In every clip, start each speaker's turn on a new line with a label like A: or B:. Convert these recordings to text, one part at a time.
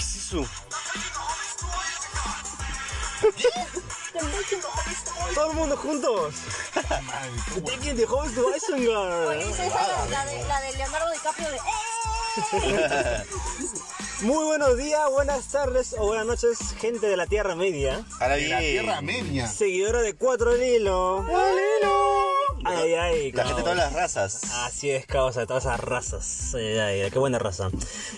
A: su. Todo el mundo juntos. Taking the host to
B: Oye,
A: Isengard.
B: esa es la, la de, la de Leonardo DiCaprio de... ¡Eh!
A: Muy buenos días, buenas tardes o buenas noches, gente de la Tierra Media.
C: Ahora
D: De la
C: bien.
D: Tierra Media.
A: Seguidora de Cuatro Lilo. Ay, ay,
C: La gente de todas las razas.
A: Así es, causa de todas esas razas. Ay, ay, ay, qué buena raza.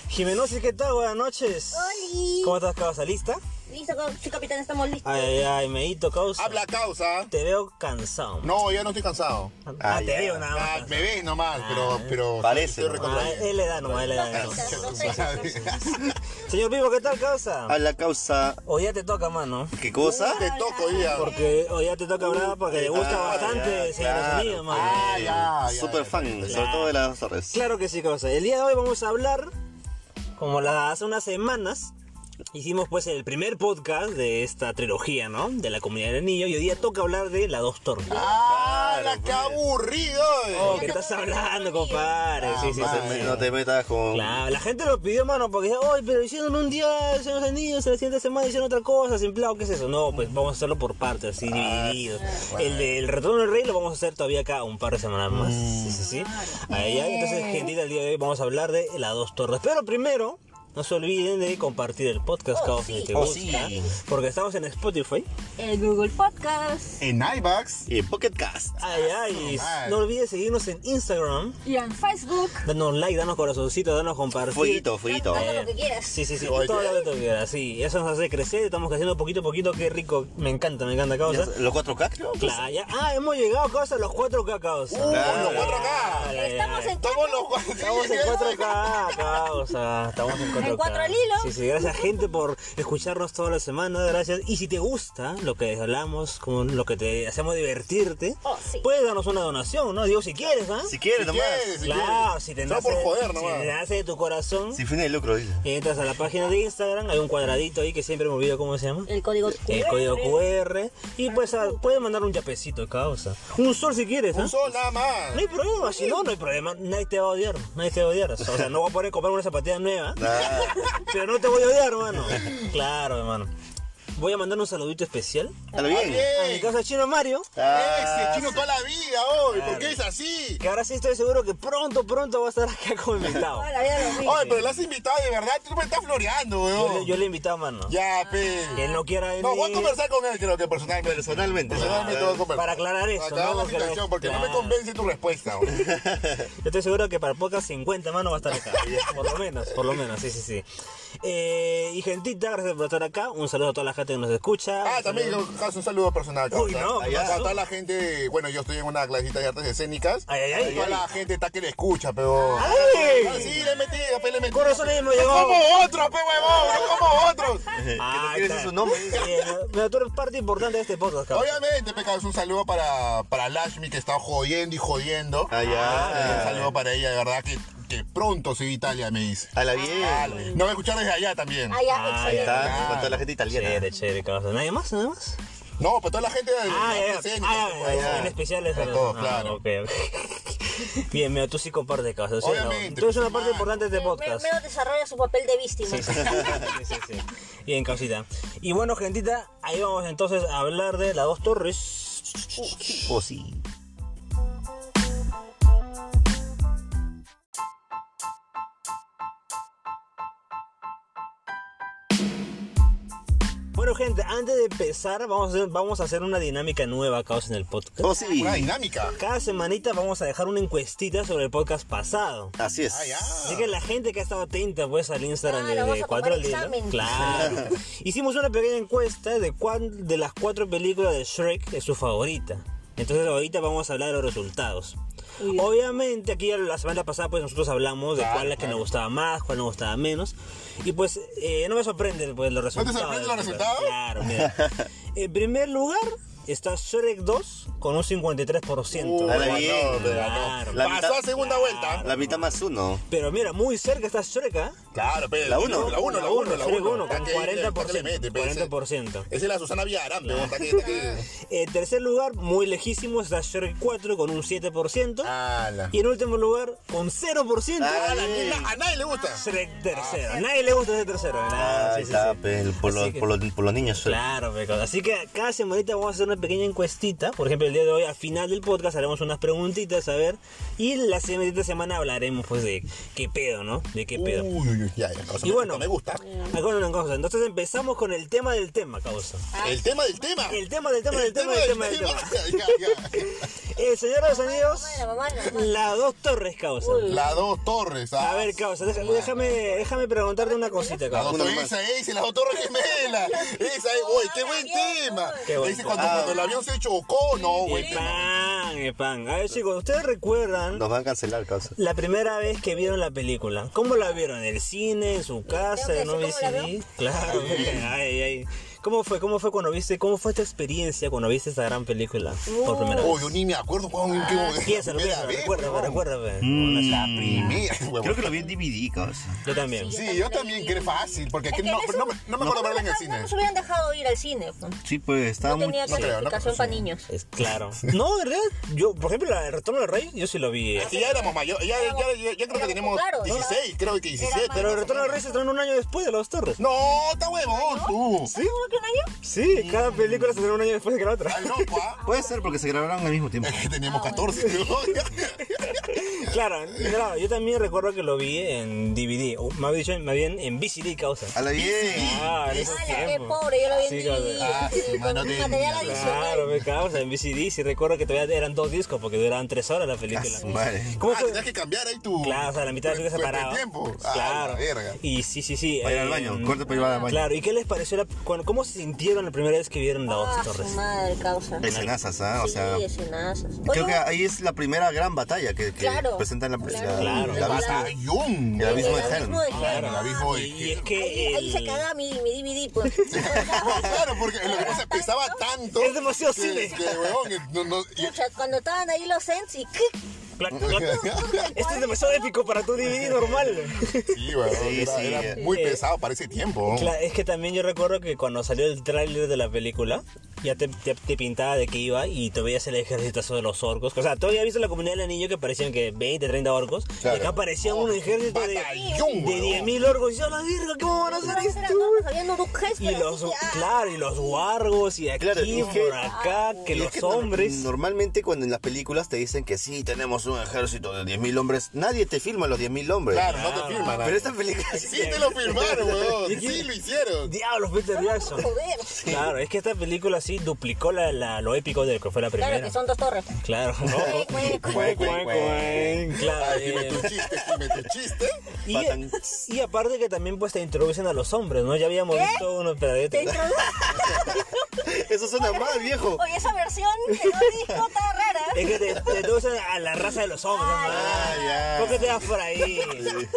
A: Jimenosis, ¿qué tal? Buenas noches.
B: ¡Oli!
A: ¿Cómo estás, causa? ¿Lista?
B: Listo, co- sí, capitán, estamos listos.
A: Ay, ay, ay, Meito, causa.
D: Habla causa.
A: Te veo cansado.
D: No, ya no estoy cansado.
A: Ah,
C: Ah,
A: te
C: ya.
A: veo nada más.
D: Ah, me ves nomás, pero, pero
C: Parece,
D: estoy
C: ¿no?
A: Ah,
D: recordando.
A: él le da nomás, él le da nomás.
B: Los tres, los tres.
A: Señor Vivo, ¿qué tal, causa?
C: Habla causa.
A: Hoy ya te toca, mano.
C: ¿Qué cosa?
D: Te toco, ya.
A: Porque hoy ya te toca hablar porque le gusta
C: ah,
A: bastante
C: ya,
A: Señor
C: claro.
A: Sonido, mano.
D: Ah, ya, ya.
C: Super fan, sobre todo de las torres.
A: Claro que sí, causa. El día de hoy vamos a hablar, como la, hace unas semanas, hicimos pues el primer podcast de esta trilogía, ¿no? De la comunidad del niño y hoy día toca hablar de la dos torres.
D: ¡Ah, la que aburrido! eh.
A: Oh, ¿Qué estás hablando, compadre? Sí, sí,
C: No
A: sí,
C: te
A: sí.
C: me- No te metas con.
A: Claro, la gente lo pidió, mano, porque dice, oye, pero hicieron un día, hicieron los anillos, la siguiente semana hicieron otra cosa, sin plan, ¿qué es eso? No, pues vamos a hacerlo por partes, así, divididos. El del retorno del rey lo vamos a hacer todavía acá un par de semanas más. Sí, sí, sí. Ahí, ahí, entonces, gentita, el día de hoy vamos a hablar de las dos torres. Pero primero, no se olviden de compartir el podcast,
B: Oh,
A: caos,
B: sí.
A: si te
C: Oh,
A: gusta,
C: sí.
A: porque estamos en Spotify.
B: El Google Podcast
D: En iBax.
C: Y Pocket Cast.
A: Ay, ay,
D: Normal.
A: no olvides seguirnos en Instagram,
B: y en Facebook.
A: danos like, danos corazoncito, danos compartir.
C: Fueguito, fueguito.
B: Haz lo que quieras.
A: Sí, sí, sí,
D: Oye.
A: todo lo que tú quieras, sí. Eso nos hace crecer, estamos creciendo poquito a poquito, qué rico. Me encanta, me encanta, causa.
C: ¿Los 4K? creo?
A: Claro, ya- Ah, hemos llegado, causa, a los 4K, causa.
D: Uh, los 4K.
A: Ay, ay,
B: Estamos
A: ay.
B: en
D: Todos los cuatro.
A: Estamos en 4K, causa. Estamos en 4K.
B: En cuatro al hilo.
A: Sí, sí, gracias, gente, por escucharnos toda la semana. Gracias. Y si te gusta lo que hablamos, como lo que te hacemos divertirte,
B: Oh, sí.
A: puedes darnos una donación, ¿no? Digo, si quieres, ¿ah?
C: Si quieres,
D: Si quieres,
C: nomás.
D: si
A: Claro,
D: quieres.
A: si te
D: Solo
A: nace,
D: por joder
A: si
D: nomás.
A: te nace de tu corazón.
C: Sin fin de lucro, dice.
A: Y entras a la página de Instagram, hay un cuadradito ahí que siempre me olvido cómo se llama.
B: El código
A: El
B: QR.
A: código QR. Y pues ah, puedes mandar un yapecito, causa. Un sol si quieres, ¿ah?
D: Un sol nada más.
A: No hay problema, si no, no hay problema. Nadie te va a odiar, nadie te va a odiar. O sea, no voy a poder comprar una zapatilla nueva,
C: Ah, Nah.
A: pero no te voy a odiar, hermano. Claro, hermano. Voy a mandar un saludito especial
C: Dale
D: Ah,
C: bien.
A: a mi
D: bien.
A: causa chino Mario.
C: Ah,
D: Ese chino toda la vida hoy. ¿Por qué es así?
A: Que ahora sí estoy seguro que pronto, pronto va a estar acá como invitado.
B: Toda la vida lo mismo.
D: Oye, pero lo has invitado de verdad. Tú me estás floreando,
A: Yo le,
D: weón.
A: yo le he invitado, mano.
D: Ya, pe.
A: Que él no quiera venir.
D: No, voy a conversar con él, creo que personalmente.
C: Personalmente.
D: Personalmente
C: Ah,
D: voy a conversar.
A: para aclarar eso,
D: Aclarar
A: ¿no?
D: la
A: Porque lo-
D: situación, porque no me
A: claro.
D: convence tu respuesta. weón.
A: Yo estoy seguro que para el podcast 50 mano va a estar acá. por lo menos, por lo menos, sí, sí, sí. Eh, y gentita, gracias por estar acá. Un saludo a toda la gente que nos escucha.
D: Ah,
A: Un
D: también
A: saludo-
D: causa un saludo personal.
A: Uy,
D: causa.
A: no, ¿qué
D: Allá
A: pasó?
D: A toda la gente, bueno, yo estoy en una clasita de artes escénicas.
A: Ay, ay, ay.
D: Toda la gente está que le escucha, pero.
A: ¡Ay!
D: Ah, sí, le metí, pe, le metí.
A: Corazón hemos
D: No
A: llegado.
D: como otros, pe huevón, no como otros.
A: Ah,
C: quieres
A: está.
C: su nombre?
A: Sí, eh, no, no, tú eres parte importante de este podcast, cabrón.
D: Obviamente, pe, causa un saludo para, para Lashmi que está jodiendo y jodiendo. Eh,
C: Ah,
D: Un
C: ya.
D: saludo para ella, de verdad, que, que pronto se va a Italia, me dice.
C: A la bien.
D: No va a escuchar desde allá también.
B: Ah, ya,
A: Ah,
B: excelente.
C: Está con toda la gente italiana.
A: Chévere, chévere, cabrón. ¿Nadie más? ¿Nadie más?
D: No, para toda la gente de
A: Ah,
D: de pues,
A: ya,
D: artes
A: ya.
D: escénicas,
A: Ah,
D: pe,
A: ya, ya,
D: huevón.
A: en especial es
D: Para todos, claro.
A: Bien, mira, tú sí compartes cosas. ¿sí o no?
D: Obviamente,
A: Tú eres una
D: pues,
A: parte
D: man.
A: importante de este
B: Meo,
A: podcast.
B: Meo desarrolla su papel de víctima.
A: Sí, sí, sí, sí, sí, sí. Bien, causita. Y bueno, gentita, ahí vamos entonces a hablar de las dos torres.
C: O oh, sí.
A: Bueno, gente, antes de empezar, vamos a hacer, vamos a hacer una dinámica nueva, causa, en el podcast.
C: O Oh, sí.
D: Una dinámica.
A: Cada semanita vamos a dejar una encuestita sobre el podcast pasado.
C: Así es.
D: Ah, ya.
A: Así que la gente que ha estado atenta pues al Instagram
B: Claro,
A: de,
B: vamos
A: de
B: a
A: Cuatro
B: tomar
A: al Hilo.
B: examen.
A: Claro. Hicimos una pequeña encuesta de cuál de las cuatro películas de Shrek es su favorita. Entonces ahorita vamos a hablar de los resultados. Obviamente aquí la semana pasada pues nosotros hablamos de
D: Claro,
A: cuál es la que
D: Ah, claro.
A: nos gustaba más, cuál nos gustaba menos. Y pues eh, no me sorprende pues, los
D: te
A: resultados.
D: sorprenden los
A: de-
D: resultados?
A: Claro, mira. En primer lugar está Shrek 2 con un 53%.
D: Uh,
C: Ahora
D: no,
C: bien.
D: pero no.
A: Claro.
C: La
D: Pasó
C: mitad-
D: a segunda vuelta.
C: La mitad más uno.
A: Pero mira, muy cerca está Shrek, ¿ah?
D: Claro, pero.
C: La uno.
D: La 1, la 1, la
A: Serie
D: 1.
A: uno, con 40%. 40%.
D: Esa pues, es la Susana Villarán, pues, pero está que- está que-
A: En tercer lugar, muy lejísimo, está Shrek 4 con un 7%.
D: Ala.
A: Y en último lugar, con 0%,
C: Ah,
D: Ala, ni na- A nadie le gusta.
A: Shrek tercero. A nadie le gusta ese tercero. nada,
C: Ah,
A: sí,
C: ahí
A: sí,
C: está,
A: sí.
C: pe, el- por,
A: Así
C: los,
A: que-
C: por los- por los niños. pues.
A: Claro, pecado. Así que cada semanita vamos a hacer una pequeña encuestita. Por ejemplo, el día de hoy, al final del podcast, haremos unas preguntitas, a ver. Y la siguiente semana hablaremos, pues, de qué pedo, ¿no? De qué pedo.
C: Uh.
D: Uy, uy, uy, ya, ya, causa,
A: Y
D: me
A: bueno.
D: gusta, me gusta.
A: Ah, bueno, una cosa. Entonces empezamos con el tema del tema, causa.
D: El tema del tema.
A: El tema del tema del tema del tema del tema.
D: Ya, ya.
A: El Señor de los Anillos,
B: La mamá de la mamá.
A: las dos torres, causa.
D: La dos torres. ah.
A: A ver, causa, deja- déjame, déjame preguntarte una cosita,
D: La
A: causa.
D: dos
C: Una
D: torres,
C: más.
D: esa es, la dos torres gemelas. Esa es, uy, qué buen tema.
A: Qué buen
D: Ese cuando,
A: tema.
D: cuando el avión se chocó, no, güey.
A: El pan, el pan. A ver, chicos, ¿ustedes recuerdan
C: Nos van a cancelar, causa.
A: la primera vez que vieron la película? ¿Cómo la vieron? ¿En el cine? ¿En su casa?
B: que
A: ¿En un
B: decir cómo la
A: VCD? Claro. Ay, ay. ¿Cómo fue? ¿Cómo fue cuando viste? ¿Cómo fue tu experiencia cuando viste esa gran película por primera
D: Oh,
A: vez?
D: yo ni me acuerdo cuándo
A: Ah,
D: qué
A: Piénsalo, piénsalo,
D: primera vez,
A: recuerda,
D: huevón.
A: recuerda.
D: La primera, huevón.
C: Mm. Creo que lo vi en DVD, causa.
A: Yo también.
D: Sí, yo también creo fácil, porque aquí
B: Es que
D: no,
B: en ese
D: no, me- no me acuerdo verla en el cine.
B: No nos hubieran dejado ir al cine. pues.
C: Sí, pues estaba
B: No
C: muy.
B: tenía
D: no creo, no
B: clasificación
D: creo,
B: para
D: sí.
B: niños.
A: Es claro. No, en realidad, yo, por ejemplo, la de Retorno del Rey, yo sí lo vi.
D: Es que ya éramos mayores, ya, ya, ya, ya creo que teníamos
B: Claro, ¿no?
D: 16, creo que 17.
A: Pero el Retorno del Rey se estrenó un año después de Los Torres.
D: No, está huevón, tú.
A: ¿Sí? Sí, cada película se estrenó un año después que la otra.
D: Está loco, ¿ah?
C: Puede ser porque se grabaron al mismo tiempo.
A: Ah,
D: Es que teníamos 14, huevón.
A: Claro, claro, yo también recuerdo que lo vi en DVD, o más bien, más bien en VCD causa.
C: A la bien.
A: Ah, en esos
B: Ala, qué
A: tiempos.
B: pobre, yo lo vi en
A: Sí,
B: DVD,
A: causa.
D: Ah,
B: sí,
D: su
B: con
D: mano de
B: material
D: mierda.
A: Claro,
B: adicional.
A: me causa en VCD, sí recuerdo que todavía eran dos discos porque duraban tres horas la película.
C: Ah, su madre.
A: ¿Cómo
D: Ah,
A: fue?
D: tenías que cambiar ahí tu.
A: Claro, o sea, la mitad de la película
D: tu-
A: se
D: tu- tu
A: paraba.
D: tiempo. Ah,
A: Claro.
D: la verga.
A: Y sí, sí, sí.
C: Para ir al baño,
A: em,
C: corte para ir al baño.
A: Claro, ¿y qué les pareció? La, cuando- ¿Cómo se sintieron la primera vez que vieron la
B: Ah,
A: Dos
B: su
A: Torres?
B: madre, causa.
C: Escenazas, ¿ah? O sea,
B: Sí, escenazas.
C: creo
B: Oye,
C: que ahí es la primera gran batalla que, que
B: Claro.
C: presentan la, la-
A: Claro.
C: la- la-
D: Batallón.
C: El abismo de
B: el
C: Helm.
B: abismo de Helm.
A: Claro.
D: El abismo de
A: Y es
D: Helm.
A: que.
B: Ahí, ahí se
A: el-
B: caga mi, mi DVD, pues.
D: Claro, porque lo que pasa pesaba tanto.
A: Es demasiado
D: que-
A: cine.
D: Que, huevón, que no- no- y-
B: Pucha, cuando estaban ahí los Ents y...
A: Plac, plac. Esto es demasiado épico para tu DVD normal.
D: Sí, huevón,
C: Sí,
D: era,
C: sí.
D: era muy
A: Eh,
D: pesado para ese tiempo.
A: Claro, es que también yo recuerdo que cuando salió el tráiler de la película, ya te, te- te pintaba de que iba y te veías el ejército de los orcos. O sea, tú habías visto la comunidad del anillo que parecían que 20, 30 orcos.
D: Claro.
A: Y acá parecía un ejército de,
D: Batallón,
A: de
D: huevón.
A: 10.000 orcos. Y yo, la virga, ¿cómo van a hacer esto? Y los, claro, y los wargos, y aquí,
C: Claro, y es que-
A: por acá, que
C: Y
A: los
C: es que no-
A: hombres...
C: Normalmente cuando en las películas te dicen que sí, tenemos un ejército de 10.000 hombres, nadie te filma los 10.000 hombres.
D: Claro, no te firman.
C: Pero esta película
D: Sí, te lo firmaron, huevón. Sí, lo hicieron.
A: Diablos, Peter Jackson.
B: Joder.
A: Claro, es que esta película sí duplicó la, la- lo épico de lo que fue la primera.
B: Claro que son dos torres.
A: Claro,
B: Cue,
A: no.
B: cue, cue.
C: Cue, cue, cue.
A: Claro,
D: Ay, dime
A: eh,
D: tu chiste, dime tu chiste.
A: y,
C: Patan.
A: y aparte que también pues te introducen a los hombres, ¿no? Ya habíamos visto unos
B: Te
A: pedaditos.
B: introdujo.
C: Eso suena mal, viejo.
B: Oye, esa versión que no dijo está rara.
A: Es que te, te introducen a la raza de los hombres.
C: Ah, ya.
A: ¿Por qué te vas por ahí?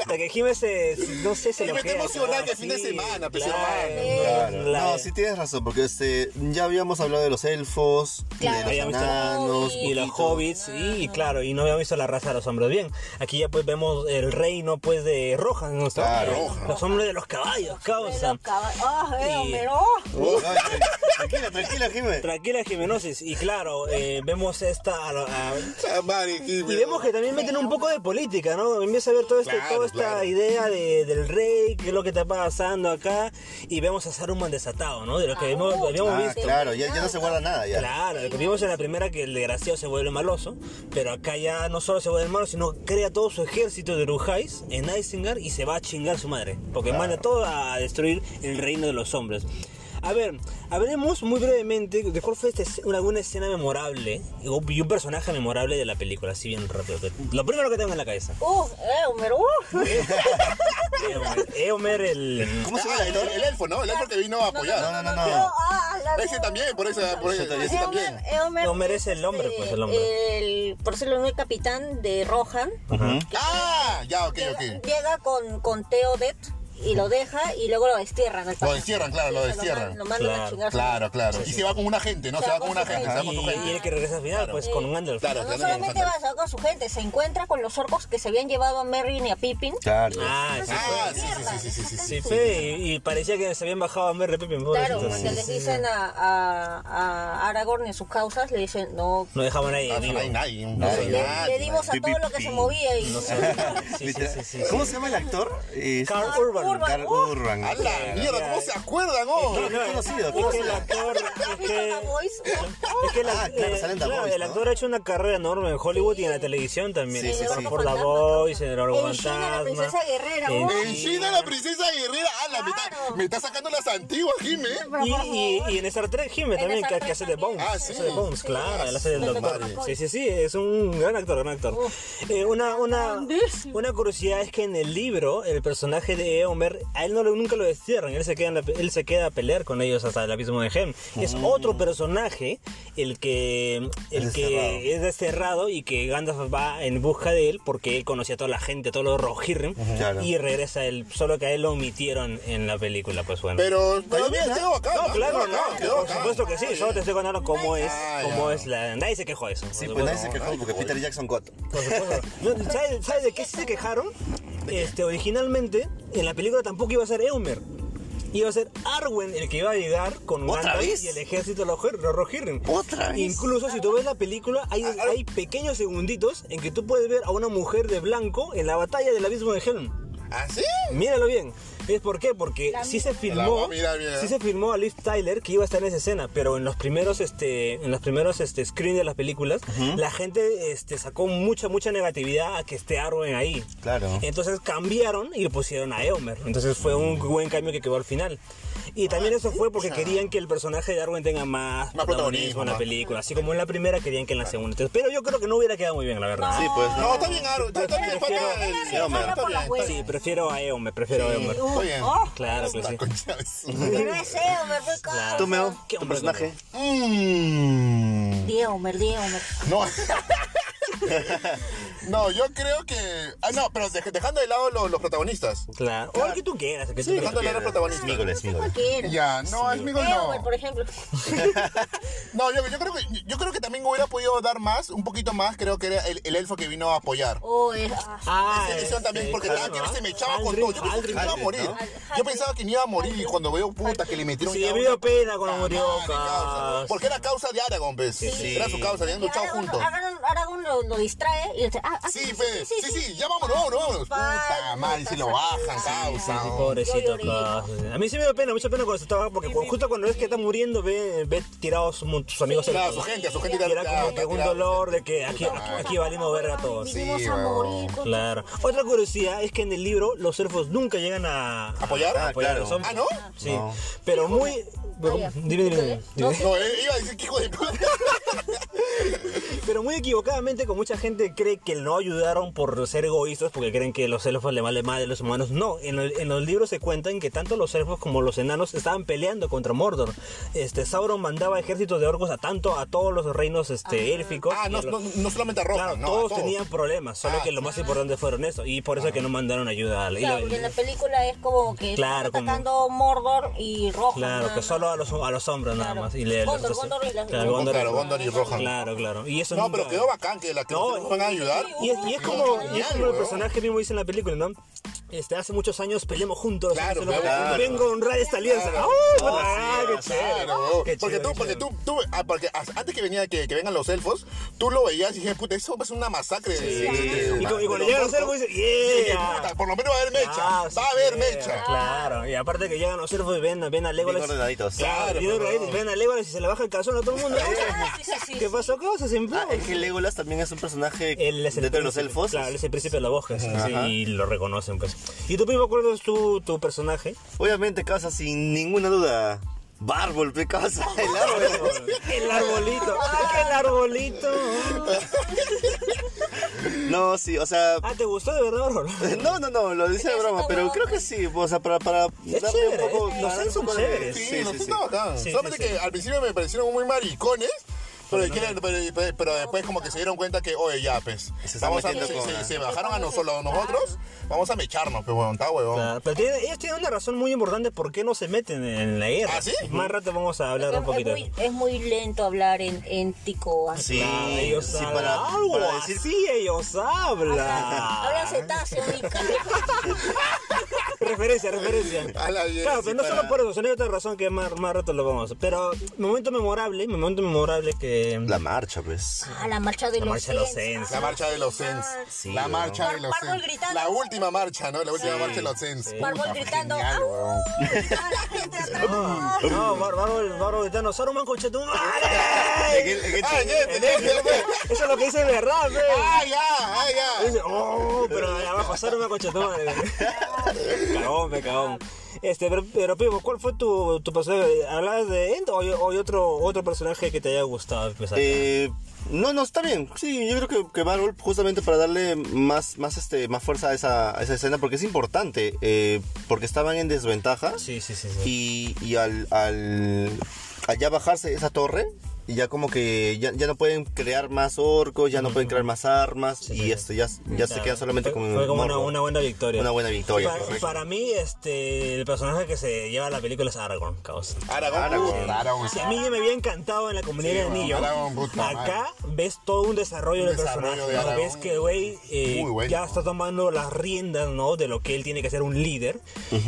A: Hasta que Jimé se, no sé, se
D: Jimé
A: lo
D: está emocionado que fin de semana, pues, hermano.
C: Claro. No, sí tienes razón, porque este, ya habíamos hablado de los elfos,
B: Claro.
C: de los
A: Habíamos visto-
C: enanos,
A: y los
C: poquito.
A: hobbits y claro y no habíamos visto la raza de los hombres bien aquí ya pues vemos el reino pues de rojas ¿no?
C: Ah,
D: Rohan.
A: los hombres de los caballos causa
B: Ah, eh,
A: Y-
B: Homero.
A: Uh.
C: Oh, ay, tranquila, tranquila, Jimé.
A: tranquila Jimenosis y claro eh, vemos esta a lo- a-
D: Chamari, dime.
A: y vemos que también meten un poco de política no empieza a ver todo este,
D: Claro,
A: toda esta
D: claro.
A: idea de- del rey qué es lo que está pasando acá y vemos a Saruman desatado no de lo que habíamos, habíamos
C: Ah,
A: visto
C: claro, ya, ya no se guarda nada ya.
A: Claro, lo que vimos en la primera que el desgraciado se vuelve maloso, pero acá ya no solo se vuelve malo, sino crea todo su ejército de Urujais en Isingar y se va a chingar su madre, porque manda todo a destruir el reino de los hombres. A ver, hablemos muy brevemente de cuál fue este- alguna escena memorable o- y un personaje memorable de la película, así bien rápido. que- Lo primero que tengo en la cabeza.
B: Uf, eh, Homero. uf.
A: Eomer, Eomer, el...
C: ¿Cómo se llama
D: Ah,
C: el
D: el,
C: actor?
D: el elfo, ¿no? El elfo que vino a apoyar.
C: No, no, no,
B: Yo,
C: no.
B: ah, la-
D: Ese también, por esa, por esa, ese
B: Eh,
D: también.
B: Homer- eh, Homer
A: Homer es el hombre, pues, el hombre.
B: eh, el- por ser el nuevo capitán de Rohan.
A: Ajá.
D: Ah, ya, ok,
B: Llega,
D: ok.
B: llega con, con Theodet y lo deja y luego lo destierran. al
D: Lo
B: pata.
D: destierran, claro, lo
B: O sea,
D: destierran.
B: Lo mandan
A: Claro,
B: a chingar.
D: Claro, claro. Y se va con una gente, ¿no? Se va con una gente, se va con su
A: Y, y el
D: gente.
A: que regresa al final, pues con un Gandalf.
C: Claro,
B: No
C: también,
B: solamente
C: exacto.
B: va se va con su gente, se encuentra con los orcos que se habían llevado a Merry y a Pippin.
C: Claro.
A: Ah, sí,
D: Ah,
A: pues.
D: sí, sí, sí, sí, sí,
A: Sí,
D: sí.
A: fe, y, y parecía que se habían bajado a Merry Pippin.
B: Claro,
A: pobrecitos.
B: cuando les dicen a, a, a Aragorn y a sus causas, le dicen, no,
A: No dejaban ahí.
D: Ah, No hay nadie. No hay
B: le,
D: nadie.
B: le dimos a
C: Pipi,
B: todo lo que
C: pi.
B: se movía y...
A: Sí, sí, sí, sí.
C: ¿Cómo se llama el actor? Eh,
A: Carl
B: Carl
A: Urban.
B: Urban.
C: Carl Urban.
D: ¡A la mierda! ¿Cómo se acuerdan, oh?
C: No, no, conocido.
A: Es que el actor. Es que,
B: La voice.
A: es que el,
C: Ah, claro,
A: eh,
C: sale en The Voice,
A: el
C: ¿no?
A: actor ha hecho una carrera enorme en Hollywood y en la televisión también.
C: Sí, sí,
A: Por-
C: sí.
A: Por la
B: Fantasma,
A: voz, en el Orgo
B: En China, la
A: Fantasma.
B: princesa guerrera.
A: En-
B: uy.
D: En China, la princesa guerrera. ¡Ala! Me está, me está sacando las antiguas, Jimmy.
A: Y, y, y en Star Trek Jimmy también,
B: Star
A: que,
B: Trek
A: que hace de
B: también.
A: Bones.
D: Ah, sí.
A: Hace de Bones, claro, él hace del
D: Nos
A: doctor.
D: tocó.
A: Sí, sí, sí, es un gran actor, gran actor. Eh, una, una, una curiosidad es que en el libro, el personaje de Eomer, a él no lo- nunca lo destierran, él se, queda en la- él se queda a pelear con ellos hasta el abismo de Helm. Es otro personaje el que, el
C: Es
A: que es desterrado y que Gandalf va en busca de él porque él conocía a toda la gente, a todos los Rohirrim,
C: Claro.
A: y regresa él, solo que a él lo omitieron en la película, pues bueno.
D: Pero cayó bien, quedó acá.
A: No, claro,
D: quedó
A: no,
D: acá, quedó
A: por
D: acá.
A: supuesto que sí, solo te estoy contando cómo es,
D: Ah,
A: cómo
D: ya.
A: es la... Nadie se quejó de eso.
C: Sí,
A: por
C: pues nadie
A: supuesto.
C: se quejó porque Peter Jackson Cotto.
A: Por supuesto. No, ¿Sabes, sabes de qué sí se quejaron? Este, originalmente, en la película tampoco iba a ser Eumer. Iba a ser Arwen el que iba a llegar con
C: ¿Otra
A: Gandalf
C: vez?
A: y el ejército de los Rohir- los Rohirrim.
C: ¿Otra vez? Ah,
A: Incluso si tú ves la película, hay, hay pequeños segunditos en que tú puedes ver a una mujer de blanco en la batalla del abismo de Helm.
D: ¿Ah, sí?
A: Míralo bien. ¿Es por qué? Porque sí se
D: La voy
A: filmó,
D: a mirar bien.
A: sí se filmó a Liv Tyler que iba a estar en esa escena, pero en los primeros, este, en los primeros, este, screen de las películas, la gente, este, sacó mucha, mucha negatividad a que esté Arwen ahí.
C: Claro.
A: Entonces cambiaron y pusieron a Eomer. Entonces fue un
D: Mm.
A: buen cambio que quedó al final. Y también eso fue porque querían que el personaje de Arwen tenga más,
D: Ah, Más protagonismo,
A: protagonismo en la
D: más.
A: película, así como en la primera querían que en la segunda. Entonces, pero yo creo que no hubiera quedado muy bien, la verdad.
C: Sí, pues.
D: No, está bien, Aro. Está está bien, está bien.
A: Prefiero-
D: Está
C: Sí, hombre.
D: bien, está bien.
A: Sí, prefiero a Eomer, prefiero a Eomer.
B: uh,
D: Está bien.
B: oh,
A: Claro
D: pues,
A: que sí.
D: Concha de su-
B: Pero es Eomer, fue
A: Claro.
B: claro.
C: ¿Tú, Meo?
A: ¿Qué
C: ¿Tu
A: hombre,
C: personaje?
D: Mm.
B: Dieomer, Dieomer.
D: No. No, yo creo que. Ah, no, pero dej- dejando de lado los, los protagonistas.
A: Claro. O el que tú quieras, el que tú quieras.
D: Dejando de lado los protagonistas.
C: Miguel, Miguel.
B: ¿Quién?
D: Ya, no, es Miguel
B: Eomer,
D: no.
B: por ejemplo.
D: No, yo, yo creo que, yo creo que también hubiera podido dar más, un poquito más, creo que era el, el elfo que vino a apoyar.
B: O es... ah,
A: Ah,
D: Esa edición también, porque cada vez se me echaba con
A: Aldrin,
D: todo. Yo pensaba que
A: Aldrin,
D: no iba a
A: Aldrin,
D: morir. Yo pensaba que ni iba a morir y cuando veo puta que le metieron
A: Sí,
D: ya
A: me
D: una
A: dio pena cuando murió.
D: madre, causa.
A: causa.
D: Porque era causa de Aragón, pues.
C: sí.
D: Era su causa, habían luchado
B: Aragorn-
D: juntos.
B: Aragorn, Aragorn lo, lo distrae y dice, ah, ah,
D: Sí, fe. Sí, sí, ya vámonos, vámonos, vámonos. Puta madre, si lo bajan, causa.
A: Sí,
D: oh.
A: Pobrecito,
B: Yo lloré.
A: causa. A mí sí me dio pena, mucha pena cuando se estaba. Porque cuando- justo cuando ves que está muriendo, ve, ve tirados sus, sus amigos.
D: Claro,
A: cercanos.
D: su gente, a su gente
A: Y era
D: claro,
A: como que un
D: claro.
A: dolor de que aquí, aquí, aquí valimos verga a todos.
B: Vinimos
D: Sí,
B: a
D: weón.
B: morir. con-
A: Claro. Otra curiosidad es que en el libro los elfos nunca llegan a
D: ¿Apoyar?
A: a apoyar a
C: claro.
A: los hombres.
D: Ah, ¿no?
A: Sí. Pero muy.
B: ya.
A: Dime, dime, dime. dime.
D: No, eh, iba a decir que hijo de puta.
A: Pero muy equivocadamente, con mucha gente cree que no ayudaron por ser egoístas, porque creen que los elfos le vale más de los humanos. No, en, el- en los libros se cuentan que tanto los elfos como los enanos estaban peleando contra Mordor. Este Sauron mandaba ejércitos de orcos a tanto a todos los reinos este, élficos.
D: Ah,
A: y
D: no,
A: a los-
D: no, no solamente a Roja,
A: Claro,
D: no, a
A: todos, tenían problemas, solo
D: Ah,
A: que lo más importante fueron eso, y por eso es que no mandaron ayuda. al- y
B: Claro,
A: la-
B: porque en la película es como que
A: Claro,
B: están
A: como-
B: atacando Mordor y Rojo.
A: Claro,
B: nada
A: que
B: más.
A: solo a los, a los hombres nada
B: Claro.
A: más. Y le,
B: Gondor,
A: le-
B: Gondor y las-
A: claro, Gondor,
D: Claro, Gondor y Rohan.
A: Claro, claro. Y eso
D: No,
A: nunca-
D: pero quedó bacán que la que
A: No,
D: nos van a ayudar.
A: Y es, y es
D: Sí,
A: como, y es
D: genial,
A: como el
D: weón.
A: personaje mismo dice en la película, ¿no? Este, hace muchos años peleamos juntos.
D: Claro,
A: hace-
D: claro.
A: Vengo a honrar esta alianza.
D: Claro.
A: ¡Ah,
C: No,
A: ah,
C: sí,
A: qué chévere!
D: Claro, weón.
A: Qué
D: porque
A: chévere,
D: tú,
A: qué
D: porque tú, tú ah, porque as- antes que venía que, que vengan los elfos, tú lo veías y dije, puta, eso es una masacre. de- de- de-
A: chévere. Y, cu- y cuando
D: de-
A: llegan los elfos dicen,
D: Dije,
A: pues, ¡yeah!
D: puta, por lo menos va a haber mecha,
A: Ah, sí,
D: va a haber
A: yeah,
D: mecha.
A: Claro, y aparte que llegan los elfos y ven, ven a
C: Bien
A: Legolas.
C: ordenaditos.
A: Claro,
D: Claro,
A: y
D: pero-
A: ven a Legolas y se le baja el calzón a todo el mundo. Ah,
B: Sí, sí, sí.
A: ¿Qué pasó? ¿Qué vas
C: Ah, es que Legolas también es un personaje
A: Él es el
C: dentro de los
A: príncipe,
C: elfos.
A: Claro, él es el príncipe de la bosque, sí, sí,
C: Ajá.
A: y lo reconocen, pues. ¿Y tú, Pipo, cuál es tu, tu personaje?
C: Obviamente, causa sin ninguna duda. Bárbol, pe causa. El árbol.
A: El arbolito, ah, que el arbolito.
C: No, sí, o sea.
A: Ah, ¿te gustó de verdad, Orol?
C: No, no, no, lo dice de broma, pero creo que sí. O sea, para, para
A: Es
C: darle
A: chévere,
C: un poco.
A: es-
C: para
A: los
C: darle un
A: elfos son
C: poco de-
A: chéveres.
D: Sí,
C: Sí,
D: los
C: sí,
D: sí,
C: sí.
D: bacán.
A: Sí,
D: Solamente
A: sí, sí.
D: que al principio me parecieron muy maricones. Pero, quieren- pero- pero- pero después como que se dieron cuenta que, oye, ya, pues,
C: Se están
D: vamos a,
C: metiendo
D: se,
C: con
D: se-
C: la-
D: se bajaron a nosotros, a nosotros, vamos a mecharnos, pero huevón, está huevón.
A: Claro, pero tiene- ellos tienen una razón muy importante por qué no se meten en la guerra.
D: ¿Ah, sí?
A: Más rato vamos a hablar
B: Es,
A: un poquito.
B: muy, es muy lento hablar en, en tico así.
C: Sí,
A: Ah, ellos
C: sí,
A: hablan
C: para,
A: algo
C: para decir
A: así, ellos Ah.
B: Hablan
A: hablan.
B: cetáceo, mica.
A: referencia, referencia.
D: A la bien,
A: Claro,
D: sí,
A: pero no
D: para-
A: solo por eso, sino hay otra razón que más, más rato lo vamos. Pero momento memorable, mi momento memorable que...
C: la marcha, pues.
B: Ah, la marcha de
A: La
B: los
A: marcha
B: Ah.
A: de los
B: Cens.
A: Cens.
D: La marcha de los Sens.
C: Sí,
D: la
C: huevón.
D: marcha de los
B: Barbol
D: Sens.
B: gritando.
D: La última marcha, ¿no? La última marcha de los Sens. Puta,
B: Barbol gritando.
D: genial,
B: "Au".
D: huevón.
B: Toda la gente atrás.
A: No, bárbaro, bárbaro, gitano, Saruman con
C: En
A: Chetumare.
C: el- en el-
D: Ah, ya, tenés que-
A: Eso es lo que dice de verdad, ve.
D: Ah, ya, ah, ya.
A: Dice, oh, pero de abajo, Saruman con Chetumare. Cagón, me cagón. Este, pero, pero Pipo, ¿cuál fue tu, tu personaje? ¿Hablabas de End o hay, o hay otro, otro personaje que te haya gustado? Pues, acá?
C: Eh, no, no, está bien. Sí, yo creo que, que Marvel, justamente para darle más, más, este, más fuerza a esa, a esa escena, porque es importante, eh, porque estaban en desventaja.
A: sí, sí, sí. sí.
C: Y, y al, al, al ya bajarse esa torre, y ya como que ya, ya no pueden crear más orcos, ya no pueden crear más armas, y
A: sí.
C: este, ya, ya se
A: Claro.
C: queda solamente
A: Fue-
C: con
A: fue como una,
C: Morgoth.
A: una buena victoria.
C: Una buena victoria,
A: Para,
C: correcto.
A: para mí, este, el personaje que se lleva la película es Aragorn, caos.
D: Aragón,
C: Aragón.
D: puta, Aragón.
A: Si a mí ya me había encantado en la comunidad de
D: bueno,
A: anillo,
D: Aragón, puta
A: acá ves todo un desarrollo
D: Un
A: del
D: desarrollo
A: personaje.
D: de
A: ¿no?
D: Aragón.
A: Ves que güey eh,
D: Muy bueno.
A: ya está tomando las riendas ¿no? de lo que él tiene que ser un líder.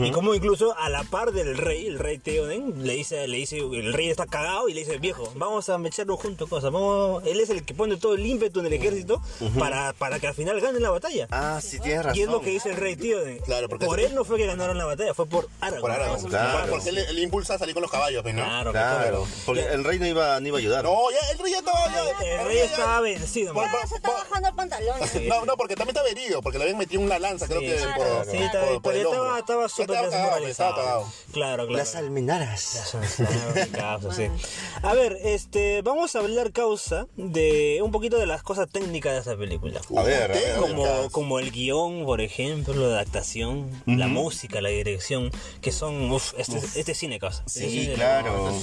A: Y como incluso a la par del rey, el rey Theoden, le dice, le dice, el rey está cagado y le dice, viejo, vamos a mecharnos juntos cosas. Vamos, él es el que pone todo el ímpetu en el ejército para, para que al final gane la batalla.
C: Ah, sí, tienes razón.
A: Y es lo que dice el rey Theoden.
D: Claro, porque-
A: por él no fue que ganaron la batalla, fue por Aragorn.
D: Por Aragón.
C: Claro.
D: Porque él, él impulsa a salir con los caballos, pues, ¿no?
A: Claro,
C: Claro, porque el rey no iba, no iba a ayudar.
D: No, ya, el rey ya estaba. ya-
A: El
D: el
A: rey
D: ya-
A: estaba vencido. man.
B: Ya se está bajando el pantalón.
D: No, no, porque también estaba herido, porque le habían metido una lanza, creo que
A: sí,
D: por,
A: sí,
D: por-
A: estaba-
D: por- por el
A: pero
D: hombro.
A: estaba, estaba
D: Ya
A: súper
D: estaba cagado, pues, estaba
A: desmoralizado.
D: cagado.
A: Claro, claro.
C: Las almenaras.
A: Las almenaras, causa, sí. A ver, este, vamos a hablar causa de un poquito de las cosas técnicas de esa película.
C: A ver, eh, a ver, a ver.
A: Como, como el guión, por ejemplo, la adaptación, la música, la dirección, que son, uf, este, este cine causa. Este
C: Sí,
A: cine-
C: claro.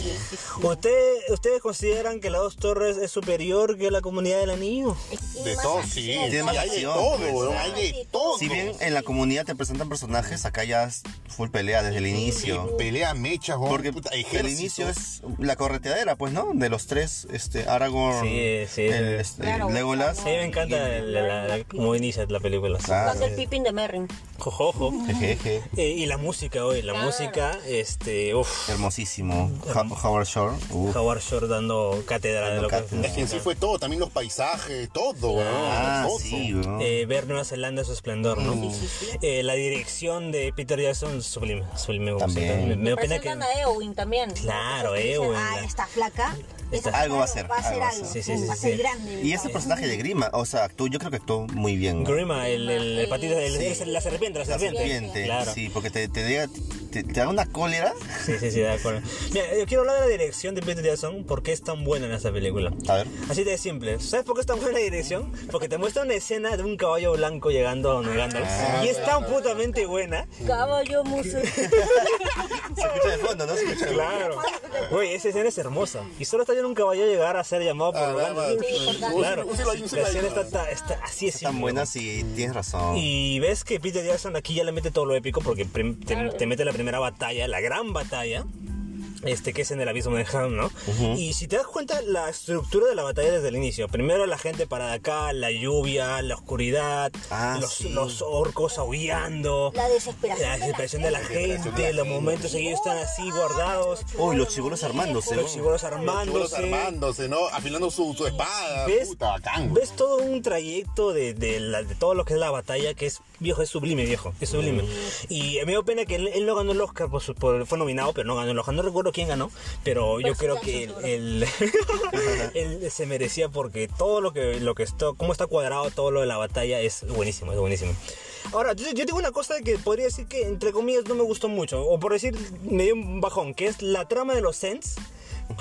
A: ¿Usted- ¿Ustedes consideran que la dos torres es superior que la comunidad del anillo?
D: De todo, sí.
B: Tiene
D: sí,
C: más
D: hay de
C: acción,
D: todo,
C: pues.
D: weón, hay de todo.
C: Si bien en la comunidad te presentan personajes, acá ya es full pelea desde el inicio.
D: pelea mechas, weón,
C: Porque
D: puta,
C: el
D: ejércitos.
C: inicio es la correteadera, pues, ¿no? De los tres, este, Aragorn,
A: Sí, sí.
C: el, este,
B: Claro,
C: Legolas.
A: Sí, me encanta el- la, la- cómo inicia la película.
C: Ah,
B: Cuando el Pippin de Merrin.
A: Jojojo.
C: Eje, eje.
A: Eh, y la música hoy, la música, este, uff,
C: Hermosísimo. Ha- Howard Shore. uf.
A: Howard Shore dando cátedra de lo
C: Cátedra.
D: Es que en sí fue todo, también los paisajes, todo, weón.
C: Ah,
D: todo.
C: sí, weón.
A: que eh, ver Nueva Zelanda en su esplendor, ¿no? Eh, la dirección de Peter Jackson, sublime, sublime. o sea,
C: También.
A: Me, me
B: Pues
A: da pena que...
B: Presentan a Eowyn también.
A: Claro,
B: Entonces, dicen,
A: Eowyn,
B: Ah,
A: la-
B: está flaca.
A: Está-
B: Esa-
C: Algo va a ser,
B: Va a ser
C: algo va a
B: algo.
A: ser. Sí, sí, sí,
B: Va a
A: sí,
B: ser
A: sí.
B: grande.
C: Y ese personaje de Grima, o sea, actuó, yo creo que actuó muy bien. ¿no?
A: Grima, el, el, el patito, el-
C: Sí.
A: es la serpiente, la
C: La
A: serpiente.
C: serpiente,
A: Claro.
C: sí, porque te, te, llega- te- te da una cólera.
A: Sí, sí, sí, de acuerdo. Mira, yo quiero hablar de la dirección de Peter Jackson, ¿por qué es tan buena en esta película?
C: A ver.
A: Así de simple. ¿Sabes por qué es tan buena la dirección? Porque te muestra una escena de un caballo blanco llegando a donde Gandalf.
C: Ah,
A: y es tan putamente buena.
B: Caballo musu.
C: Se escucha de fondo, ¿no? Se escucha de fondo.
A: Claro. Güey, esa escena es hermosa. Y solo está viendo un caballo llegar a ser llamado por
D: Ah,
A: Gandalf.
D: va, va. Sí, por
A: Claro.
D: Gandalf. Un silo ahí, un silo
A: La
D: ahí.
A: escena está, está- está- así es
C: Tan
A: simple.
C: buenas y tienes razón.
A: Y ves que Peter Jackson aquí ya le mete todo lo épico porque prim- te, te mete la primera batalla, la gran batalla. Este que es en el abismo de Ham, ¿no? Y si te das cuenta, la estructura de la batalla desde el inicio. Primero la gente parada acá, la lluvia, la oscuridad,
C: Ah,
A: los,
C: sí.
A: los orcos aullando,
B: La desesperación
A: la
B: de la
A: desesperación de la gente, los momentos en que ellos están así guardados,
C: Uy, los chibolos armándose.
A: los
C: ¿no?
A: chibolos
D: Todos
A: armándose.
D: armándose, ¿no? Afilando su, su espada.
A: ¿Ves?
D: Puta, bacán.
A: ¿Ves todo un trayecto de, de la- de todo lo que es la batalla que es viejo, es sublime, viejo, es sublime. Y me dio pena que él, él no ganó el Oscar, por su- por- fue nominado, pero no ganó el Oscar. No recuerdo quién ganó, pero yo creo que él, él- él se merecía porque todo lo que, lo que está, cómo está cuadrado todo lo de la batalla es buenísimo, es buenísimo. Ahora, yo, yo tengo una cosa que podría decir que, entre comillas, no me gustó mucho, o por decir, me dio un bajón, que es la trama de los Sens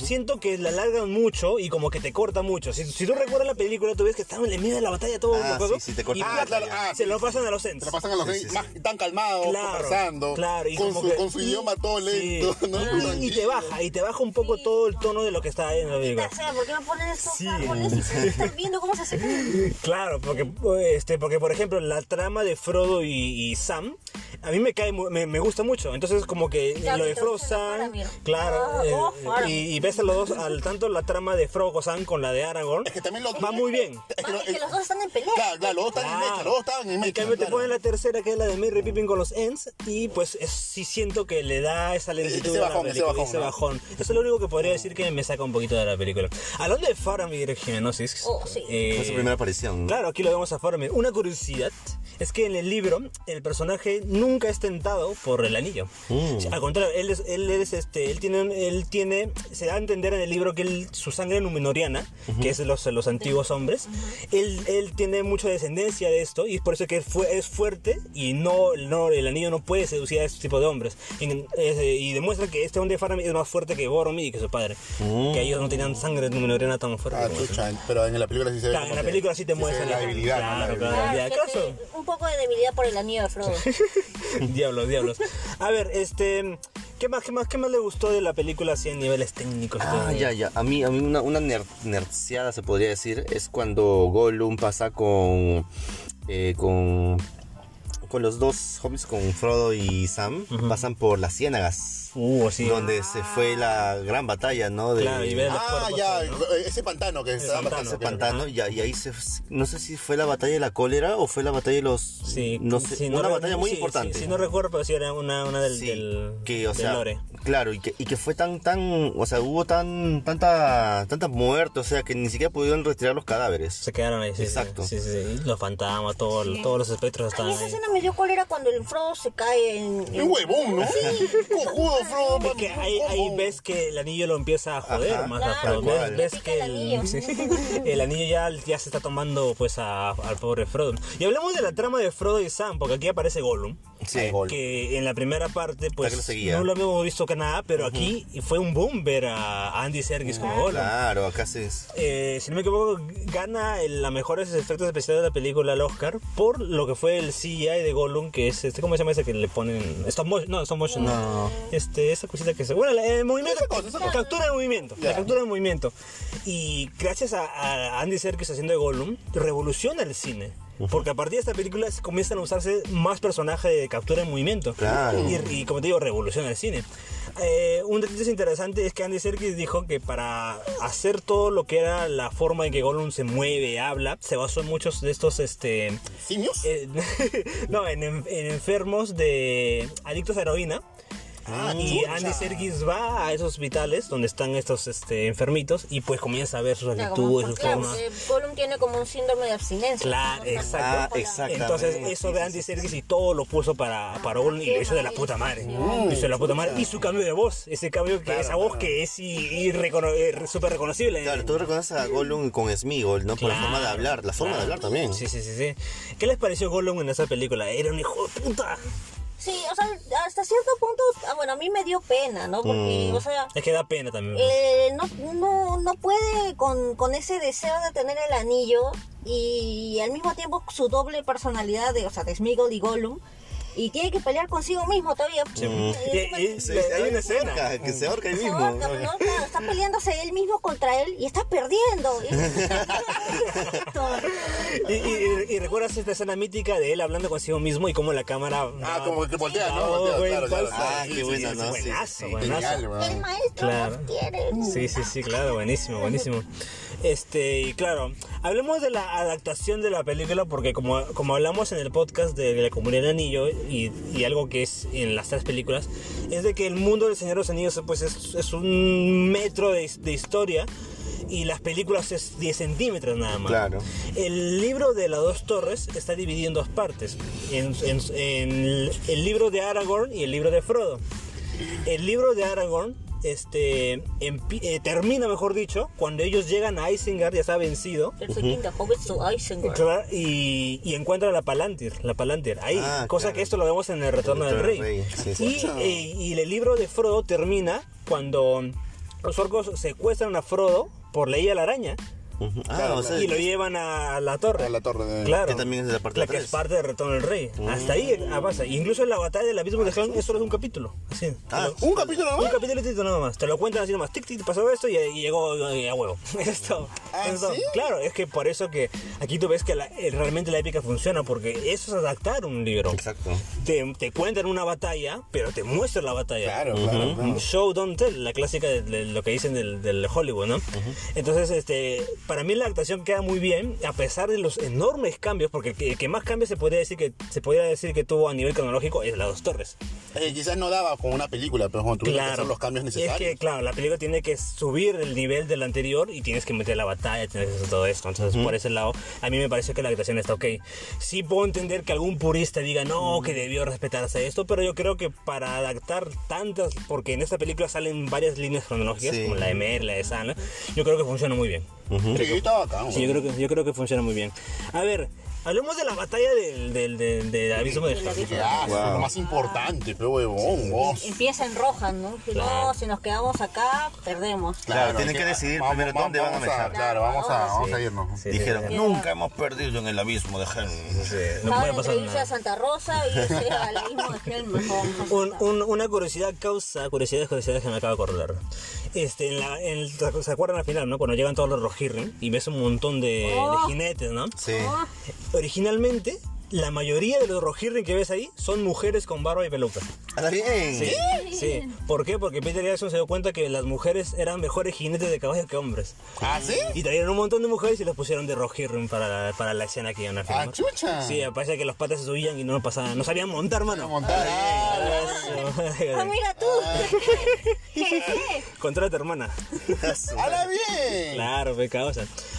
A: siento que la alargan mucho y como que te corta mucho. Si, si tú recuerdas la película, tú ves que están en el medio de la batalla todo
C: Ah,
A: los juegos,
C: sí, sí, te corta
A: y
C: la
A: plata,
C: batalla.
D: Ah,
A: se lo pasan a los Ents.
D: Se la pasan a los
C: Sí, sí,
D: más tan calmados,
A: Claro,
D: conversando,
A: claro, y
D: con,
A: como
D: su,
A: que-
D: con su idioma todo
A: Sí.
D: lento. ¿no?
A: Y, y te baja, y te baja un poco todo el tono de lo que está ahí en la película.
B: O sea, ¿por qué me pones estos
A: Sí.
B: árboles y se están viendo cómo se acercan?
A: Claro, porque, este, porque por ejemplo la trama de Frodo y, y Sam a mí me cae mu- me, me gusta mucho. Entonces como que
B: Ya,
A: lo
B: me
A: de Frodo
B: introducen a
A: Sam,
B: Faramir.
A: claro,
B: Ah,
A: eh,
B: oh, Faramir.
A: y, y ves a los dos, al tanto la trama de Frodo Sam con la de Aragorn,
D: Es que también lo-
A: va muy bien.
D: Es que no-
B: Más que
D: es-
B: los dos están en pelea.
D: Claro, claro, los dos están en mecha, los dos estaban en
A: En
D: mecha.
A: cambio te
D: claro.
A: ponen la tercera que es la de Merry Pippin con los Ents y pues es- sí siento que le da esa lentitud
D: Ese
A: a la
D: bajón, ese
A: película,
D: bajón, ¿no?
A: bajón. Eso es lo único que podría decir que me saca un poquito de la película. Hablando de Faramir Jimenosis,
B: Oh, sí.
A: eh,
C: Fue su primera aparición.
A: Claro, aquí lo vemos a Faramir. Una curiosidad es que en el libro el personaje nunca es tentado por el anillo. Al contrario, él es, él es este, él tiene, un- él tiene, se da a entender en el libro que él- su sangre numenoriana, que es los, los antiguos hombres, él, él tiene mucha descendencia de esto y es por eso que fue, es fuerte y no, no, el anillo no puede seducir a este tipo de hombres. Y, es, eh, y demuestra que este hombre de Faramir es más fuerte que Boromir y que su padre, que ellos no tenían sangre numenoriana tan fuerte.
D: Ah,
A: como eso.
D: chucha, pero en la película sí se ve.
A: Claro, en
D: como
A: la
D: que-
A: película sí te
D: se
A: muestran
D: ve la debilidad, ¿no? La
A: Claro,
D: debilidad.
A: claro. Ya,
B: Claro, Ah, que
A: ¿acaso?
B: te- un poco de debilidad por el anillo de Frodo.
A: diablos, diablos. A ver, este. ¿Qué más, qué más, qué más le gustó de la película así en niveles técnicos? y todo?
C: Ah, ya, ya. A mí, a mí una, una ner- nerciada, se podría decir, es cuando Gollum pasa con. eh, con. Con los dos homies, con Frodo y Sam, pasan por las ciénagas.
A: Uh, sí.
C: Donde se fue la gran batalla, ¿no? De,
A: Claro, y ves los
D: Ah,
A: cuerpos,
D: ya,
A: ¿no?
D: ese pantano que está
A: pantano.
C: ese pantano y, y ahí se no sé si fue la batalla de la cólera o fue la batalla de los
A: Sí,
C: no sé
A: si
C: una
A: re-
C: batalla muy
A: sí, sí,
C: importante
A: Si, no recuerdo, pero sí era una, una del,
C: Sí,
A: del-
C: que o
A: del
C: sea
A: lore.
C: claro y que, y que fue tan tan o sea hubo tan tanta tantas muertes o sea que ni siquiera pudieron retirar los cadáveres
A: Se quedaron ahí, sí. sí,
C: Exacto.
A: Sí, sí, sí. Los fantasmas, todo- todos los espectros
B: A mí
A: estaban
B: esa
A: ahí.
B: escena me dio cólera cuando el Frodo se cae en...
D: Un huevón, ¿no? Cojudo, Frodo.
A: Es que ahí, ahí ves que el anillo lo empieza a joder
C: Ajá,
A: más
B: claro,
A: a Frodo.
C: tal cual.
A: Ves, ves
B: Le pica
A: que
B: el anillo.
A: el, sí, el anillo ya, ya se está tomando pues a- al pobre Frodo. Y hablamos de la trama de Frodo y Sam, porque aquí aparece Gollum.
C: Sí.
A: eh, Que en la primera
C: que
A: parte
C: lo
A: pues
C: seguía.
A: no lo habíamos visto que nada, pero aquí fue un boom ver a Andy
B: Ah,
A: Serkis como Gollum.
C: claro acá se
A: Eh, si no me equivoco, gana el- la mejores efectos especiales de la película al Oscar por lo que fue el CGI de Gollum, que es este, ¿cómo se llama ese que le ponen? Stop motion, no, stop motion. No. Este, esa cosita que se. Bueno, la- el movimiento.
D: Esa cosa, esa cosa.
A: Captura de movimiento.
D: Ya.
A: La captura de movimiento. Y gracias a, a Andy Serkis haciendo de Gollum, revoluciona el cine. Porque a partir de esta película se comienzan a usarse más personajes de captura de movimiento.
C: Claro.
A: Y y como te digo, revoluciona el cine. Eh, un detalle interesante es que Andy Serkis dijo que para hacer todo lo que era la forma en que Gollum se mueve, habla, se basó en muchos de estos, este,
D: ¿Simios?
A: eh, no, en, en- en enfermos de adictos a heroína.
D: Ah,
A: y
D: chucha.
A: Andy Serkis va a esos hospitales donde están estos este, enfermitos y pues comienza a ver sus
B: Claro, como-
A: actitudes, sus
B: claro,
A: formas.
B: porque eh, Gollum tiene como un síndrome de abstinencia.
A: Claro,
B: ¿no?
A: exacto.
C: Ah, exactamente.
A: Entonces, eso de Andy Serkis y todo lo puso para, para Olin y lo hizo de la puta madre. Lo hizo de la puta madre. Y su cambio de voz, ese cambio, que esa voz que es y, y recono- eh, súper reconocible.
C: claro tú reconoces a Gollum con Smigol no por la forma de hablar la forma de hablar también
A: Sí, sí, sí, sí. ¿Qué les pareció Gollum en esa película? Era un hijo de puta.
B: Sí, o sea, hasta cierto punto, ah, bueno, a mí me dio pena, ¿no? Porque,
A: Mm.
B: o sea,
A: Es que da pena también.
B: eh, no, no, no puede con, con ese deseo de tener el anillo y al mismo tiempo su doble personalidad de, o sea, de Sméagol y Gollum. Y tiene que pelear consigo mismo todavía.
A: Y-
B: Eh,
A: y-
C: Sí,
A: hay una
C: que se
A: escena.
C: ahorca, que se ahorca ahí
B: se
C: mismo
B: ahorca, ¿no? Claro, está peleándose él mismo contra él y está perdiendo.
A: Y, y- y- y recuerdas esta escena mítica de él hablando consigo mismo y cómo la cámara.
D: Ah, como que voltea, ¿no?
A: Oh,
D: Voltea,
A: güey,
D: claro,
A: ¿cuál
D: claro.
A: fue?
C: Ah, qué buena, ¿no? Sí,
A: Buenazo,
C: sí,
A: buenazo.
D: Genial,
B: el
D: weón.
B: maestro
A: Claro.
B: nos quiere.
A: Sí, sí, sí, claro, buenísimo, buenísimo. Este, y claro, hablemos de la adaptación de la película porque como, como hablamos en el podcast de la comunidad del anillo y, y algo que es en las tres películas, es de que el mundo del Señor de los Anillos pues es, es un metro de, de historia y las películas es 10 centímetros nada más.
C: Claro.
A: El libro de las dos torres está dividido en dos partes, en, en- en el- el libro de Aragorn y el libro de Frodo. El libro de Aragorn este, empi- eh, termina, mejor dicho, cuando ellos llegan a Isengard, ya está vencido,
B: Pero soy linda, joven, soy Isengard.
A: cla- y, y encuentran la Palantir, la Palantir, ahí,
C: Ah,
A: cosa
C: claro.
A: que esto lo vemos en el Retorno
C: El
A: del
C: Retorno
A: Rey.
C: del Rey, sí, sí.
A: Y, eh, y el libro de Frodo termina cuando los orcos secuestran a Frodo por la isla de la araña
C: Ujú. Ah,
D: Claro,
C: o sea,
A: y lo llevan a la torre.
D: A la torre de-
A: Claro.
C: Que también es de la parte
A: La
C: de Mm.
A: que es
C: atrás.
A: parte de Retorno del Rey. Hasta ahí ah, pasa. Incluso en la batalla del abismo de Helm es solo un capítulo. Así.
C: Ah,
A: Te lo-
D: ¿Un capítulo
A: un
D: nomás?
A: capítulo nada más. Te lo cuentan así nomás. Tic, tic, pasó esto y, y llegó eh, a huevo. Esto.
D: ¿Ah, sí?
A: Claro, es que por eso que aquí tú ves que la- eh, realmente la épica funciona porque eso es adaptar un libro.
C: Exacto.
A: Te, te cuentan una batalla, pero te muestran la batalla.
D: Claro, claro. claro.
A: Show Don't Tell, la clásica de, de lo que dicen del, del Hollywood, ¿no? Entonces, este, para mí la actuación queda muy bien, a pesar de los enormes cambios, porque el que, el que más cambios se podría decir que se podría decir que tuvo a nivel cronológico es la Dos Torres.
D: Eh, quizás no daba con una película, pero cuando tuvieron que hacer los cambios necesarios.
A: Es que, claro, la película tiene que subir el nivel del anterior y tienes que meter la batalla, tienes que hacer todo esto. Entonces, por ese lado, a mí me parece que la actuación está ok. Sí puedo entender que algún purista diga, no, que debió respetarse esto, pero yo creo que para adaptar tantas, porque en esta película salen varias líneas cronológicas,
C: Sí.
A: como la de Mer, la de Sana, yo creo que funciona muy bien.
D: Sí, estaba acá.
A: Sí, yo creo, que, yo creo que funciona muy bien. A ver, hablemos de la batalla del, del, del, del abismo de Helm.
D: Ah, eso es lo más importante, pero huevón, vos.
B: Empieza en roja, ¿no? Que
A: Claro.
B: No, si nos quedamos acá, perdemos.
C: Claro, tienen
D: es
C: que decidir primero
D: va-
C: dónde van a
D: vamos
C: meter.
D: Claro, vamos a,
B: Sí.
D: vamos a irnos.
A: Sí, sí,
C: Dijeron,
A: sí.
C: nunca hemos perdido en el abismo de Helm.
A: No
B: Estaba
A: puede pasar
B: en entrevista a
A: nada.
B: Santa Rosa y ese al mismo de Helmer.
A: Un- un- una curiosidad causa, curiosidades, curiosidades que me acabo de acordar. Este, en la, en el- ¿Se acuerdan al final, no? Cuando llegan todos los Rohirrim y ves un montón de, de
B: Oh.
A: jinetes, ¿no?
C: Sí.
B: Ah.
A: Originalmente, la mayoría de los Rohirrim que ves ahí son mujeres con barba y peluca.
C: Ah, Está bien.
A: Sí, sí. ¿Por qué? Porque Peter Jackson se dio cuenta que las mujeres eran mejores jinetes de caballo que hombres.
D: ¿Ah, sí?
A: Y trajeron un montón de mujeres y las pusieron de Rohirrim para, para la escena que iban a filmar.
D: ¡Ah, chucha!
A: Sí, parece que los patas se subían y no pasaban, no sabían montar,
D: A
A: mano.
D: montar.
B: Ah, mira tú. Jeje.
A: Contra tu hermana.
D: Ah, ¡Hala bien!
A: Claro, pecado.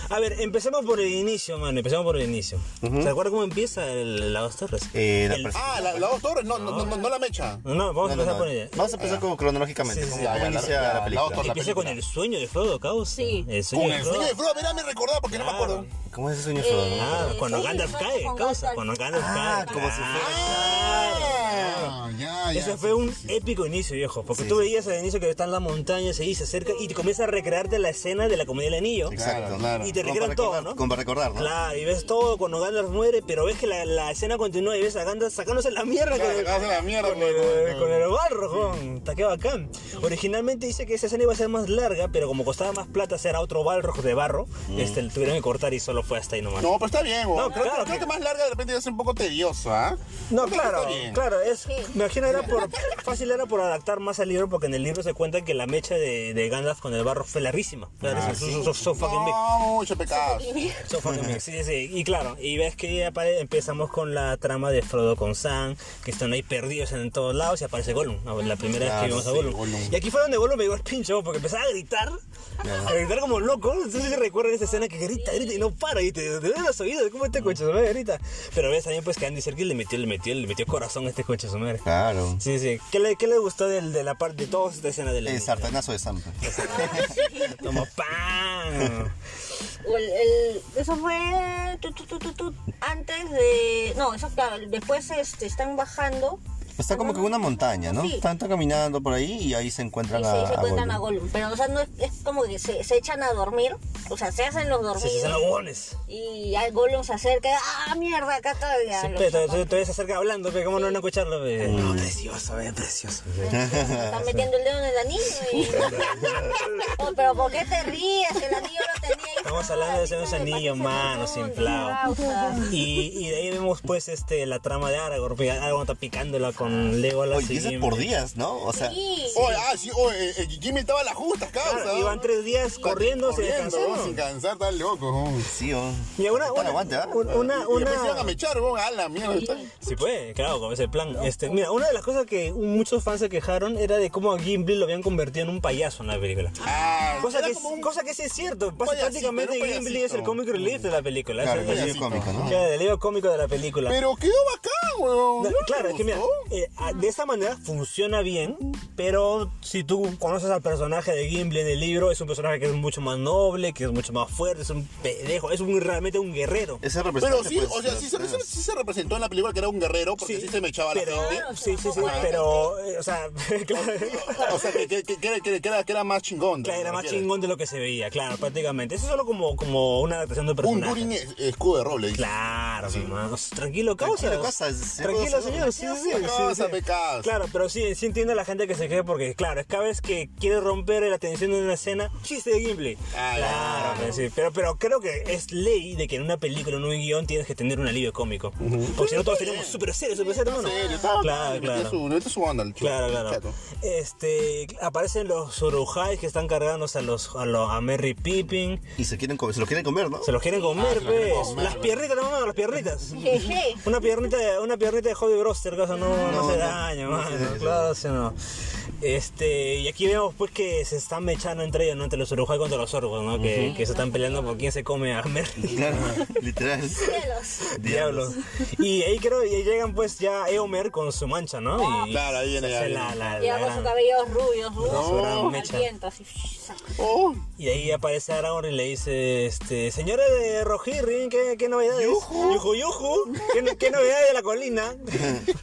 A: A ver, empecemos por el inicio, mano. Empecemos por el inicio. ¿Se acuerdan cómo empieza el, la dos torres?
C: Eh, la
A: El-
C: pers-
D: Ah, la, la dos torres, no, no, no, no, no la mecha.
A: No, no, vamos a
C: no,
A: empezar
C: no.
A: por ella. Eh,
C: Vamos a empezar como cronológicamente.
A: Sí, sí,
C: como
A: ya,
D: ya,
C: cómo
D: la-
C: inicia
D: la-
C: la,
D: la
C: película.
D: otra-
A: Empieza con
D: película.
A: el sueño de Frodo, caos.
B: Sí.
A: El sueño
D: Con
A: de
D: el
A: Frodo.
D: sueño de Frodo, mira, me recordaba porque no me
A: Claro.
D: acuerdo.
C: ¿Cómo es ese sueño? Frodo?
A: Claro,
B: Eh,
A: Ah, cuando
B: sí,
A: Gandalf
B: sueño
A: cae,
B: con
A: causa.
B: Gandalf.
A: Cuando Gandalf
C: Ah,
A: cae.
C: como si
D: Ah, ya, ya.
A: Ese
D: sí,
A: fue un
D: sí, sí.
A: épico inicio, viejo. Porque tú veías al inicio que está en la montaña, se se acerca y te comienza a recrearte la escena de la comedia del anillo.
D: Claro, claro.
A: Y te
C: Como para
A: recrean todo,
C: recordar-
A: ¿no?
C: Como para recordar, ¿no?
A: Claro, y ves todo cuando Gandalf muere, pero ves que la, la escena continúa y ves a Gandalf sacándose la mierda,
D: Claro,
A: con, el-
D: sacándose la mierda
A: con,
D: con-
A: el,
D: con-
A: con el barro, jón. Está que bacán. Originalmente dice que esa escena iba a ser más larga, pero como costaba más plata hacer a otro barro de barro,
D: Mm.
A: este, lo tuvieron que cortar y solo fue hasta ahí nomás.
D: No, pero está bien, huevón.
A: No,
D: creo,
A: claro
D: que, creo
A: que-
D: que más larga de repente ya es un poco tedioso, ¿ah?
A: No,
D: Creo que
A: claro,
D: está bien.
A: claro, es, me imagino era por, fácil era por adaptar más al libro, porque en el libro se cuenta que la mecha de, de Gandalf con el barro fue larguísima. Larguísima,
D: Ah,
A: so- so- so- so fucking big.
D: No, mucho pecado.
A: So fucking big, sí, sí, sí. Y claro, y ves que apare- empezamos con la trama de Frodo con Sam, que están ahí perdidos en todos lados y aparece Gollum, la- la primera vez que
D: Claro,
A: vimos a
D: Ah, sí,
A: Gollum.
D: Gollum.
A: Y aquí fue donde Gollum me llegó el pincho, porque empezaba a gritar, a gritar como loco. Entonces se recuerdan esa escena que grita, grita y no para, y te, te duelen los oídos, ¿cómo este coche su madre grita? Pero ves también pues que Andy Serkis le metió, le metió, le metió corazón a este coche su madre.
C: Claro.
A: Sí, sí. ¿Qué le, qué le gustó del- de, la parte de toda esta escena de la
C: El sartanazo de Sam.
A: Como ¡pam!
B: O el- el- eso fue tu, tu, tu, tu, tu, antes de. No, eso claro, después este, están bajando
C: Está como que en una montaña, ¿no?
B: Sí.
C: Están están caminando por ahí y ahí se encuentran
B: y
C: a,
A: Ah,
B: se, se encuentran a
C: Gollum.
B: Gollum. Pero o sea, no es, es como que se, se echan a dormir, o sea, se hacen los
A: Sí, sí,
B: dormidos.
A: son los buones.
B: y al Gollum se acerca, ah, mierda, acá todavía. los
A: Siempre te, te- te ves acerca hablando, pero ¿cómo no, no escucharlo? pe? No, precioso, eh, precioso.
B: Están metiendo el dedo en el anillo y... Oh, pero ¿por qué te ríes? El anillo lo tenía ahí.
A: Estamos hablando de ese
B: Lo que pasa
A: anillo,
B: es que
A: mano,
B: se
A: sin
B: confunde,
A: plao.
B: ya, o sea.
A: Y, y de ahí vemos pues este la trama de Aragorn, porque Aragorn está picándola con Legolas
C: Oye, y eso es por días, ¿no? O sea,
B: Sí.
D: Oye, ah, sí, oye, eh, eh, Jimmy estaba a las justas, causa.
A: Claro, Ah, iban tres días corriendo, se
D: Corriendo, huevón,
A: descansaron.
D: sin cansar, tan loco. huevón.
C: sí, oh.
A: Y una,
C: Tal
A: una,
C: aguante, ¿ah?
A: un- una,
D: Y después iban a
A: una,
D: mechar, huevón, a la mierda. tal.
A: Sí puede, claro, con ese plan. Este, mira, una de las cosas que muchos fans se quejaron era de cómo a Gimli lo habían convertido en un payaso en la película.
D: Ah,
A: Cosa
D: era
A: que,
D: como un-
A: cosa que sí es cierto. Pasa-
D: payasito,
A: prácticamente
D: era un
A: Gimli es el
D: payasito.
A: comic relief de la película.
C: Claro,
A: es
C: el
A: el,
C: alivio cómico, ¿no?
A: claro, el alivio cómico de la película.
D: Pero quedó bacán, weón.
A: No,
D: No, no
A: claro,
D: me
A: es que mira,
D: gustó.
A: eh, a- de esa manera funciona bien, pero si tú conoces al personaje de Gimli en el libro, es un personaje que es mucho más noble, que es mucho más fuerte, es un pendejo, es un, realmente un guerrero.
C: Ese
D: Pero
C: representante,
D: sí,
C: pues,
D: o sea, sí se,
C: claro.
D: sí se representó en la película que era un guerrero, porque sí, se me echaba la
A: pero,
D: gente.
B: Claro,
A: sí, sí, sí,
B: Ajá.
A: pero, eh, o sea, claro.
D: O sea, que, que, que, que, que- que era, que era más chingón.
A: Claro, era
D: ¿me
A: más
D: entiendes?
A: chingón de lo que se veía, claro, prácticamente. Eso es solo como, como una adaptación de
D: Un
A: personaje.
D: Durin es- escudo de roble. dice.
A: Claro, mi hermano. Tranquilo, causa.
C: Tranquilo, causa, sí,
A: Tranquilo,
C: puedo
A: señor.
C: hacerlo.
A: Sí, sí, sí,
D: Sí, causa,
A: sí, sí.
D: pecas.
A: Claro, pero sí, sí entiendo a la gente que se queje porque, claro, es cada vez que quiere romper la tensión de una escena, chiste de Gimli.
D: Ah,
A: claro, pero sí. Pero, pero creo que es ley de que en una película, en un guión, tienes que tener un alivio cómico. Porque si no, todos tenemos super serio, super serio, hermano.
D: serio, estaba-
A: Claro,
D: le metía
A: claro.
D: su- le metía su onda al chico,
A: Claro, claro.
D: chato.
A: Este, aparecen los Urujais que están cargándose a los a, los, a Merry Pippin.
C: Y se, quieren, co- se lo quieren comer, ¿no?
A: Se los quieren comer,
D: lo
A: pues.
D: quieren comer.
A: Las piernitas, la mamá, las piernitas.
B: Jeje.
A: Una piernita de, una piernita de Hobby Broster, cosa no, no,
C: No, no.
A: se daña,
C: No
A: mano.
C: se daña.
A: claro, sí, no. Este, y aquí vemos pues que se están mechando entre ellos, ¿no? Entre los Urujai contra los orcos, ¿no? Que, que se están peleando por quién se come a Merry.
C: Claro, literal.
B: Cielos.
C: Diablos.
A: Diablos. Y ahí creo que llegan pues ya Eomer con su mancha, ¿no? Y
D: Claro, ahí viene,
A: se
D: ya
A: hace
D: viene.
A: la- la- la
B: Ya con
A: gran-
B: sus cabellos rubios,
A: Su gran
B: rubios,
A: mecha.
B: al viento, así.
D: Oh,
A: Y ahí aparece Aragorn y le dice, este, señores de Rojirrin, ¿qué, qué novedades? Yuju, yuju, ¿Qué, no- qué novedades de la colina?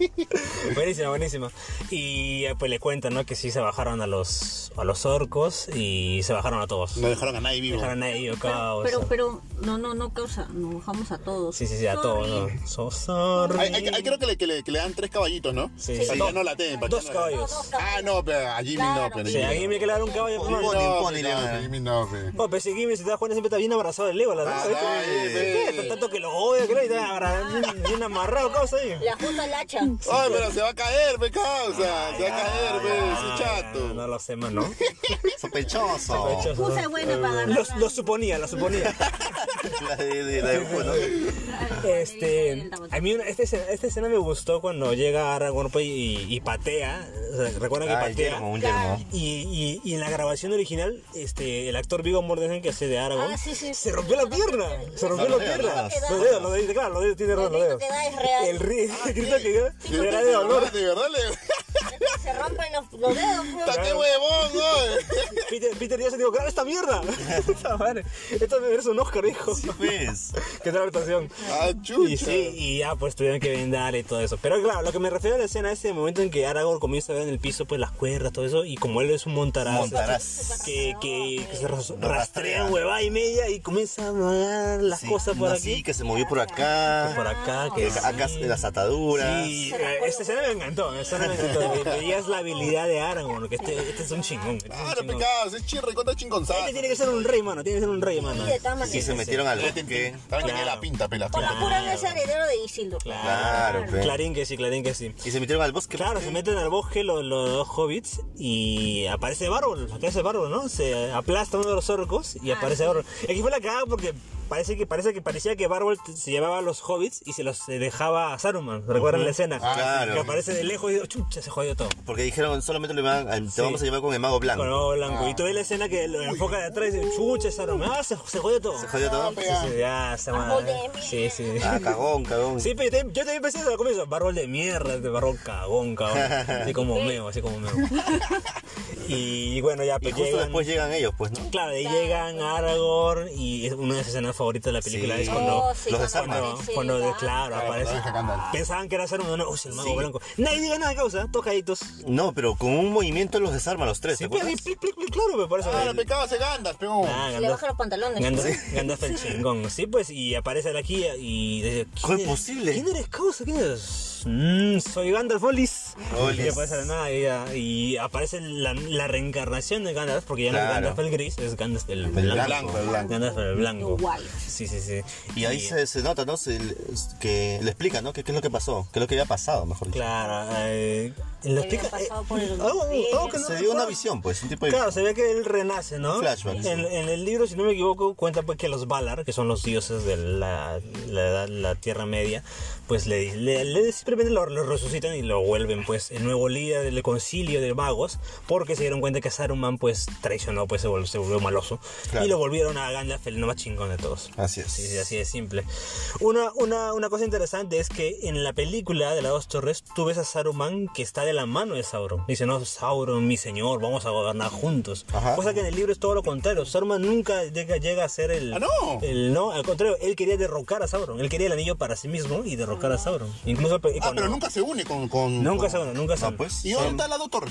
A: buenísima, buenísima. Y eh, pues le cuentan, ¿no? Que sí se bajaron a los, a los orcos y se bajaron a todos.
D: no dejaron a nadie vivo.
A: Dejaron ahí, yo caos.
B: Pero, pero, no, no, no causa, nos bajamos a todos.
A: Sí, sí, sí, a
B: Sorry.
A: todos. ¿no? So sorry.
D: Ahí ahí- ahí creo que le, que, le, que le dan tres caballitos, ¿no?
A: Sí.
D: Para que no la tengan. para que
A: Dos
D: no la tengan.
A: caballos.
B: Dos
D: Ah,
B: caballos.
D: no, pero a Jimmy no,
B: Claro.
D: pero.
A: Sí, a Gimli hay que le dar un caballo.
D: Jimmy
A: hermano.
C: Pony,
D: no,
C: Pony le
D: pero
C: van a-
D: Jimmy no, pero.
A: Oh, pero si Gimli, si te das cuenta, siempre está bien abrazado el Legolas,
D: Ah,
A: ¿no?
D: dale,
A: Sí,
D: ve.
A: Tanto que lo odia, creo, y está abra- bien- bien amarrado, causa ahí.
B: Le ajusta el hacha.
D: Ay, pero se va a caer, me causa. se va a caer,
A: Ah,
D: me. Su
A: ya, No
D: chato.
A: lo sé, mano.
C: Sospechoso.
B: Puse buena para agarrar.
A: Lo, lo suponía, lo suponía.
C: La de, de, de- bueno,
A: Este, a mí una- este, escena- esta escena me gustó cuando llega Aragorn pues, y, y patea. O sea, Recuerda que
C: ah, el
A: patea.
C: yermo, un yermo.
A: Y, y- y en la grabación original, este, el actor Vigo Mortensen que hace de Aragorn,
B: Ah, sí, sí.
A: se rompió la pierna. Se rompió
C: Los
A: la
C: dedos,
A: pierna.
B: los dedos.
A: Los dedos, los dedos, claro, los dedos tiene razón, los
B: grito
A: dedos.
B: que da es real.
A: El ri- el grito que da era de dolor.
D: De verdad, le.
B: Se rompen los, los dedos. pues.
D: ¡Está qué huevón, güey!
A: Peter, Peter ya se dijo, graba esta mierda. Esta madre. Esto merece un Oscar, hijo.
C: Pues,
A: Qué tal actuación.
D: ¡Ah,
A: Y
D: chucha!
A: sí, y ya pues tuvieron que vendarle y todo eso. Pero claro, lo que me refiero a la escena es el momento en que Aragorn comienza a ver en el piso pues las cuerdas, todo eso, y como él es un montaraz,
C: Montaraz.
A: Que, que, que se ras-
C: Lo
A: rastrea
C: rastrea.
A: huevada y media y comienza a mover las
C: sí,
A: cosas por
C: no,
A: aquí,
C: Sí, que se movió por
A: que por
C: acá.
A: acá, que
C: Que acá
A: sí.
C: las ataduras.
A: Sí, eh, esta escena me encantó, esta escena me encantó. Veías la habilidad de Aragorn, que este, este es un chingón. Este es un
D: Claro,
A: chingón.
D: pecados, es chirre, contra chingonzazo.
A: Este tiene que ser un rey, mano, tiene que ser un rey, mano.
B: Y de todas
C: Y
B: maneras.
C: se metieron al bosque.
D: También tenía la pinta, pela.
B: Porque
A: Claro.
B: Curan es heredero de Isildur.
C: Claro, pe.
A: Clarín que sí, clarín que sí.
C: Y se metieron al bosque.
A: Claro, se meten al bosque los, los dos hobbits y aparece Bárbol, aparece Bárbol, ¿no? Se aplasta uno de los orcos y aparece Bárbol. Y aquí fue la cagada porque parece que, parece que parecía que Bárbol t- se llevaba a los hobbits y se los eh, dejaba a Saruman, ¿recuerdan la escena?
C: Ah, claro.
A: Que aparece de lejos y digo, chucha, se jodió todo.
C: Porque dijeron, solamente le van, te vamos a llevar con el mago
A: Con
C: blanco. Ah,
A: ojo blanco. Y tú ves la escena que lo enfoca de atrás y dice, chucha, Saruman, ah, se, se jodió todo.
C: Se jodió todo.
A: Sí, sí, ya, esa
B: Árbol
A: madre.
B: de
A: Sí, sí.
C: Ah, cagón, cagón.
A: Sí, pero yo también- yo también pensé eso al comienzo, barbol de mierda, este barbón cagón, cagón. Así como meo, así como meo. Y bueno, ya
C: Y
A: pues
C: justo
A: llegan.
C: después llegan ellos, pues, ¿no?
A: Claro, y llegan a Aragorn y es una de las escenas favoritas de la película
C: Sí.
A: es cuando.
B: Oh, sí,
C: los
B: cuando
C: desarman.
A: Cuando,
B: aparece,
A: cuando de-
B: ah.
A: claro, aparece.
D: aparece Gandalf.
A: Pensaban que era ser uno, no, uy, el mago
C: Sí.
A: blanco. Nadie diga nada, causa, tocaditos.
C: No, pero con un movimiento los desarma los tres, ¿te
A: Sí, pues, pero
C: acuerdas?
A: plic, plic, plic, claro, me parece.
D: Claro, pecados, Ah, se gandas, peón.
A: Ah,
B: Ah, Le
A: Gandalf.
B: baja los pantalones.
A: Gandalf, Gandalf el chingón. Sí, pues, y aparece aquí y dice: ¿quién
C: ¿Cómo es
A: eres?
C: posible?
A: ¿Quién eres, causa? ¿Quién eres? Mm, soy Gandalf Olis.
C: Olis.
A: Y aparece de nada y, ya- y aparece la, la reencarnación de Gandalf, porque ya no es
C: Claro.
A: Gandalf el gris, es Gandalf el, blanco.
C: blanco,
D: el blanco.
A: Gandalf el blanco.
B: Igual.
A: Sí, sí, sí.
C: Y ahí se, se nota, ¿no? Se- que le explica, ¿no? ¿Qué, qué es lo que pasó? ¿Qué es lo que había pasado, mejor dicho?
A: Claro, eh, lo
B: había
A: explica. eh,
B: pasado por el-
A: algo- algo que no
C: Se dio una
A: recuerdo.
C: visión, pues, un tipo de...
A: Claro, se ve que él renace, ¿no?
C: Un flashback,
A: En,
C: sí.
A: en el libro, si no me equivoco, cuenta pues que los Valar, que son los dioses de la, la, edad- la Tierra Media, pues le, le- le- simplemente lo, lo resucitan y lo vuelven pues el nuevo líder del concilio de magos, porque se se dieron cuenta que Saruman pues traicionó, pues se volvió, se volvió maloso.
C: Claro.
A: Y lo volvieron a Gandalf el no más chingón de todos.
C: Así es.
A: Sí, sí, así de simple. Una, una, una cosa interesante es que en la película de las dos torres tú ves a Saruman que está de la mano de Sauron. Dice, no, Sauron, mi señor, vamos a gobernar juntos.
C: Ajá.
A: Cosa que en el libro es todo lo contrario. Saruman nunca llega, llega a ser el...
D: Ah, no.
A: el- no, al contrario, él quería derrocar a Sauron. Él quería el anillo para sí mismo y derrocar a Sauron. Incluso pe-
D: Ah,
A: cuando-
D: pero nunca Ah, se une con. con
A: Nunca
D: con-
A: se une, nunca se une.
D: ¿Y dónde está la doctor?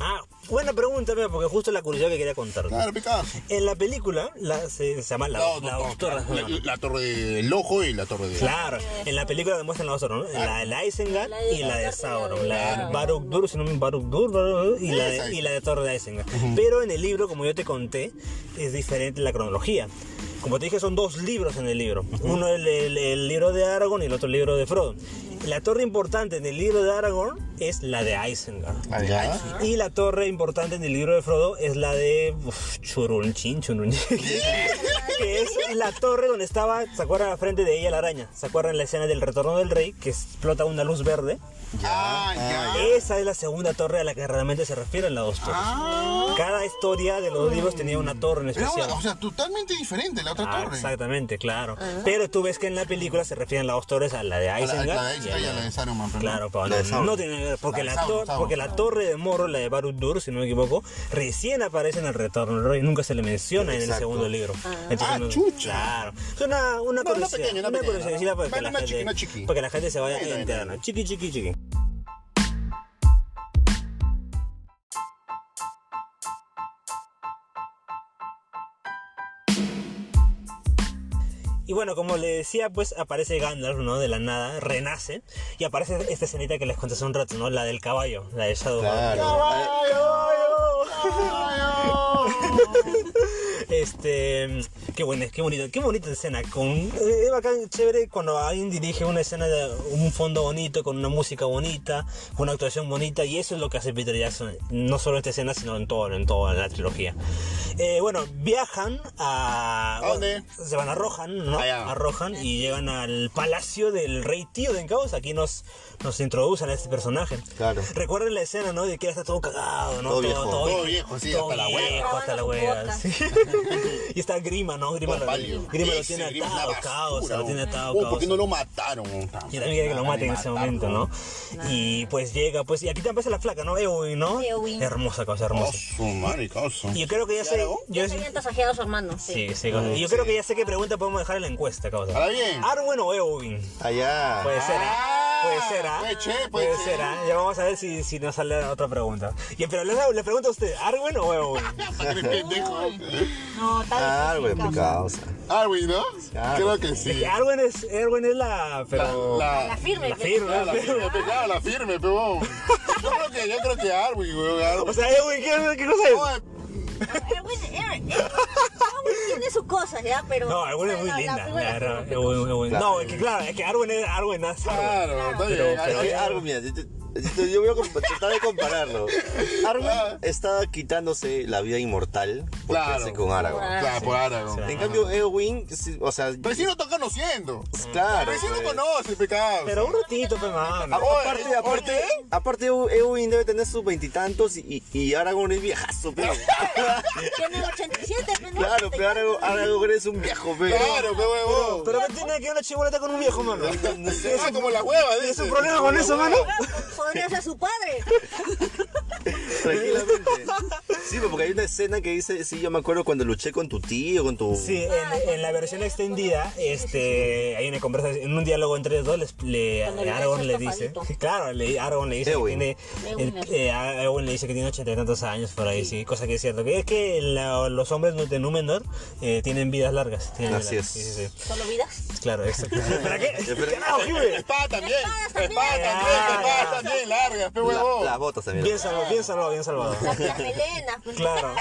A: Ah, buena pregunta, mira, porque justo la curiosidad que quería contar.
D: Claro, picada.
A: En la película la, se, se llama La,
D: Ah. No,
A: la
D: no, no,
A: Doctora.
D: claro. La- La torre del ojo y la torre de.
A: Claro, en la película demuestran las dos, ¿no? La de Isengard y la de Sauron. La de Baruk Dur, si no me Baruk Dur, Baruk Dur, y la de, y la de Torre de Isengard. Pero en el libro, como yo te conté, es diferente la cronología. Como te dije, son dos libros en el libro. Uno el, el- el libro de Aragorn y el otro el libro de Frodo. La torre importante en el libro de Aragorn es la de Isengard.
C: Allá.
A: Y la torre importante en el libro de Frodo es la de uf, Churunchín, Churunchín. que es la torre donde estaba, ¿se acuerdan? Al frente de ella la araña. ¿Se acuerdan la escena del retorno del rey que explota una luz verde?
D: Ah, ya.
A: Esa es la segunda torre a la que realmente se refieren las dos torres. Cada historia de los libros tenía una torre en
D: Era una-
A: especial.
D: Ah. o sea, totalmente diferente la otra
A: Ah,
D: torre.
A: exactamente, claro. Pero tú ves que en la película se refieren las dos torres a la de
D: A la- a
A: Isengard.
D: la de
A: y a
D: Isengard y a la de Saruman, pero
A: Claro, pero
C: La de
A: no,
C: Sauron.
A: no tiene que ver, porque
D: La
A: la,
D: de Sauron,
A: tor-
D: Sauron.
A: porque la torre de Morro, la de Barut-dûr, si no me equivoco, recién aparece en el Retorno del Rey, nunca se le menciona en el
C: Exacto.
A: segundo libro. Entonces,
D: Ah,
A: no-
D: chucha.
A: Claro. Es una, una
D: No, una
A: curiosidad,
D: pequeña, una
A: una
D: pequeña,
A: curiosidad
D: ¿no?
A: para que
D: Bueno,
A: la
D: una
A: gente-
D: chiqui, una chiqui.
A: para que la gente se vaya
D: Bueno,
A: enterando.
D: bueno.
A: Chiqui, chiqui, chiqui. Y bueno, como le decía, pues aparece Gandalf, ¿no? De la nada, renace. Y aparece esta escenita que les conté hace un rato, ¿no? La del caballo, la de Shadow.
C: Claro.
A: Este. Qué buena, qué bonita, qué bonita escena. Con, eh, es bacán, chévere cuando alguien dirige una escena de un fondo bonito, con una música bonita, con una actuación bonita, y eso es lo que hace Peter Jackson, no solo en esta escena, sino en todo, en toda la trilogía. Eh, bueno, viajan a.
D: ¿A dónde?
A: se van a Rohan, ¿no?
D: Allá.
A: A Rohan y llegan al palacio del rey tío de Encaos. Aquí nos, nos introducen a este personaje.
C: Claro.
A: Recuerden la escena, ¿no? De que él está todo cagado, ¿no?
C: Todo viejo.
D: Todo viejo, sí, hasta la
A: viejo,
D: hueva.
A: hasta la hueva, sí. y está Grima, ¿no? Grima,
D: Todo
A: lo,
D: pálido.
A: Grima lo
D: Ese
A: tiene
D: eh, Grima es una
A: atado, caos,
D: basura,
A: lo
D: bro.
A: tiene atado,
D: Oh, ¿Por qué
A: caos.
D: no lo mataron? Puta
A: Yo también quería que lo maten
D: madre,
A: en ese
D: matarlo.
A: momento, ¿no? Y pues llega, pues, y aquí te aparece la flaca, ¿no? Eowyn, ¿no?
B: Eowyn.
A: Hermosa cosa,
D: Oh,
A: hermosa.
D: su madre, coso.
A: Y yo creo que ya sé.
D: Claro.
A: Yo
B: Ya se habían tasajeado a su hermano. Sí.
A: Sí, sí, cosa. Y yo creo que ya sé qué pregunta podemos dejar en la encuesta, causa.
D: Ahora bien.
A: ¿Arwen o Eowyn?
C: Allá.
A: Puede ser,
D: Ah,
A: ¿ah? puede ser, ¿ah?
D: puede ser, puede
A: puede
D: ser.
A: ser, ¿ah? Ya vamos a ver si, si nos sale otra pregunta. Y, pero les, le pregunto a usted, ¿Arwen o Eowyn?
D: Madre, pendejo.
B: No, tal
C: Ah,
B: difícil,
C: güey,
B: causa.
C: picado. o sea.
D: Arwen, ¿no? Creo que sí.
A: Arwen es, Arwen es la... Pero...
B: La
D: Este, La
B: firme. pe-
A: firme,
D: la firme, pe, claro, la firme, pebón. Yo creo que, yo creo que Arwen, weón.
A: O
D: Arwen.
A: sea, Eowyn, ¿qué, qué cosa es?
D: Oye,
B: Erwin, Erwin, Erwin, Erwin eh, tiene sus cosas, ¿ya? Pero.
A: No, Arwen es muy
B: la- la
A: linda.
B: figura-
A: claro, Eowyn- Eowyn.
C: Claro.
A: No, es que claro, es que Arwen es Arwen. Es
D: Ah,
A: Arwen.
D: Claro, está bien.
A: Pero- pero-
D: Arwen.
C: Oye, Argo, mira, yo, yo- yo voy a comp- tratar de compararlo. Argo estaba quitándose la vida inmortal por
D: Ah. Claro.
C: quedarse con Aragorn.
D: Claro, por Aragorn.
C: En cambio, Eowyn, sí, o sea,
D: Recién lo está conociendo.
C: claro.
D: Recién lo
C: pues.
D: conoce, pecado.
A: Pero un ratito, pe, mano.
D: Ah, oye,
C: Aparte, aparte,
D: oye,
C: aparte Ew- Eowyn debe tener sus veintitantos y, y, y Aragorn es viejazo, pero.
B: Tiene 87, pero no
C: claro,
B: 84.
C: pero Aragorn, Aragorn es un viejo, pero.
D: Claro, pe huevón.
A: Pero ¿qué tiene que ver una chiboleta con un viejo, mano?
C: No sé,
D: Ah, como la hueva, dice.
A: ¿Es un problema con eso, mano?
B: Podría ser su padre.
C: tranquilamente. Sí, porque hay una escena que dice, sí, yo me acuerdo cuando luché con tu tío, con tu.
A: Sí, en, en la versión extendida, este, hay una conversación, en un diálogo entre los dos, les- le,
B: Cuando le
A: Aragorn
B: hace
A: le dice,
B: estofadito.
A: claro, le, Aragorn le dice
C: Eowyn.
A: que tiene,
B: Eowyn,
A: el- eh, a- Eowyn le dice que tiene ochenta y tantos años por ahí, sí. cosa que es cierto, que es que la- los hombres de Númenor eh, tienen vidas largas. tienen
C: Así
A: vidas-
C: es.
A: Sí, sí, sí.
B: ¿Solo vidas?
A: Claro, exacto. ¿Para qué?
C: Espera.
A: Carajo, Jiménez.
D: Espada también.
B: Espadas
D: Espada
B: también.
D: también.
A: Ah,
D: Espada
A: ya.
D: también. Largas, pe
C: La-
D: huevón.
C: las botas también.
A: Bien salvado, bien salvado, bien salvado.
B: La melena. pues.
A: Claro.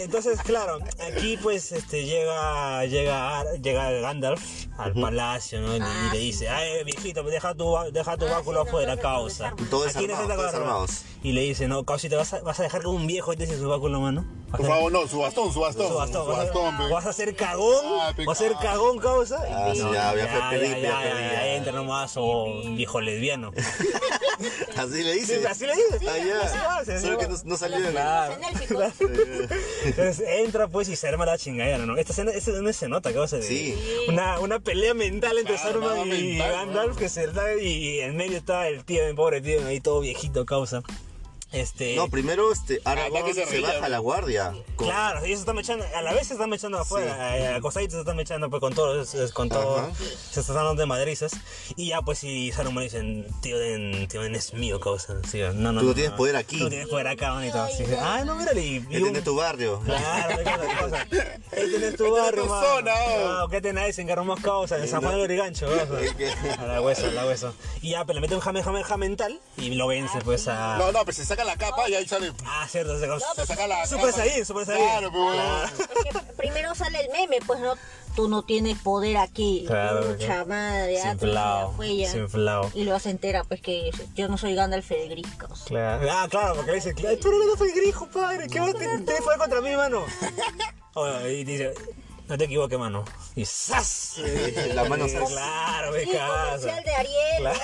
A: Entonces, claro, aquí pues este llega llega Ar- llega Gandalf al palacio, ¿no? Y, le dice, "Ay, viejito, pues, deja tu ba- deja tu
B: Ah,
A: báculo
B: sí, no
A: afuera,
B: puedes
A: causa."
B: desarmar.
C: Todos
A: ¿A quién
C: desarmados,
A: estás
C: todos
A: agarrando?
C: desarmados.
A: Y le dice, "No, causa, te vas a, vas a dejar con un viejo y te dice su báculo, mano." Vas
D: Por
A: a-
D: favor, no, su bastón, su bastón.
A: su bastón,
D: Su
A: vas a-
D: bastón, pe.
A: vas a ser cagón,
D: Ah, pe-
A: vas a ser cagón, causa.
C: Ah,
A: Y
C: sí,
A: no,
C: ya, ya fue peli,
A: ya,
C: ya
A: ya,
C: fue peli,
A: ya,
C: ya.
A: entra nomás, oh, viejo lesbiano.
C: Así le dice.
A: Así le dice.
C: Ah,
A: Así lo
C: ya.
A: hace, así
C: Solo
A: lo
C: que no,
A: hace.
C: no salió de nada.
B: Los enérgicos.
A: Entonces entra pues y se arma la chingadera, ¿no? Esta escena, esta escena se nota que va a ser de-
C: Sí.
A: una, una pelea mental entre
D: Claro,
A: Saruman
D: nada
A: y
D: mental,
A: Gandalf que se da y en medio está el tío, el pobre tío, ahí todo viejito causa. Este
C: No, primero este, Aragorn
D: que se
C: se,
D: ríe,
C: baja
D: ¿no?
C: la guardia. con-
A: Claro, ellos se están echando, a la vez se están echando afuera, eh, a- a costaditos se están echando pues con todo, es- es- con todo,
C: Ajá.
A: se están dando de madrizas y ya pues si Saruman dicen, tío Den, tío Den es mío causa, sí, no, no,
C: Tú no tienes poder aquí.
A: Tú no tienes poder acá, manito. Así, ah, no, mírale, y, y
C: Él tiene tu barrio.
A: Claro, qué cosa, qué cosa. Ahí tenés tu barrio, mano.
D: zona, oh.
A: Claro, ¿Qué tenés en Carmos Causa? En San Juan de Origancho. A la hueso, a la hueso. Y ya, pero le mete un jame, jame, jame mental y lo vence, pues, a...
D: No, no, pues se saca la capa y ahí sale.
A: Ah, cierto, se,
D: Se saca la
A: Super
D: capa.
A: Saiyan, Super Saiyan.
D: Claro, pues, bueno.
A: Ah.
B: Porque primero sale el meme, pues no, tú no tienes poder aquí.
A: Claro,
B: Mucha
A: claro.
B: madre, ya, tú
A: Simplao,
B: ya fue ya.
A: simplao.
B: Y lo hace entera, pues que yo no soy Gandalf el gris. causa.
A: Claro. Ah, claro, porque le dice, claro, tú no fue grijo, padre. ¿Qué vas a tener fue contra mí, mano? Oh, y dice, no te equivoques, mano. Y ¡zas!
C: La mano
A: Eh,
C: zas.
A: Claro, me
B: Sí, comercial
A: casa.
B: de Ariel.
A: Claro,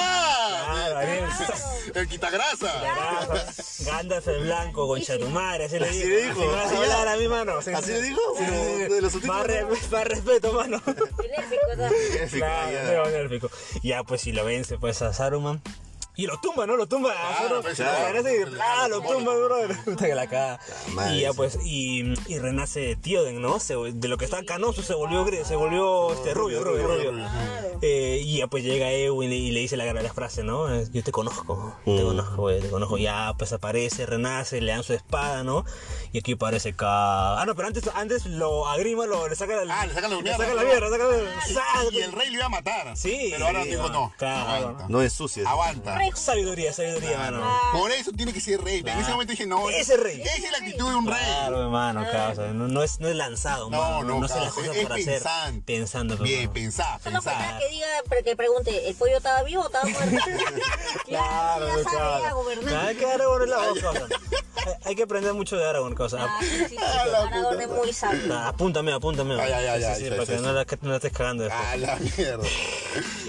D: ¡Ah,
A: claro, bien, zas.
D: ya! El quitagrasa.
A: Carajo, Gandalf el blanco, concha tu madre, así le
C: Así
A: dijo.
C: le dijo,
A: Así me vas a
C: así
A: hablar
C: ya.
A: a mi mano. Sí,
C: ¿Así
A: sí,
C: le dijo?
A: sí, sí, sí.
C: Uno de los últimos.
A: Más, re- más respeto, mano.
B: Benéfico, ¿verdad?
A: Claro,
C: Claro,
A: sí, benéfico. Ya, pues, si lo vence, pues, a Saruman. Y lo tumba, ¿no? Lo tumba a
D: Claro,
A: Saruman.
D: pues,
A: Ah,
D: claro.
A: sí, ah, lo tumba, brother. Puta que la caga.
C: madre,
A: Y ya,
C: sí.
A: pues, y, y renace Tioden, ¿no? Se- de lo que está canoso se volvió, gris- se volvió este, rubio, rubio, rubio. Eh, y ya pues llega Eowyn y le- y le dice la, la frase, ¿no? Eh, Yo te conozco, te conozco, güey, te conozco. Ya pues aparece, renace, le dan su espada, ¿no? Y aquí aparece Ka... Ah, no, pero antes, antes lo agrima, lo, le saca la...
D: Ah, le saca la mierda.
A: saca la mierda, saca la- ¡Sa-
D: Y el rey lo iba a matar.
A: Sí.
D: Pero ahora
A: Sí,
D: dijo no.
A: claro.
D: Aguanta.
C: No ensucies.
D: Aguanta.
A: Sabiduría, sabiduría, mano.
D: Por eso tiene que ser rey. En ese momento dije, no.
A: Ese rey.
D: Esa es la actitud de un rey.
A: Claro, hermano, causa. No, no es, no es lanzado,
D: No,
A: mano.
D: no,
A: se las
D: causa,
A: cosas
D: es
A: por hacer.
D: pensante.
A: Pensando, pero,
D: Bien,
A: mano.
D: pensá,
B: Solo
D: pensá.
B: falta que diga, pre- que pregunte, ¿el pollo estaba vivo o estaba muerto?
A: Claro,
B: ya sabe,
A: claro.
B: ya, gobernante.
A: Hay que Aragorn es la voz, causa. Hay- Hay que aprender mucho de Aragorn, cosa.
B: Ah, sí, sí, Aragorn es muy sabio.
A: Ah, Apúntame, apúntame.
D: Ay, ay,
A: Sí,
D: ay,
A: sí,
D: ay,
A: sí,
D: sí,
A: para
D: sí,
A: que
D: sí. Ah,
A: no la, que no la estés cagando después.
D: A la mierda.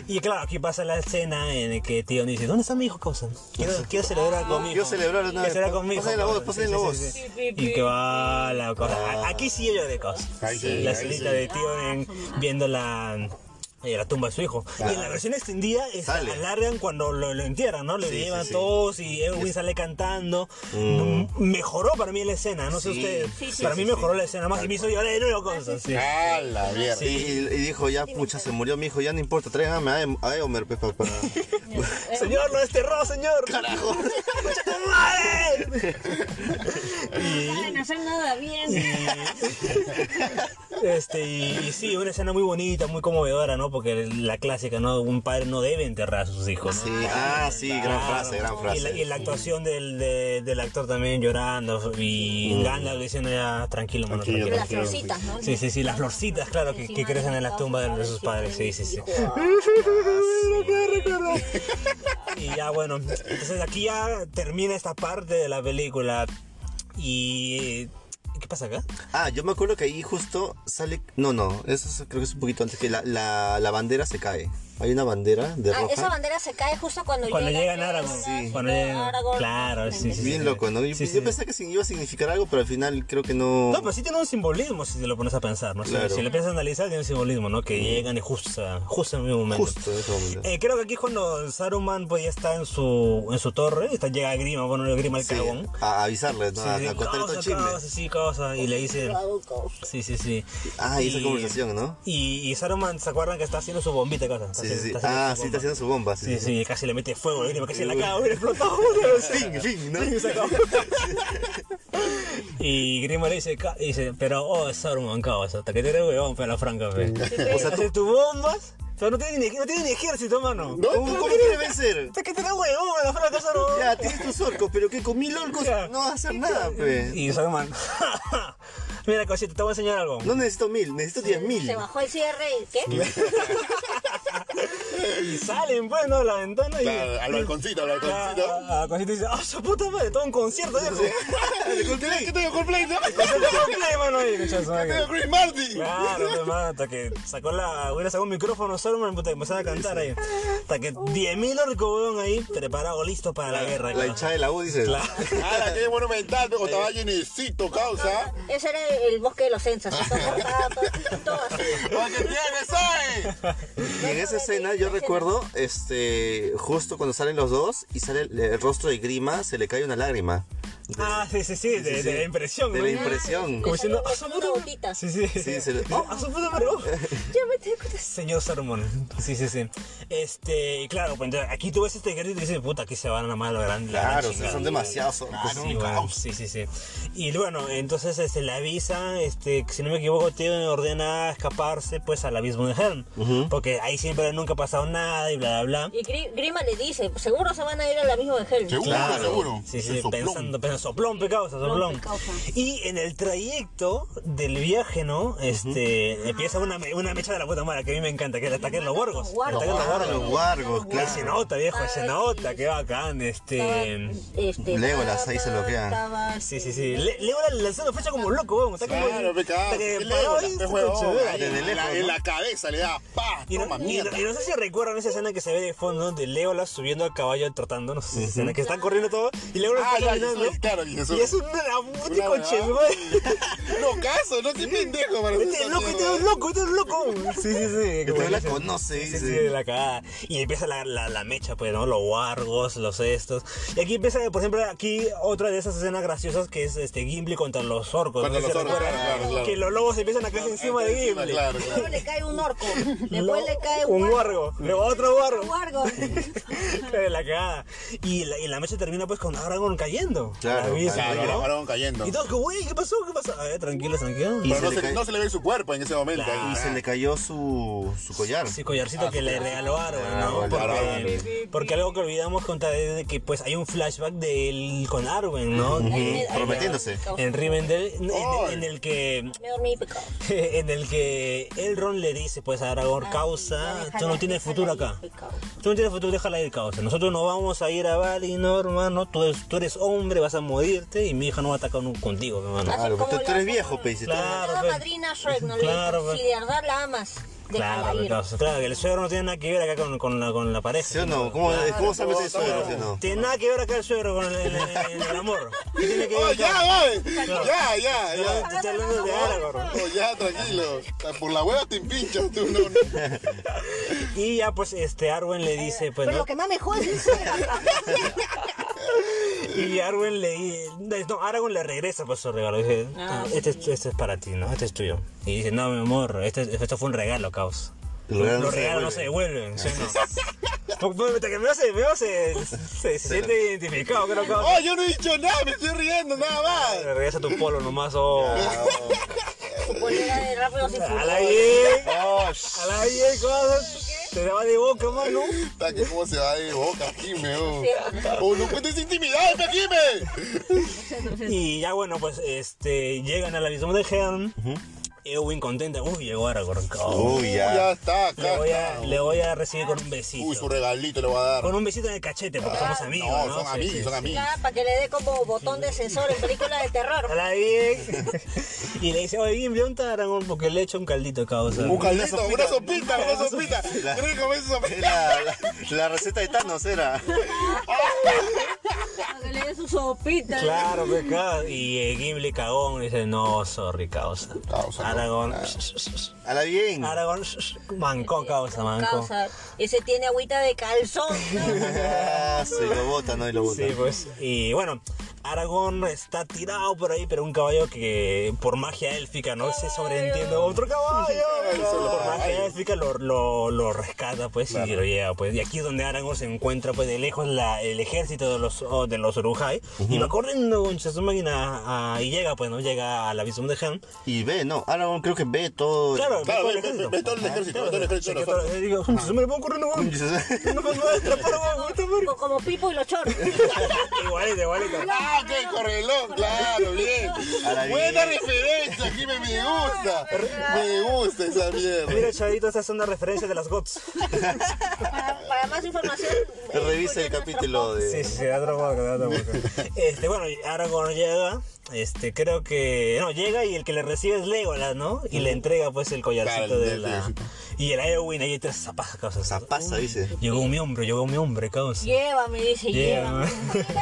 A: Y claro, aquí pasa la escena en que Tío dice, ¿dónde está mi hijo, Causa? Quiero, quiero celebrar conmigo.
C: Quiero celebrar una
A: Quiero celebrar
C: vez.
A: conmigo.
C: Pásale la voz,
A: causa.
C: pásale
A: Sí,
C: la
A: sí,
C: voz.
A: sí, sí. Y que va la cosa. A- Aquí sí yo de cosas.
D: Ahí sí,
A: la
D: ahí
A: escenita
D: sí.
A: de Tío viendo la... eh, la tumba de su hijo. Y en la versión extendida es,
C: Sale.
A: alargan cuando lo, lo entierran, ¿no? Le
C: Sí, sí,
A: llevan
C: sí. Mm.
A: todos y Edwin sale cantando. M- Mejoró para mí la escena, no sé
C: Sí.
A: ustedes.
C: Sí, sí,
A: para
C: sí,
A: mí
C: sí. Ah,
A: mejoró la escena más y me hizo llorar de nuevo cosas. sí.
D: A la mierda.
C: Y, y dijo, ya, pucha, se murió mi hijo, ya no importa, tráigame a, Em- a Eomer, pe, pa- para...
B: Eh,
A: Señor, lo desterró, señor. Carajo. madre!
B: No saben hacer nada bien.
A: Este, y, y sí, una escena muy bonita, muy conmovedora, ¿no? Porque la clásica, ¿no? Un padre no debe enterrar a sus hijos. ¿no?
C: Sí, ah, sí, gran frase, gran
A: Y la, y
C: frase.
A: la actuación del, de- del actor también llorando y Gandalf diciendo ya tranquilo, mano,
C: Mm. Tranquilo,
A: tranquilo.
B: Las florcitas, ¿no?
A: Sí, sí, sí, las florcitas, claro, que, que crecen en la tumba de, de sus padres, sí, sí, sí.
B: Ah,
A: Y ya bueno, entonces aquí ya termina esta parte de la película y... ¿Qué pasa acá?
C: Ah, yo me acuerdo que ahí justo sale... No, no, eso es- creo que es un poquito antes, que la, la, la bandera se cae. Hay una bandera de
B: Ah, esa
C: roja.
B: bandera se cae justo cuando,
A: Cuando
B: llega
A: llegan Aragorn.
B: Sí.
A: Cuando llegan...
B: Aragorn.
A: Claro, sí, sí. sí,
C: Bien
A: sí.
C: loco, ¿no? Yo,
A: Sí,
C: yo
A: sí.
C: pensé que sí iba a significar algo, pero al final creo que no...
A: No, pues, pero sí tiene un simbolismo si te lo pones a pensar, ¿no? Si-
C: Claro.
A: Si, lo piensas a analizar, tiene un simbolismo, ¿no? Que llegan y justo, justo en el mismo momento.
C: Justo en ese momento.
A: Eh, creo que aquí es cuando Saruman pues, ya está en su, en su torre, está, llega Grima, bueno, Grima el
C: Sí, Ah,
A: cagón.
C: a avisarle, ¿no? a,
A: Sí,
C: a
A: sí,
C: contar estos
A: causa,
C: chismes.
A: causa, sí, causa, y le dice... Sí, sí, sí.
C: Ah, y esa
A: Y-
C: conversación, ¿no?
A: Y, y Saruman, ¿se acuerdan que está haciendo su bombita, cosa? Está
C: Sí, sí,
A: haciendo-
C: sí.
A: está haciendo
C: Ah, sí,
A: su
C: está
A: bomba.
C: haciendo su bomba. Sí,
A: Sí,
C: sí.
A: sí, y casi le mete fuego, Grima, casi la acaba, hubiera explotado. hubiera-
C: Fin, fin, ¿no?
A: Sí, se acabó. y Grima le dice, ca- dice, pero oh, es Saruman, caos, hasta que te eres huevón, pero la franca, fe. O sea, haces tus bombas, pero no tiene ni, no tiene ni ejército, mano.
C: ¿Cómo, cómo quieres vencer?
A: Hasta que te eres huevón, la franca, Saruman.
C: Ya, tienes tus orcos, pero que con mil orcos
A: Ya.
C: no vas a hacer nada, pues. pe.
A: Y Saruman, mira, cosita, te voy a enseñar algo.
C: No necesito mil, necesito diez mil.
B: Se bajó el cierre. ¿Qué?
A: y salen, pues, ¿no? A la ventana y.
D: Claro, al balconcito, al balconcito.
A: Ah, ah, ah, Concierto dice, ¡ah, su puta madre! Todo un concierto, ya sé.
D: ¿Qué tengo Coldplay, no?
A: Concierto Coldplay, mano, ahí, concha de su
D: ¿Qué
A: madre.
D: tengo Chris Martin?
A: Claro, me mata, que sacó la. Hubiera sacado un micrófono solo, puta, que empezaba a cantar ahí. Hasta que 10.000 orcos, weón, ahí, preparados, listos para la guerra.
C: La
A: claro.
C: hinchada de la U, dices.
A: Claro.
D: Ahora, qué monumental, pero estaba llenecito, causa.
B: Ah, Ese era el bosque de los censas. todo cortado, todo- todo así.
D: ¡Lo que tienes hoy!
C: Y en esa escena yo recuerdo, este, justo cuando salen los dos y sale el, el rostro de Grima, se le cae una lágrima.
A: Ah, sí, sí, sí, de,
C: Sí, sí.
A: de la impresión,
C: De
A: ¿no?
C: la impresión.
A: Como
B: Le salió-
A: diciendo,
B: le
A: ¡ah, su
B: salió
A: puta
B: una
A: madre!
B: gotita.
A: Sí, sí.
C: Sí, se le-
A: Oh, ¡A su puta madre! oh.
B: Ya me tengo que
A: Señor Salomón. Sí, sí, sí. Este, y claro, pues entonces, aquí tú ves este guerrero y dices, puta, aquí se van a mal, grande.
C: Claro, o sea, son demasiados orcos.
A: Sí, bueno, sí, sí, sí. Y bueno, entonces este, le avisan, este, que si no me equivoco, Teo ordena escaparse pues al abismo de Helm. Porque ahí siempre nunca ha pasado nada y bla, bla, bla.
B: Y Gri- Grima le dice, seguro se van a ir al abismo de Helm.
D: Seguro, seguro.
A: Sí,
D: Ese
A: sí,
D: soplón.
A: pensando, pero soplón, pecado, soplón.
B: Soplón, pecausa.
A: Y en el trayecto del viaje, ¿no? Este, empieza una, me- una mecha de la puta madre que a mí me encanta, que es el ataque en los borgos. El
B: guargos.
A: ataque en los
C: Ah,
A: borgos.
C: los guargos,
A: Claro,
C: claro.
A: se nota, viejo, se nota, qué bacán, este...
B: Este,
C: Legolas ahí se lo queda.
B: estaba- eh,
A: Sí, sí, sí. Le- Legolas lanzando flecha como loco, weón. Está como...
D: Claro, pecado.
A: está que
D: ¿Qué le
A: parado
D: digo?
A: ahí,
D: Este
A: su
D: huevón,
A: conchedera.
D: ahí
C: Desde
D: en la-
C: lejos,
D: En
C: ¿no?
D: la cabeza le da pa,
A: Y no,
D: toma
A: y no-
D: mierda.
A: y no sé si recuerdan esa escena que se ve de fondo de Legolas subiendo a caballo trotando, no sé si escena, que están corriendo todo y Legolas
D: Ah,
A: está
D: ya, y
A: caminando.
D: eso, claro, y eso.
A: Y es un puta
D: Una
A: coche,
D: huevada. No, caso, no, qué pendejo para
A: Este es loco, este es un loco, este es un loco. Sí, sí, sí.
C: Que
A: como
C: te la
A: dicen.
C: conoce,
A: Sí, sí,
C: dice.
A: sí, de la cagada. Y empieza la, la, la mecha, pues, ¿no? Los wargos, los estos. Y aquí empieza, por ejemplo, aquí otra de esas escenas graciosas que es este Gimli contra los orcos.
D: Contra
A: ¿no? ¿Se
D: los orcos,
A: recuerdan?
D: claro, claro, claro.
A: Que los lobos empiezan a crecer encima de Gimli.
D: Claro, claro.
B: Luego le cae un orco,
A: Luego
B: después le cae
A: un wargo, luego otro wargo.
B: Un wargo.
A: de la cagada. Y la, y la mecha termina pues con Aragorn cayendo.
C: Claro,
A: Al abismo,
D: Claro,
A: ¿no?
D: los varón cayendo.
A: Y todos, como, güey, ¿qué pasó? ¿Qué pasó? A ver, tranquilo, tranquilo.
C: Y
D: Pero
C: se
D: no
C: le
D: se,
C: cae-
D: no se le ve su cuerpo en ese momento. ¿eh? Ah.
A: Claro.
C: Y se le cayó su, su collar.
A: Sí, collarcito que le regaló Aro, ¿no?
C: Arwen,
A: Porque,
C: Arwen.
A: porque algo que olvidamos contar es de que pues hay un flashback de él con Arwen, ¿no?
B: Ahí me-
C: Prometiéndose.
B: ahí me-
A: En Rivendell, en,
B: Oh.
A: en- en el que
B: Me dormí pecado.
A: en el que Elrond le dice pues a Aragorn causa, tú no tienes futuro acá. Tú no tienes futuro, déjala ir causa. Nosotros no vamos a ir a Valinor, hermano, tú eres, tú eres hombre, vas a morirte y mi hija no va a atacar nu- contigo, mi hermano.
C: Claro,
B: como
C: tú, tú eres
B: la-
C: viejo, pe, dice, tú-
A: Claro.
B: Claro,
A: pues.
B: madrina Shrek, no le
A: Claro,
B: dijo,
A: pues.
B: Si de verdad la amas, déjala
A: Claro,
B: ir.
A: claro, claro, que el suegro no tiene nada que ver acá con, con la, con la pareja.
C: ¿Sí o no? ¿Cómo, ¿cómo sabes eso? ¿Sí o no?
A: Tiene nada que ver acá el suegro con el, el- el- el amor. ¿Qué tiene que ver
D: Oh,
A: acá?
D: ya, oye. Ya, ya,
A: Yo
D: ya.
A: te estoy hablando de Aragorn.
D: Oh, ya, tranquilo. Por la hueva te impinchas tú, no, no.
A: Y ya pues este Arwen le dice, pues
B: Pero
A: ¿no?
B: lo que más me jode es eso.
A: y Arwen le no, Aragorn le regresa pues su regalo. Dice,
B: Ah,
A: este, es- este es para ti, ¿no? Este es tuyo. Y dice, no, mi amor, este, esto fue un regalo, caos.
C: El regalo no
A: Los
C: se
A: regalos no se devuelven, ¿sí o no? Porque, pues, hasta que me hace, me hace- se, se siente identificado, creo, caos.
D: Oh, yo no he dicho nada, me estoy riendo, nada
C: Oh.
D: más.
A: Le regresa tu polo nomás, oh.
B: Su polera de rápido sin
A: A
B: futuro.
C: pues.
A: la bien,
C: Oh,
A: a la bien, caos. Te la va de boca, mano.
D: Puta, que cómo se va de boca, Jime, oh. Oh, no cuentes intimidades, pe, Jime.
A: Y ya bueno, pues este llegan al abismo de Helm. Eowyn contenta, uy, llegó Aragorn.
D: Oh.
A: cabrón.
C: Uy,
D: Ya
C: ya.
D: está,
A: le,
D: acá
A: voy
D: está.
A: a, le voy a recibir con un
D: Uy, su
A: besito.
D: regalito le va a dar.
A: Con un besito en el cachete, porque somos amigos.
D: No,
A: No,
D: son
A: Sí, sí,
D: amigos, son
A: sí.
D: amigos.
B: Ya, para que le dé como botón de sensor en películas de terror.
A: Hola, bien. y le dice, oye, bien, un Aragorn porque le echo un caldito, causa.
D: Un caldito, una sopita, una sopita.
C: La-
D: Yo no comí esa sopita.
C: Era la, la receta de Thanos, era.
B: Para que le dé su sopita.
A: Claro, pecado. Y eh, Gimli cagón dice, no, sorry, causa.
D: Causa, no.
A: Aragorn.
C: A la bien.
A: Aragorn mancó, causa, manco.
B: Causa, ese tiene agüita de calzón.
C: Ah, se lo bota, no, y lo bota.
A: Sí, pues. Y bueno, Aragón está tirado por ahí, pero un caballo que por magia élfica, no se sobreentiende. ¡Otro caballo! por magia élfica lo, lo, lo rescata, pues, y lo lleva, pues. Y aquí es donde Aragón se encuentra, pues, de lejos la- el ejército de los, o de los Urujai. Y va corriendo, concha su máquina, a- y llega, pues, ¿no? Llega al abismo de Han.
C: Y ve, no, Aragorn creo que ve todo.
A: Claro,
D: Claro,
A: todo el
D: ve- ve-
A: ejército.
D: ve todo el ejército, ve todo el ejército,
A: Ve todo el- Digo, "Concha su madre, vamos corriendo, vamos". No me van a atrapar, vamos, puta madre.
B: Co- Como Pipo y los chorros.
A: Igualito, igualito.
D: Ah, qué correlón, claro, bien.
C: A la bien.
D: Buena referencia, aquí me, me gusta. Me gusta, esa mierda.
A: Mira, chavito, estas son las referencias de las GOTS.
B: Para, para más información, eh,
C: Revisa
B: escuchen
C: el
B: nuestro
C: capítulo de...
A: Sí, sí, sí, otro podcast, otro podcast. Este, bueno, y Aragorn llega, este, creo que, no, llega y el que le recibe es Legolas, ¿no? Y le entrega, pues, el collarcito
D: Claro, el
A: de la...
D: collarcito.
A: Y el Eowyn ahí tras zapaja, causa.
C: Zapasa,
A: Uy,
C: dice.
A: Llegó mi hombre, llegó mi hombre, causa.
B: Llévame, dice,
A: Llévame.
B: llévame.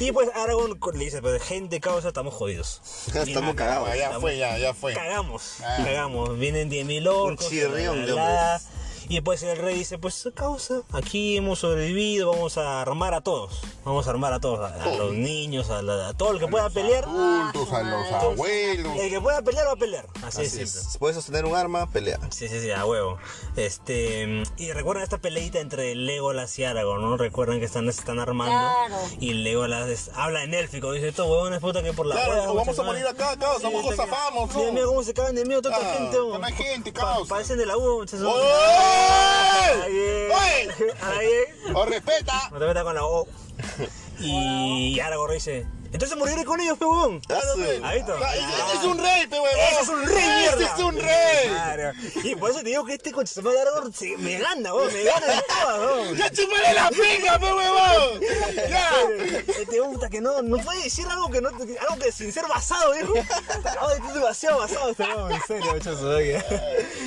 A: Y pues Aragorn le dice, pues, gente, causa, estamos jodidos.
C: Estamos cagados.
D: Ah, ya fue, ya, ya fue.
A: Cagamos,
D: Ah.
A: cagamos. Vienen 10.000 orcos.
C: Un chirrión
A: la,
C: de
A: la, la. Y después el rey dice, pues, causa, aquí hemos sobrevivido, vamos a armar a todos. Vamos a armar a todos, a, a los niños, a, la- a todo el que pueda pelear.
D: Adultos, a los abuelos.
A: El que pueda pelear va a pelear. Así,
C: Si
A: es. simple.
C: puedes sostener un arma, pelea.
A: Sí, sí, sí, a huevo. Este, y recuerdan esta peleita entre Legolas y Aragorn, ¿no? Recuerdan que están, se están armando.
B: Claro.
A: Y Legolas es- habla en élfico, dice, estos huevones puta que por la
D: Claro,
A: hueva,
D: vamos
A: mucha
D: a morir
A: madre".
D: acá, acá, somos
A: está que-
D: josafamos, ¿no?
A: Mira, mira cómo se cagan de miedo tanta
D: Ah,
A: gente, ¿no?
D: no hay gente,
A: Pa-
D: causa.
A: Parecen de la U, se
D: ¡Oye!
A: Ahí,
D: ¡Oye!
A: ahí.
D: ¡O Oh, respeta!
A: No te metas con la O. Y Aragorn dice, entonces moriré con ellos, pe huevón.
D: Claro,
C: Asu.
D: pe.
A: Ahí está.
D: Ah, ese- ese es un rey, pe, huevón.
A: ¡Ese es un rey, mierda!
D: ¡Ese es un rey!
A: Claro. Y por eso te digo que este coche se me Aragorn se- me gana, weón, me gana de todas, weón.
D: ¡Ya chuparé la pinga, pe, huevón! ¡Ya!
A: Este puta que no, no puede decir algo que no, algo que sin ser basado, viejo. No, este es demasiado basado este weón, en serio, chazo, oye.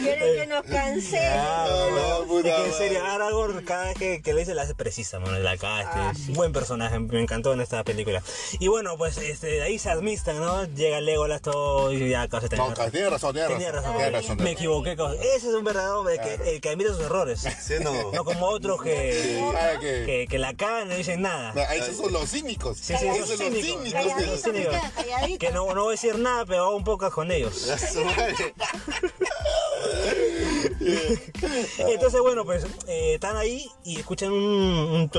B: Quieren que nos cansemos.
A: Claro,
D: la puta
A: es que en
D: madre.
A: serio, Aragorn cada vez que, que le dice la hace precisa, mano, la caga, este,
B: Ah, sí.
A: buen personaje, me encantó en esta película. Y bueno, pues este, de ahí se administran, ¿no? Llega Legolas todo y ya casi
D: No, ca- tienes razón, tienes razón.
A: Tenía razón.
D: tienes razón,
A: Me
D: tienes razón.
A: equivoqué. cabrón. Ese es un verdadero hombre que, el que admite sus errores.
C: Sí, no.
A: No como otros que,
D: Ah, que-
A: que, que la cagan y no dicen
D: No,
A: nada.
D: Esos son los cínicos.
A: Sí, sí,
D: esos
A: esos
D: son los
A: cínicos.
D: cínicos.
A: Esos
B: Calladito,
A: cínicos.
B: Mica, calladito.
A: Que no, no voy a decir nada, pero hago un poco con ellos.
C: Asu, madre.
A: Entonces, bueno, pues eh, están ahí y escuchan un, un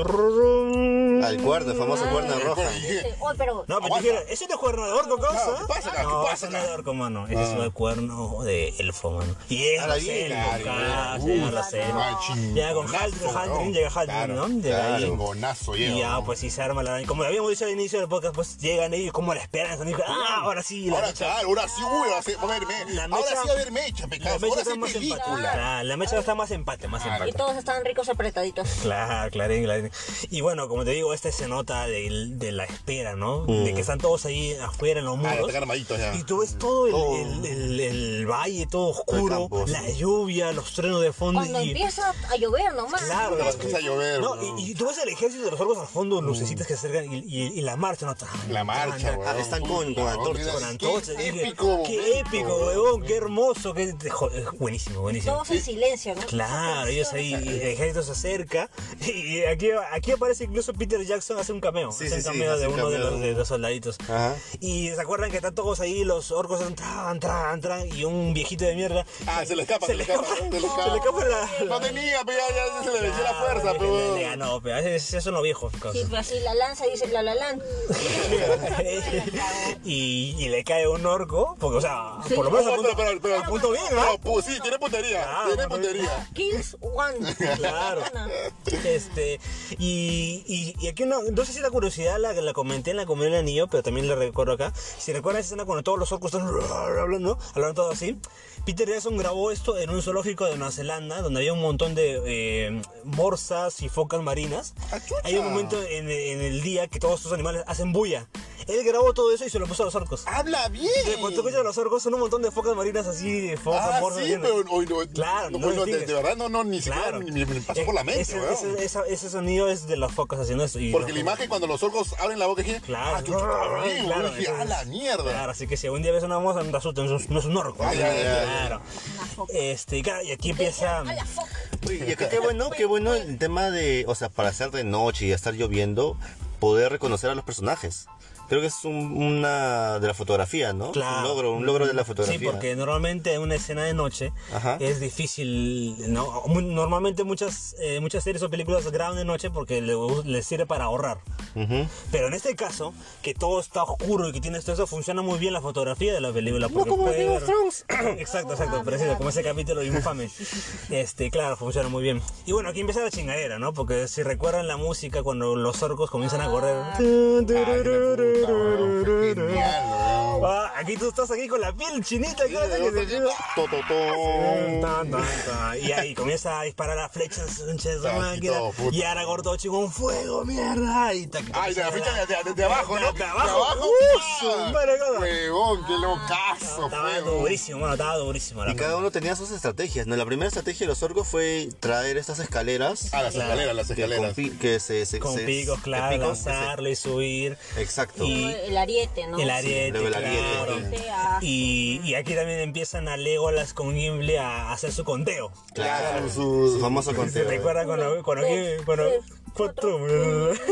A: turrurrum.
C: Al cuerno, el famoso cuerno roja.
B: Dice, "Oye, pero
A: No, pero
D: Aguanta.
A: dijeron, ese no es cuerno de orco, causa.
D: ¿qué pasa acá? ¿Qué
A: No,
D: pasa
A: ese no es
D: acá? Ah.
A: de orco, mano. Ese es un cuerno de elfo, mano. Y es
C: A la
A: Rosel,
D: bien,
A: causa,
D: bien.
A: es Rosel.
D: Ah, chingonazo,
A: Llega con Haldrin,
D: ¿no?
A: Haldrin, llega Haldrin, ¿no?
D: Claro,
A: Llega ahí.
D: Chingonazo,
A: Y ya,
D: llega.
A: pues sí, se arma la Como habíamos dicho al inicio del podcast, pues llegan ellos como la esperanza. ¿no? Y dijo, ah, ahora sí, la
D: Ahora,
A: mecha.
D: claro, ahora sí, uy, ahora sí, va a haber mecha.
A: La
D: Ahora
A: mecha-
D: sí va a haber mecha, pe,
A: la
D: causa,
A: mecha
D: Ahora
A: está
D: sí
A: más
D: película.
A: empate. La mecha está más empate, más
D: Claro.
B: y
A: empate.
B: todos estaban ricos apretaditos.
A: Claro, clarín, clarín. Y bueno, como te digo, este se nota de, de la espera, ¿no? De que están todos ahí afuera en los
D: Mm. Ah,
A: muros.
D: están armaditos ya.
A: Y tú ves todo el,
C: Todo.
A: el- el- el valle, todo oscuro,
C: campo, sí.
A: la lluvia, los truenos de fondo.
B: Cuando
A: y,
B: empieza a llover nomás.
A: Claro.
D: Cuando empieza a llover,
A: No,
D: ¿no?
A: y, y tú ves el ejército de los orcos al fondo, lucecitas que se acercan y, y- y la marcha, ¿no?
D: La marcha,
A: Tan,
D: weón.
C: están con- con
D: Puta,
C: antorchas.
D: weón,
A: con
D: qué
A: antorchas. dije,
D: Épico.
A: Qué épico, huevón, qué hermoso. Qué, jo- es buenísimo, buenísimo.
B: Todos en silencio, ¿no?
A: Claro, ellos ahí, el ejército se acerca. Y aquí, aquí aparece incluso Peter Jackson, hace un cameo.
C: Sí,
A: hace
C: sí,
A: un
C: sí,
A: cameo
C: hace
A: de
C: un
A: uno de
C: cameo.
A: los, de los soldaditos.
C: Ajá.
A: Y se acuerdan que están todos ahí, los orcos entran, entran, entran. Y un viejito de mierda.
D: Ah, se le escapa,
A: Se le escapa, se le
D: escapa.
A: escapa la. la-
D: No tenía, pero ya, ya se le venció la
A: Ah,
D: fuerza,
A: le-
D: pero.
A: le- le ganó, pero ese- esos son los viejos. cosas.
B: Sí, pero así la lanza dice la la lan.
A: y, y le cae un orco, porque, o sea, por lo
D: Pero,
A: menos apunta,
D: pero, pero,
A: apuntó bien, ¿ah?
D: pero, pues, sí, tiene puntería.
A: Claro,
D: tiene
A: pero-
D: puntería.
B: Kills one.
A: Claro. Este, y, y, y aquí no, no sé si la curiosidad la, la comenté en la comunidad del anillo, pero también la recuerdo acá. Si recuerdan esa escena cuando todos los orcos están hablando, hablando todo así. Peter Jackson grabó esto en un zoológico de Nueva Zelanda, donde había un montón de eh, morsas y focas marinas.
D: Ah, chucha.
A: Hay un momento en, en el día que todos estos animales hacen bulla. Él grabó todo eso y se lo puso a los orcos.
D: Habla bien.
A: Sí, Cuando tú escuchas los orcos son un montón de focas marinas así, de focas
D: Ah,
A: morsas,
D: sí,
A: ¿no?
D: pero hoy no.
A: Claro,
D: hoy
A: no
D: no, de,
A: distingues.
D: de verdad no, no, ni siquiera
A: Claro. Eh,
D: ni me pasó por la mente,
A: ese,
D: weón.
A: ese, esa- ese sonido es de las focas haciendo eso. y-
D: Porque la imagen cuando los orcos abren la boca dije,
A: Claro,
D: ah, chucha,
A: claro,
D: bien,
A: claro,
D: weón, dije,
A: eso
D: a
A: es-
D: la mierda.
A: Claro, así que si algún día ves una moza, no te asustes, no es un- no es un orco.
D: Ah, ya, ya, ya, ya.
A: claro. Este, y claro, y aquí empieza.
B: A la fuck.
C: Uy, y acá qué bueno, qué bueno el tema de, o sea, para hacer de noche y estar lloviendo, poder reconocer a los personajes. Creo que es un- una de la fotografía, ¿no?
A: Claro.
C: Un logro, un logro de la
A: Sí,
C: fotografía.
A: porque normalmente en una escena de noche
C: Ajá.
A: es difícil. ¿no? Mu- Normalmente muchas, eh, muchas series o películas graban de noche porque le- les sirve para ahorrar.
C: Ujú.
A: Pero en este caso, que todo está oscuro y que tiene todo eso, funciona muy bien la fotografía de la película. porque
C: como
A: puede
C: Game of
A: ver-
C: Thrones.
A: exacto, exacto, parecido, como ese capítulo infame. Este, claro, funciona muy bien. Y bueno, aquí empieza la chingadera, ¿no? Porque si recuerdan la música
C: Ah.
A: cuando los orcos comienzan a correr.
D: Ay, la puta, weón, fue genial, weón.
A: Ah, aquí tú estás aquí con la piel chinita. ¿qué pasa que se lleva?
D: Tototón.
A: Tan, tan, tan. Y ahí comienza a disparar las flechas, concha de su
D: Taquito,
A: máquina.
D: puta.
A: Y ahora Gordochi con fuego, mierda. Y taquito,
D: Ay, de la
A: mierda.
D: ficha de, de- de abajo, ¿no?
A: De abajo. Uh, su madre, cosa.
D: Huevón, qué locazo,
A: Estaba
D: fue.
A: durísimo, mano, estaba durísimo. la
C: Y cada uno tenía sus estrategias. ¿no? La primera estrategia de los orcos fue traer estas escaleras.
D: Ah, las escaleras, las
C: que, con
D: escaleras.
C: pi- que se, se-
A: con
C: se-
A: picos,
C: que
A: claro,
C: picos, que se-
A: lanzarlo y subir.
C: Exacto.
A: Y-
B: El ariete, ¿no?
A: El ariete,
C: luego el
A: claro.
C: ariete.
B: Sea.
A: Y, y aquí también empiezan a Legolas con Gimli a hacer su conteo.
C: Claro,
D: su-
C: su, famoso
A: ¿Se
C: conteo.
A: recuerdan cuando, cuando, Gimli- cuando-
B: tres,
A: cuatro?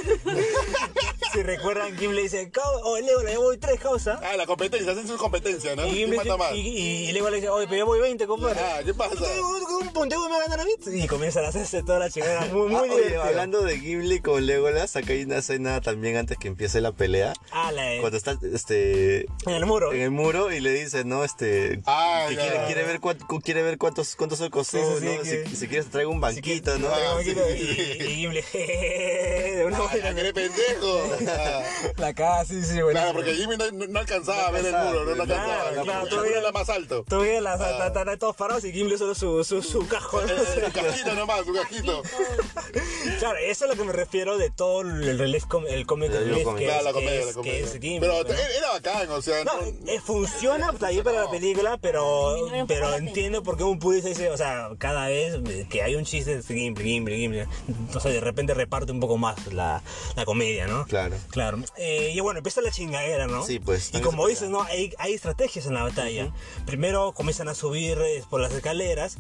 A: Si recuerdan, Gimli dice, "Cau- oh, Legolas, yo voy tres causas.
D: Ah, la competencia, hacen sus competencias, ¿no?
A: Y,
D: ¿Quién
A: Gimli-
D: mata más?
A: y, y- y Legolas dice, oye, pero yo voy 20, compadre.
D: Ah, ¿qué pasa?
A: Con un punteo me va a ganar a mí. Y comienzan a hacerse toda la chingada. Muy,
C: Ah,
A: muy
C: oye,
A: divertido.
C: hablando de Gimli con Legolas, acá hay una escena también antes que empiece la pelea.
A: Ah, la de-
C: Cuando está este
A: en el muro.
C: en el muro y le dice, no, este.
D: Ah,
C: que
D: ya.
C: quiere, quiere ver cuánto- cu- quiere ver cuántos cuántos orcos
A: Sí,
C: son,
A: sí, sí,
C: ¿no?
A: que-
C: si, si quieres te traigo un
A: Así que-
C: banquito, ¿no?
A: Ah,
D: sí.
A: banquito, y- Y Gimli, jejeje, de una
D: Ah,
A: manera.
D: que eres pendejo. Ah,
A: La cara, sí, sí, güey.
D: Claro, porque Jimmy no, no- no alcanzaba a ver el
C: alcanzaba,
D: muro, no, no
C: claro,
D: alcanzaba.
A: claro,
D: El muro
A: todavía-
D: era más alto.
A: Tú ves las
D: Ah.
A: están todos parados y Gimli solo su, su, su cajo. ¿no?
D: Eh, El cajito nomás, un cajito.
A: claro, eso es lo que me refiero de todo el relief, com- el cómic
C: El
A: relief
C: cómic.
A: que,
D: Claro,
A: es,
D: la comedia,
A: que,
D: la
A: es, que
D: comedia.
A: es Gimli. pues,
D: Pero
A: ¿no?
D: era era bacán, o sea,
A: No,
D: no-
A: eh, funciona también para la película, pero,
B: Disminuye un poco
A: pero
B: la
A: entiendo por qué un purista dice, o sea, cada vez que hay un chiste es Gimli, Gimli, Gimli. O sea, de repente reparte un poco más la, la comedia, ¿no?
C: Claro.
A: Claro. Eh, y bueno, empieza la chingadera, ¿no?
C: Sí, pues,
A: Y
C: también
A: como
C: se
A: dices, ¿no? Hay, hay estrategias en la batalla. Primero comienzan a subir eh, por las escaleras.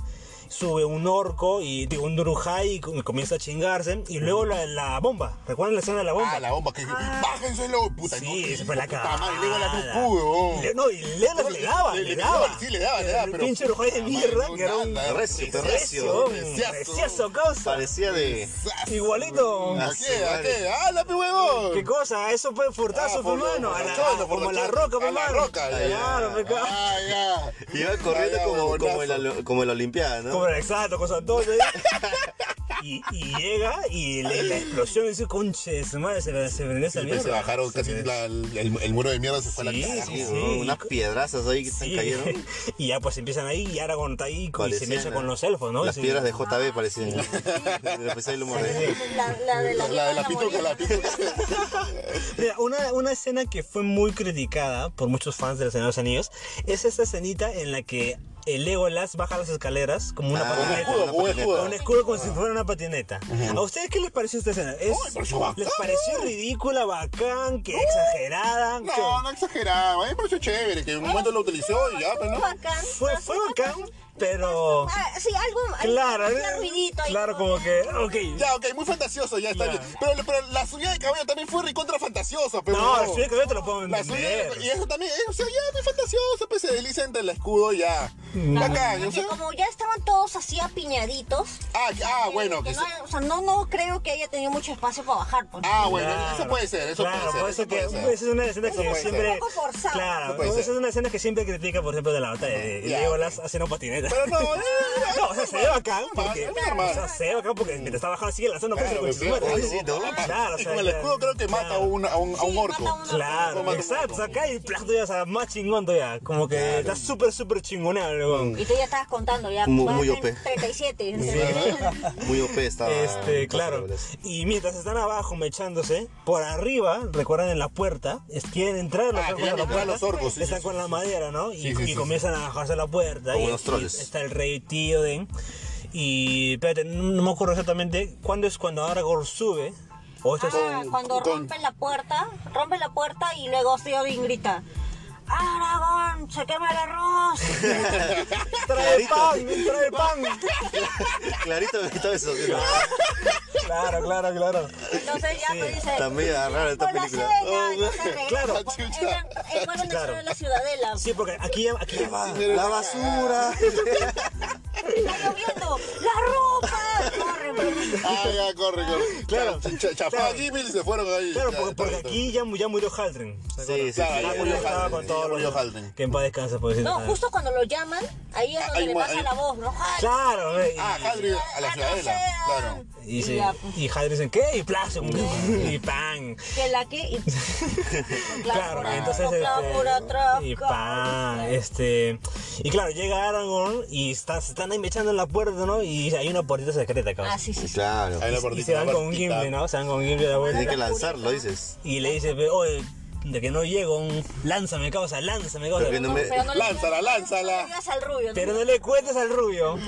A: Sube un orco y digo, un drujai y com- comienza a chingarse. Y luego la, la bomba. ¿Recuerdan la escena de la bomba?
D: Ah, la bomba, que bájense lo puta.
A: Sí,
D: no,
A: se fue la
D: puta
A: cagada.
D: madre, luego la no pudo.
A: Le- no, y Legolas le daba,
D: Le-
A: le,
D: le- le-
A: daba.
D: sí, le daba, le daba,
A: El
D: pero-
A: pinche rojo de
D: Ah,
A: mierda,
D: madre,
A: que era un
D: nada.
C: Recio, pero
A: recio,
C: recio.
A: un
D: Reciazo.
A: reciazo, causa.
C: Parecía de.
A: Igualito.
D: ¿A
C: Ah, sí,
D: qué? ¿A
C: vale.
D: qué? ¡Ah, la pe huevón!
A: ¿Qué cosa? Eso fue furtazo,
D: Ah,
A: por
D: por lo-
A: mano. A la,
D: borrachoso,
A: a- como a la
D: borrachoso.
A: roca, por
D: A la
A: mano.
D: roca, ya,
A: Claro,
D: ya.
A: pe, ca-
D: Ah, ya.
C: Iba corriendo
D: Ah, ya,
C: como,
D: huevonazo.
C: como, en la, lo- como en la Olimpiada, ¿no?
A: Como exacto, con Santoyo. Y, y llega y le- la explosión dice, conche, de su madre, se me se prendió esa
D: Sí,
A: mierda.
D: pues, se bajaron casi
A: Sí.
D: la- el, el muro de mierda se fue a
A: Sí,
D: la cara.
A: sí,
C: Sí,
A: sí.
C: ¿no? Unas piedrazas ahí que se
A: Sí.
C: cayeron.
A: Y ya pues empiezan ahí y ahora con está ahí y se
C: Parecían
A: mezcla con
C: la-
A: los elfos, ¿no?
C: Las
A: Sí.
C: piedras de JB parecían. pues, Le empecé el humor de-
B: La, la de la,
D: La, la de la pituca,
B: moneda.
D: la pituca.
A: Mira, una, una escena que fue muy criticada por muchos fans de los Señor de los Anillos es esta escenita en la que el Legolas baja las escaleras como una
C: Ah,
A: patineta.
D: escudo, como un escudo.
A: Con un escudo como si fuera una patineta. ¿A ustedes qué les pareció esta escena? ¿Es-
D: Uy, pareció bacán.
A: ¿Les pareció ridícula, bacán, que exagerada? ¿Qué?
D: No, no exageraba. A mí me pareció chévere, que en un momento lo utilizó y ya, pero
B: Fue
D: no.
B: bacán.
A: Fue, fue bacán, pero...
B: Ah, sí, algo.
A: Claro, eh,
B: algo hacía ruidito ahí,
A: claro, como que... Ok,
D: Ya, ok, muy fantasioso, ya está
A: Ya.
D: bien. Pero, pero la subida de cabello también fue recontra fantasiosa, pero.
A: No, el suyo cabello te lo puedo
D: La subida
A: entender.
D: de- y eso también, eh, o sea, ya muy fantasioso, pues se desliza entre el escudo y ya. Bacán, o
B: Porque
D: sea,
B: como ya estaban todos así apiñaditos.
D: ah, ah, bueno,
B: que
D: que
B: no, o sea, no, no creo que haya tenido mucho espacio para bajar. pues.
D: Ah, bueno,
A: Claro.
D: eso puede ser, eso
A: claro,
D: puede ser.
A: por eso que
D: puede
A: esa
D: ser.
A: es una escena
D: Eso
A: que
D: puede ser.
A: siempre
B: Un poco forzado.
A: claro,
D: Eso puede
A: esa es
D: ser.
A: una escena que siempre critica, por ejemplo, de la eh, batalla de
D: Ya,
A: Legolas haciendo patineta.
D: Pero no, eh,
A: No, o sea, se ve bacán porque
D: Es normal.
A: o sea, se ve bacán porque mientras está bajando sigue lanzando cosas
D: Claro,
A: con
D: pues,
A: su madre.
D: oye,
A: Sí,
D: sí, ¿no?
A: Claro, o
D: y
A: sea,
D: con
A: ya-
D: el escudo creo que mata a,
A: claro.
D: un, a, un, a un
B: Sí,
D: orco.
B: mata a un orco.
A: Claro,
D: Toma tu
A: exacto,
D: voto.
A: acá y plato ya, o sea, más chingón todavía, como que está súper, súper chingoneado, weón.
B: Y tú ya estabas contando, ya.
C: Muy-
B: vas
C: muy
B: en
C: OP.
B: 37.
C: Muy OP estaba.
A: Este,
C: Los
A: claro.
C: árboles.
A: Y mientras están abajo mechándose, por arriba, recuerdan en la puerta, es- quieren entrar los
D: Ah,
A: orcos
D: quieren
A: a la
D: entrar los
A: puerta,
D: orcos, sí,
A: Pues están
D: sí,
A: con la madera, ¿no? Y,
D: Sí, sí,
A: y
D: sí,
A: comienzan a bajarse la puerta.
C: Como
A: y,
C: unos troles.
A: y está el rey Tíoden. Y espérate, no me acuerdo exactamente cuándo es cuando Aragorn sube. O esto es-
B: Ah, cuando
D: con-
B: rompen la puerta, rompen la puerta y luego Theoden grita. Aragón, se quema el arroz.
A: ¡Trae el pan! ¡Trae el pan!
C: Clarito me estaba eso.
A: claro, claro, claro.
B: Entonces ya pues dice,
C: También era rara esta
B: "Por la
C: película.
B: cena",
C: Oh,
B: y entonces regresa,
A: Claro.
B: pues, eran- eh, vuelven a
A: Claro.
B: entrar a la ciudadela.
A: Sí, porque aquí ya, aquí ya va.
C: La basura.
B: Está lloviendo, la ropa. Corre, pues.
D: Ah, ya, corre, corre.
A: Claro.
D: Claro, chapó a
A: Claro.
D: Jimmy y se fueron ahí.
A: Claro,
D: Ya,
A: porque, porque
D: está bien, está bien.
A: aquí ya, mu- ya murió Haldren. ¿se
C: Sí, sí,
A: acuerdan? Ah,
C: sí,
A: ya
C: ya
A: murió,
C: murió
A: estaba
D: Haldren,
A: con
D: ya
A: todo
D: murió
A: lo-
D: Haldren.
A: Que en paz descansa, por decirlo.
B: No,
A: Ah,
B: justo cuando lo llaman, ahí es
D: Ah,
B: donde
D: ahí
B: le
D: mu-
B: pasa
D: ahí-
B: la voz, ¿no? Haldren,
A: Claro, eh, y-
D: Ah, Hadri a la ciudadela. Claro.
A: Y, se-
B: ya,
A: y Haldren dicen, ¿qué? Y plazo. Y pan.
B: que la que y-
A: Claro,
B: por
A: entonces
B: acá,
A: este,
B: por atrás,
A: y
B: claro.
A: pa, este y claro llega Aragorn y está, se están ahí echando en la puerta, ¿no? Y hay una puertita secreta, cabrón.
B: Ah, sí, sí, sí.
C: Claro.
D: Ahí la
A: y
D: puertita,
A: se van
D: la
A: con
D: puertita.
A: Gimli, ¿no? Se van con Gimli a la
C: Tiene que
A: vuelta
C: lanzarlo, dices.
A: y le dice, "Ve, oye, de que no llego, un- lánzame causa, lánzame causa.
C: Pero que no me-
B: Pero no le-
D: Lánzala, lánzala.
B: No le digas al rubio,
A: Pero no le cuentes al rubio.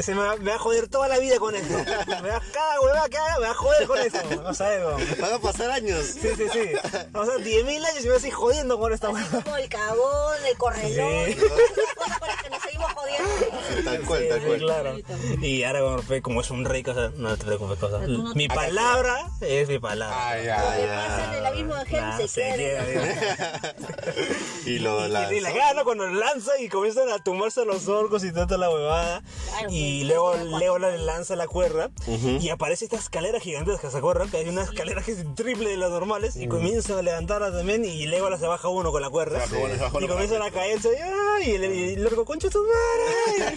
A: Se me va, me va a joder toda la vida con esto. Me va, cada hueva que haga me va a joder con esto. No sabes, weón.
C: Van a pasar años.
A: Sí, sí, sí. O sea, 10.000 años y me vas a ir jodiendo con esta hueva.
B: como el cagón, el correlón,
A: Sí.
B: cosas para que nos seguimos jodiendo.
C: Tal cual,
A: Sí,
C: tal
A: sí,
C: cual.
A: claro. Y Aragorn fue como es un rey, cosa, no te preocupes, cosa.
B: no te-
A: Mi palabra es mi palabra. Ah,
D: Ay, ay.
B: Lo que pasa en el abismo de
A: Nah,
B: Helm se
A: se
B: queda.
A: queda,
C: Y lo
A: Y- Y, la
C: lanzó.
A: gana cuando lanza y comienzan a tumarse los orcos y tanta la huevada.
B: Claro, pues,
A: y
B: sí,
A: luego
B: sí, sí.
A: Leo le lanza la cuerda y aparece esta escalera gigantesca, ¿se acuerdan? Que hay una escalera que es el triple de las normales
D: Mm.
A: y comienza a levantarla también y Leo se baja uno con la cuerda.
D: Se baja uno, se
A: Y
D: baja uno con la
A: comienzan a caerse y, ¡ay! y el, y el orco, concha tu madre.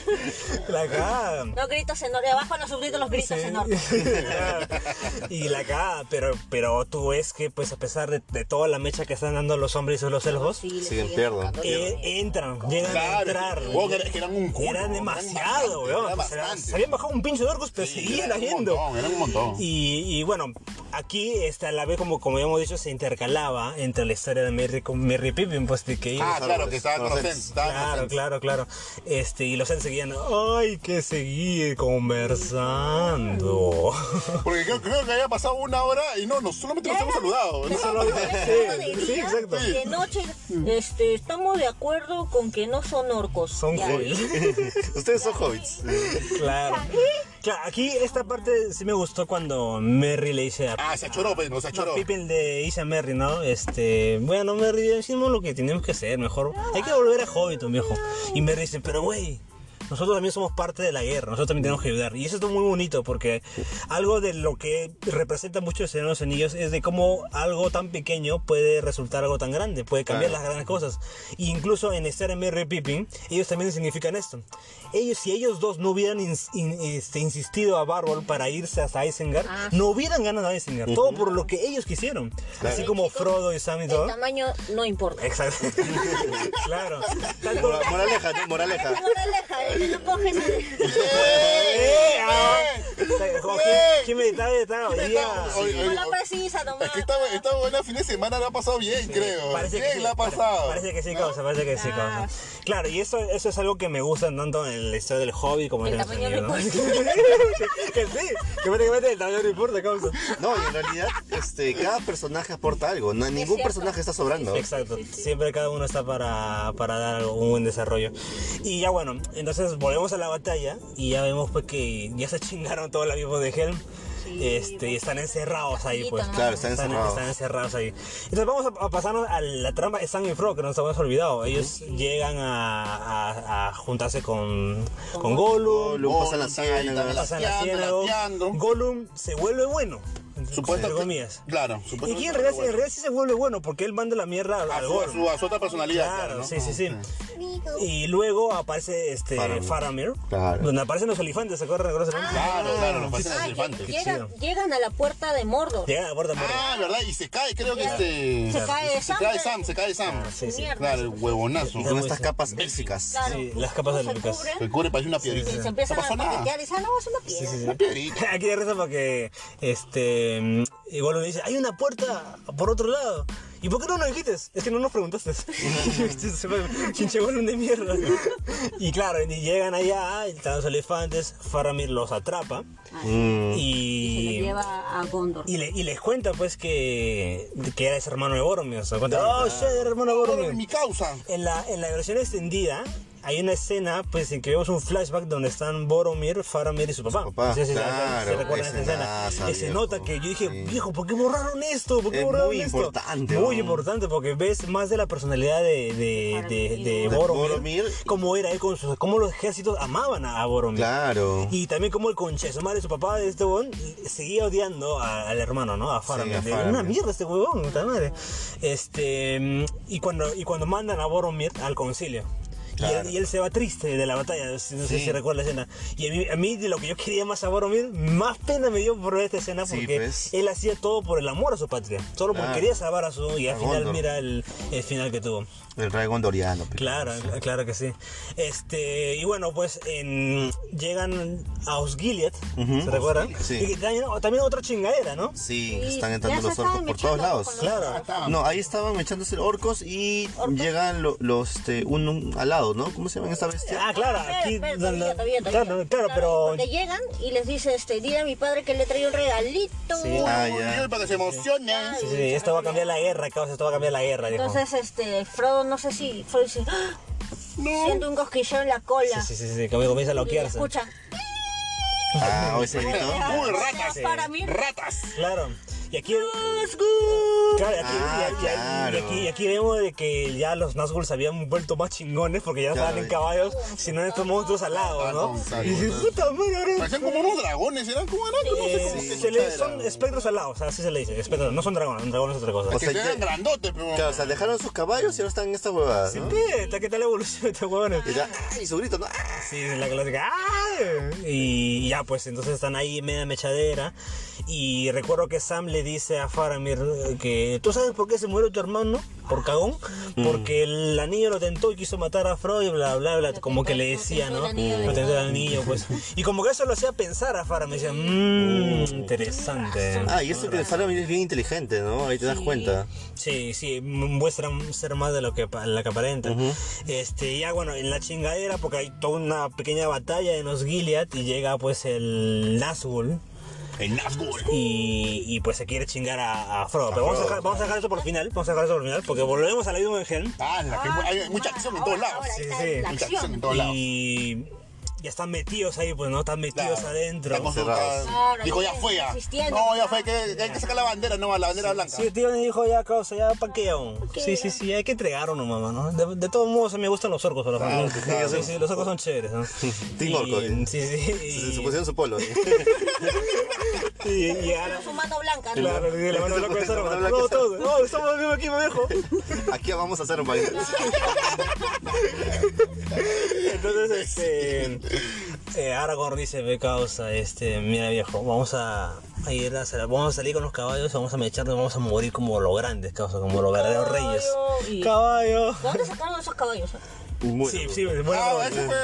A: la cagan.
B: No gritos en norte, abajo en los subgritos los gritos en norte.
A: y la cagada, pero, pero tú ves que pues a pesar de, de toda la mecha que están dando los hombres y los elfos,
B: le
C: Siguen
B: sigue
C: pierdo.
B: tocando.
A: eh, entran, llegan a
D: Claro,
A: entrar.
D: huevón, era- que eran un culo,
A: Eran
D: eran
A: demasiado,
D: bastante,
A: weón.
D: eran
A: se, habían-
D: bastante.
A: se habían bajado un pinche de orcos, pero seguían
D: Eran un
A: haciendo.
D: montón, eran un montón.
A: Y, y bueno, aquí está la vez como, como hemos dicho, se intercalaba entre la historia de Merry con Merry y Pippin, pues de que
D: Ah,
A: ellos-
D: claro, que estaban
C: Los
D: inocentes.
C: Ents.
D: estaban
A: Claro,
D: inocentes.
A: claro, claro. Este, y los han seguían. Hay que seguir conversando.
D: Porque creo, creo que había pasado una hora y no, no solamente nos hemos saludado. ¿no?
A: solo-
B: Sí,
A: Sí, sí, exacto.
B: De noche, este, estamos de acuerdo con que no son orcos.
A: Son
B: Ya. ¿eh?
A: hobbits.
C: Ustedes son hobbits.
A: Claro. Claro, aquí esta parte sí me gustó cuando Merry le dice a
D: Ah, se achoró, pues, no se
A: No,
D: achoró.
A: Pippin le dice a Merry, ¿no? Este, bueno, Merry, decimos lo que tenemos que hacer, mejor. Hay que volver a Hobbiton, viejo. Y Merry dice, pero güey, nosotros también somos parte de la guerra, nosotros también tenemos que ayudar. Y eso es muy bonito porque algo de lo que representa mucho el Señor de los Anillos es de cómo algo tan pequeño puede resultar algo tan grande, puede cambiar las grandes cosas. E incluso en estar en Merry y Pippin, ellos también significan esto. Ellos, si ellos dos no hubieran ins- in- este, insistido a Barwell para irse hasta Isengard, no hubieran ganado a Isengard. Todo por lo que ellos quisieron. Así como Frodo y Sam y todo.
B: El tamaño no importa.
A: Exacto. claro. Tanto-
C: Mora- Moraleja, ¿no? Moraleja.
B: No te aleja, eh, no coges ni-
A: ¡Eh! Ah, como que- que meditaba, meditaba, oía.
D: Oye, oye,
B: Como la
D: oye,
B: precisa nomás.
D: Es que esta, esta buena fin de semana la ha pasado bien, creo.
A: Parece
D: bien
A: que
D: la
A: sí,
D: ha
A: pare-
D: pasado.
A: Parece que sí, causa, parece que sí, causa. Claro, y eso, eso es algo que me gusta tanto en la historia del hobby como en
B: El
A: el
B: tamaño
A: sonido,
B: no
A: ¿no? que, que sí, que prácticamente el tamaño no importa, causa.
C: No, y en realidad, este, cada personaje aporta algo. No, ningún
B: cierto.
C: personaje está sobrando.
A: Exacto, siempre cada uno está para, para dar algo- un buen desarrollo. Y ya bueno, entonces volvemos a la batalla y ya vemos pues que ya se chingaron todos los mismos de Helm. este, y están encerrados ahí, pues.
B: ¿no?
C: Claro, están encerrados.
A: están encerrados ahí. Entonces vamos a, a pasarnos a la trampa de Sam y Fro, que nos habíamos olvidado. Ellos llegan a, a- a juntarse con, con Gollum.
C: Luego pasan las
D: Golpe,
C: sábanas.
A: Pasan la
D: lasteando,
A: ciénaga.
D: lasteando.
A: Gollum se vuelve bueno. entre comillas.
D: Claro,
A: Y
D: supuestamente.
A: aquí en realidad, en realidad sí se vuelve bueno porque él manda la mierda al,
D: A
A: al
D: su, a
A: Gollum.
D: su- a su otra personalidad.
A: Claro,
D: ¿no?
A: sí, sí, sí.
B: Ah,
A: Y luego aparece este
C: Faramir.
A: Faramir,
C: Claro.
A: donde aparecen los olifantes, ¿se acuerdan? ¿Recuerdan?
D: Claro, claro, lo pasan
B: Ah,
D: a
B: lle-
D: Cervantes.
B: llegan, llegan a la puerta de Mordor.
A: Llegan a bordo Mordor.
D: Ah, ¿verdad? Y se cae, creo que este.
B: Se cae
D: Se
B: Sam.
D: cae Sam, se cae Sam.
A: sí, sí.
B: Mierda.
D: Claro, el huevonazo.
C: Con estas capas élficas.
B: Claro.
A: Sí, las capas
B: Se
A: de Lucas.
B: cubren,
D: Se cubre, parece una piedrita.
B: Se
D: No
B: empiezan a
D: pasó nada.
B: coquetear y dicen, "Ah, no, es una piedra.
D: Una piedrita.
A: Aquí de risa porque este mm, y Gollum le dice, hay una puerta por otro lado. ¿Y por qué no nos dijiste? Es que no nos preguntaste. Se fue, Pinche Gollum de mierda. y claro, y llegan allá, y están los elefantes, Faramir los atrapa.
D: Mm.
B: Se lo
A: Y,
B: lleva a Gondor.
A: y, le- y les cuenta pues que, que era ese hermano de Ah. Boromir. O sea, cuenta, oh, shit, era hermano de
D: Pero
A: Boromir.
D: Mi causa.
A: En la, en la versión extendida, hay una escena pues en que vemos un flashback donde están Boromir, Faramir y su papá.
C: Su papá,
A: Sí, sí, sí,
C: claro,
A: se recuerdan esa escena.
C: escenaza,
A: Y se
C: viejo.
A: nota que yo dije,
C: Sí.
A: viejo, ¿por qué borraron esto? ¿Por qué
C: Es
A: borraron
C: muy
A: esto?
C: importante,
A: Muy
C: ¿no?
A: importante porque ves más de la personalidad de, de, de- de
C: De
A: Boromir,
C: Boromir.
A: cómo era él con sus, cómo los ejércitos amaban a a Boromir.
C: Claro.
A: Y también como el concha de su madre, su papá de este huevón, seguía odiando a- al hermano, ¿no? A Faramir.
C: a
A: De,
C: Faramir.
A: Una mierda este huevón, puta madre. Este, mm, y, cuando, y cuando mandan a Boromir al concilio. Y él- Y,
C: Claro.
A: él, se va triste de la batalla, si- no sé
C: Sí.
A: si recuerdas la escena. Y a mí, a mí de lo que yo quería más a Boromir, más pena me dio por ver esta escena
C: Sí,
A: porque
C: pues.
A: él hacía todo por el amor a su patria. Solo
C: Claro.
A: porque quería salvar a su... Y al
C: A
A: final
C: Gondor.
A: mira el- el final que tuvo.
C: El rey gondoriano. pe.
A: Claro, cl- claro que sí. Este, y bueno, pues en, llegan a Osgiliath, ¿se recuerdan?
C: Osgiliath, sí.
A: Y que también, oh, también otra chingadera, ¿no?
C: Sí,
B: Y
C: están
B: ya
C: entrando
B: se
C: los orcos
B: estaban
C: por todos
B: mechando
C: lados.
B: con los
A: Claro.
B: orcos.
C: No, ahí estaban echándose orcos y llegan lo- los, este, un, un alado, ¿no? ¿Cómo se llaman esta bestia?
A: Ah, claro,
B: Espera,
A: aquí.
B: espera,
A: donde-
B: todavía, todavía, todavía.
A: claro, claro, pero.
B: Porque llegan y les dice, este, dile a mi padre que le trae un regalito.
A: Sí.
C: Ah,
D: Uy,
C: ya.
D: uy, para que se emocionen.
A: Sí, sí, esto va a cambiar la guerra, causa, esto va a cambiar la guerra, dijo.
B: Entonces, este, Frodo, no sé si, Frodo dice, ¡Ah! siento un cosquilleo en la cola.
A: Sí, sí, sí, sí, que comienza a
B: Y
A: loquearse.
B: escucha,
C: Ah, o ese grito.
D: Uy, ratas.
A: sí.
B: para mí,
D: Ratas.
A: Claro. Y aquí. Claro, y aquí,
C: Ah,
A: y aquí,
C: claro.
A: y aquí- y aquí vemos de que ya los Nazgûl se habían vuelto más chingones porque ya no
C: Claro,
A: estaban en
C: y-
A: caballos, sino en estos monstruos alados, ¿no?
D: Exacto,
A: Y dices, puta madre, ahora
D: Parecían como unos dragones, eran como eran, no sé
A: Eh,
D: cómo se
A: se le,
D: chucha
A: son
D: eran.
A: espectros alados, así se le dice. Espectros, no son dragones, un dragón es otra cosa.
C: O
D: Que
C: sea,
D: se eran
C: ya-
D: grandotes, pero.
C: Claro, o sea, dejaron sus caballos y ahora están en esta huevada, ¿no?
A: Peta, ¿qué tal la evolución de estos huevones?
C: Y ya, ¡ay! Su grito, ¿no? ¡Ah!
A: Sí, es la clásica. ¡ah! Y ya, pues entonces están ahí media mechadera. Y recuerdo que Sam le dice a Faramir eh, que tú sabes por qué se murió tu hermano, por cagón,
C: Mm.
A: porque el anillo lo tentó y quiso matar a Frodo y bla, bla, bla, como que le decía, ¿no?
B: tentó el anillo de
A: Lo tentó el anillo, pues. Y como que eso lo hacía pensar a Faramir, decía,
C: Uh.
A: mmm, interesante.
C: Ah, y esto que Faramir es bien inteligente, ¿no? Ahí te das cuenta.
A: Sí, sí, m- muestran ser más de lo que, pa- la que aparenta. Este, ya bueno, en la chingadera, porque hay toda una pequeña batalla en los Gilead y llega pues el Nazgûl
D: El Nazgûl.
A: y, y, pues se quiere chingar a, a Frodo. Pero vamos a, dejar, vamos a dejar eso por final, vamos a dejar eso por final, porque volvemos a la misma Gen
D: Ah, la que- hay hay mucha acción en todos lados.
B: Ah, ahora
A: Sí,
B: está
A: sí.
B: la
D: Mucha acción en
B: acción.
D: todos lados.
A: y ya están metidos ahí, pues no, están metidos
D: Claro.
A: adentro.
D: Está con su-
C: Cerrados.
D: está- Dijo, ya fue ya.
B: Resistiendo.
D: No, ya fue, que que hay que sacar la bandera, no, la bandera blanca. Ah,
A: Sí, el tío me dijo ya causa, ya pa' qué aún. Sí, sí, sí, hay que entregar uno, mamá, ¿no? De, de todos modos, me gustan los orcos, a la familia. Sí, sí, los orcos son chéveres, ¿no?
C: Team
A: Y-
C: orco, ¿eh?
A: Sí,
C: Se, se
A: sí.
C: pusieron su polo. ¿eh?
A: y- Y, y ahora...
B: Su mano blanca, ¿no?
A: Claro, y de la mano de la
C: Se
A: cabeza,
C: pusieron
A: hermano.
C: la
A: No,
C: cabeza.
A: todos, no, estamos mismo aquí, me dejo.
C: Aquí vamos a hacer un baile.
A: Entonces, este... Eh, Aragorn dice, ve causa, este, mira viejo, vamos a, a ir a hacer- vamos a salir con los caballos, vamos a mecharnos, vamos a morir como los grandes, causa, como los verdaderos reyes.
B: Y-
A: Caballo.
B: ¿De dónde sacaron esos caballos?
C: Bueno,
A: Sí, sí, bueno,
D: Ah, ese fue.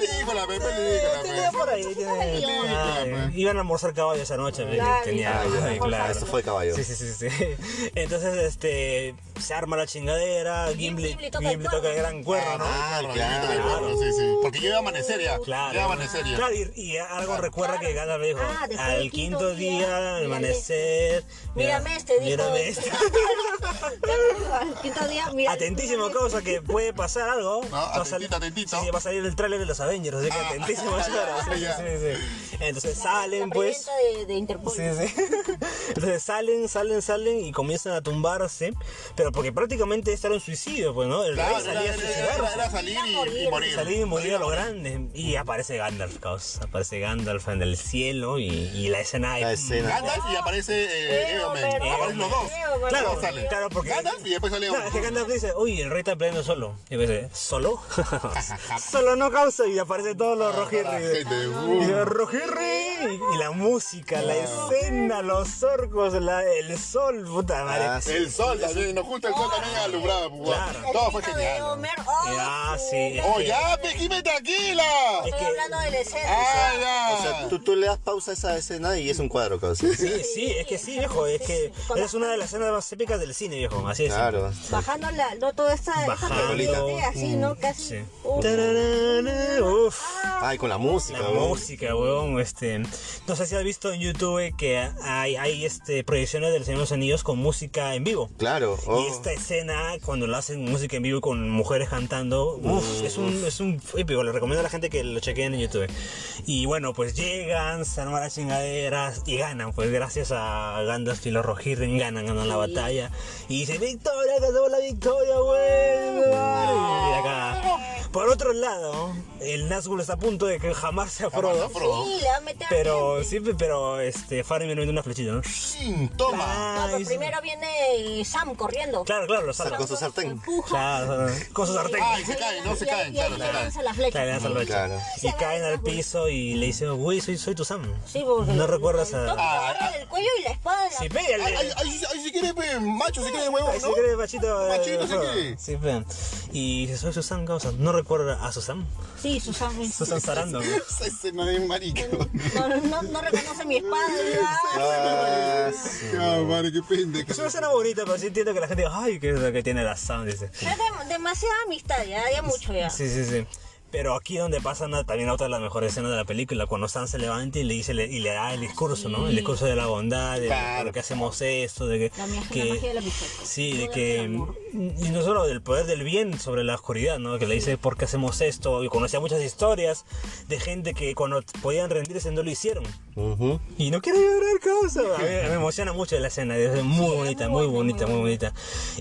D: Película, pe, película,
A: Tenía
D: pe.
A: por ahí, tenía-
D: pues.
A: Ah, Iban a almorzar caballo esa noche, me-
B: Claro,
A: tenía.
B: ya,
A: ay,
B: almorzar.
A: claro.
C: Esto fue de caballo.
A: Sí, sí, sí, sí. Entonces, este, se arma la chingadera, Gimli,
B: Gimli toca el
A: Gimli toca el gran cuerno, ¿no?
C: Ah,
D: Claro,
C: claro.
D: Sí, sí. Porque yo iba a amanecer ya. Yo iba a
A: Claro,
D: amanecer ya.
A: claro y, y algo recuerda que Gandalf le dijo,
B: Ah, después
A: al
B: del
A: quinto día, al
B: mírame.
A: amanecer, mira-
B: este. Mírame este, dijo.
A: mírame este.
B: Al quinto día, mira. este.
A: Atentísimo, causa que puede pasar algo.
D: No,
A: Va a
D: atentito,
A: sal-
D: atentito.
A: Sí, sí, va a salir el tráiler de los Avengers, así que
D: Ah,
A: atentísimo.
D: ya,
A: claro, sí,
D: ya.
A: sí, sí, sí. Entonces salen,
B: La
A: pues.
B: preventa de, de Interpol.
A: Sí, sí. Entonces salen, salen, salen y comienzan a tumbarse. Pero porque prácticamente este era un suicidio, pues, ¿no? El
D: Claro,
A: rey salía
D: era,
A: a
D: era- era-
A: suicidarse.
D: era salir y, y morir.
A: Salir y morir a lo grande. Y aparece Gandalf, caos. Aparece Gandalf en el cielo y, y la escena
C: La
A: es.
C: escena.
D: Gandalf y aparece eh,
B: Eomer.
D: Eomer. Aparecen los dos.
B: Eomer.
A: Claro,
D: Los dos salen.
A: claro, porque.
D: Gandalf y después sale
A: Claro, es que
D: Eomer.
A: Gandalf dice, uy, el rey está peleando solo. Y me dice, ¿solo? solo no causa. Y aparecen todos los rojirri.
D: Ah, Gente,
A: Y
D: uh,
A: yo, "Rojirri". Y la música, la escena, los orcos, la- el sol, puta madre.
C: Ah, sí.
D: El sol también, nos gusta el sol también alumbrado. pues.
A: Claro.
D: Todo fue
B: El grito de
D: genial.
B: Homer. Oh,
A: Ah,
B: su-
A: sí. es
D: ¡Oh,
A: que-
D: ya, Pequime, tranquila!
A: Es
B: Estoy
A: que-
B: hablando de la escena.
D: ¡Ah,
C: O sea,
D: ya!
C: tú, tú le das pausa a esa escena y es un cuadro, causa.
A: Sí, sí, es que sí, viejo. Es que esa es una de las escenas más épicas del cine, viejo. Así es.
C: Claro.
B: Bajando la, no, toda esta, esta
A: Bajando. Mm,
B: película, así, así, ¿no? Casi.
A: Sí.
B: Uf.
A: Tararana, uf.
C: Ay, con la música,
A: La
C: weón.
A: música, weón. Este, no sé si has visto en YouTube que hay, hay este, proyecciones del Señor de los Anillos con música en vivo.
C: Claro. oh.
A: Y este. esta escena, cuando la hacen música en vivo con mujeres cantando, uff, es un, es un épico. Le recomiendo a la gente que lo chequen en YouTube. Y bueno, pues llegan, se arman las chingaderas y ganan. Pues gracias a Gandalf y los Rohirrim ganan, ganan la batalla. Y dice, victoria, ganamos la victoria, güey. Y acá. Por otro lado, el Nazgûl está a punto de que jamás sea Frodo.
D: Frodo.
B: Sí, le va a meter.
A: Pero
B: gente.
A: siempre, pero este, Faramir le mete una flechita, ¿no?
D: Chin, Toma.
B: No, pero
A: Ay, sí.
B: primero viene Sam corriendo.
A: Claro, claro, lo
C: Sa-
A: salva.
C: Con su sartén.
B: Empuja.
A: Claro, con su sartén.
D: Ay, se caen, no se
B: Y ahí-
D: caen,
B: y ahí
D: claro, se
B: le
D: caen.
B: lanza la flecha.
A: Claro, le das al bache.
C: Claro.
A: Y caen al piso y le dicen, güey, soy, soy tu Sam.
B: Sí, porque
A: No
B: le-
A: recuerdas
B: le
A: a.
B: toca,
D: Ah.
B: le agarra del cuello y la espada.
A: Sí, pégale.
D: Ay, ay, ay, ay, si quiere, pe, macho, si quiere, huevo,
A: Ahí
D: ¿no?
A: se cree machito. eh,
D: Machito, sí,
A: Frodo.
D: sí.
A: Sí, vean. Y dice, soy Susan Gausa. No recuerdo a Susan.
B: Sí, Susan.
A: Susan Sarandon.
D: Esa escena de marica.
B: No, no, no reconoce mi espada. ¿verdad?
C: Ah, sí.
D: Cabrón, qué pendejo.
A: Es una escena bonita, pero sí entiendo que la gente, ay, que es lo que tiene la Sam, dice.
B: Ya dem- demasiada amistad, ya, ya mucho ya.
A: Sí, sí, sí. Pero aquí donde pasa una- también otra de las mejores escenas de la película, cuando Sam se levanta y le dice le- y le da el discurso, ¿no? El discurso de la bondad, de
C: Claro.
A: por qué hacemos esto, de que...
B: La, magia- la
A: que-
B: magia de la amistad.
A: Sí, de
B: Poder
A: que.
B: del amor.
A: Y no solo del poder del bien sobre la oscuridad, ¿no? Que le dice por qué hacemos esto. Y conocía muchas historias de gente que cuando podían rendirse no lo hicieron.
C: Ujú.
A: Y no quiero llorar, causa. A mí me emociona mucho la escena. Es muy bonita, muy bonita, muy bonita.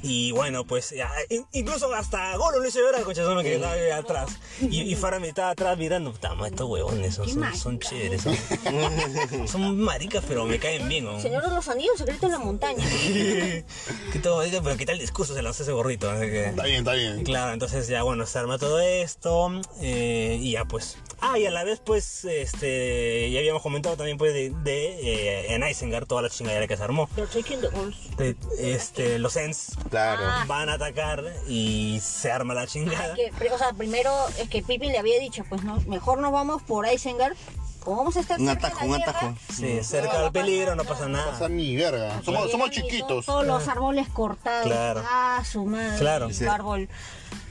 A: Y bueno, pues ya, in- incluso hasta Golo lo hizo llorar, cochazón, que estaba ahí atrás. Y, y Faramir estaba atrás mirando. "Tama, Estos huevones son, son, son chéveres. Son, son maricas, pero me caen bien, ¿no?
B: Señor de los Anillos, secreto en la montaña.
A: que todo, diga, pero qué tal discurso se lanzó ese gorrito. Así que...
D: Está bien, está bien.
A: Claro, entonces ya bueno, se arma todo esto eh, y ya pues. Ah, y a la vez pues, este, ya habíamos comentado también pues de, de, eh, en Isengard toda la chingadera que se armó.
B: Pero soy quien de Wolf.
A: De- este, los Ents
C: Claro.
A: van a atacar y se arma la chingada.
B: Que, pri- o sea, primero es que Pippin le había dicho, pues no, mejor nos vamos por Isengard. Como vamos a estar
C: Un
B: cerca de
C: atajo,
B: la pues,
C: un
B: guerra,
C: atajo.
A: Sí, cerca del peligro, no pasa
D: Esa
A: nada.
D: ni verga. Somos,
B: llegan
D: somos
B: y
D: chiquitos.
B: Todos, los árboles cortados.
A: Claro.
B: Ah, su madre.
A: Claro.
B: su
A: Sí.
B: árbol.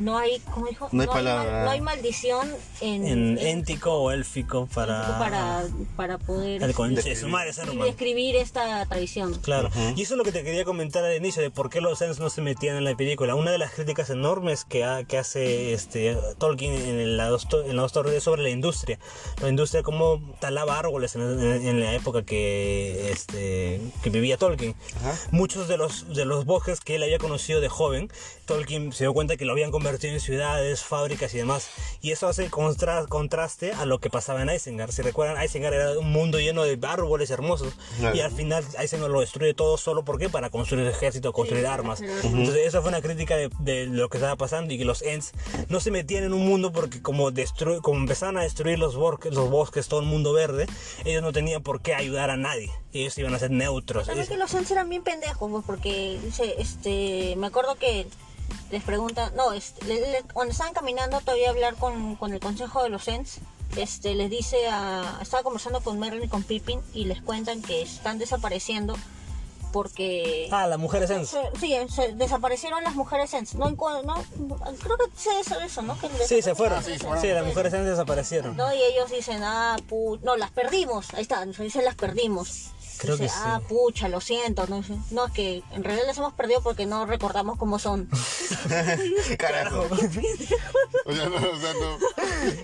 B: No hay, ¿cómo dijo?
C: No hay palabra.
B: mal- no hay maldición en,
A: En éntico o élfico para...
B: para, para poder
A: El conche de su madre, Saruman.
B: describir esta tradición.
A: Claro, y eso es lo que te quería comentar al inicio de por qué los Ents no se metían en la película. Una de las críticas enormes que, ha- que hace este Tolkien en la dos, to- en la dos torres es sobre la industria. La industria como talaba árboles en, en- en la época que, este, que vivía Tolkien. Muchos de los, de los bosques que él había conocido de joven, Tolkien se dio cuenta que lo habían convertido en ciudades, fábricas y demás. Y eso hace contra- contraste a lo que pasaba en Isengard. Si recuerdan, Isengard era un mundo lleno de árboles hermosos.
C: Claro.
A: Y al final Eisenhower lo destruye todo solo ¿por qué? para construir ejército, construir armas. Entonces esa fue una crítica de, de lo que estaba pasando y que los Ents no se metían en un mundo porque como, destru- como empezaron a destruir los, bosques, los bosques, todo el mundo verde, ellos no tenían por qué ayudar a nadie. Ellos iban a ser neutros.
B: También que los Ents eran bien pendejos, pues, porque dice, este, me acuerdo que les preguntan, no, este, le- le- cuando estaban caminando todavía a hablar con, con el consejo de los Ents, este, les dice a, estaba conversando con Merlin y con Pippin y les cuentan que están desapareciendo porque...
A: Ah, las mujeres Ents.
B: se- sí, se desaparecieron las mujeres Ents. No, encu- no, creo que se sabe eso, ¿no? Que
A: Sí, se fueron.
B: desaparecieron.
A: Sí, las mujeres Ents desaparecieron.
B: No, y ellos dicen, ah, pu... No, las perdimos. Ahí está, nos dicen las perdimos.
A: Creo
B: Dice,
A: que sí.
B: Ah, pucha, lo siento. No, Dice, no, es que en realidad las hemos perdido porque no recordamos cómo son.
C: Carajo.
D: O sea, no, o sea, no.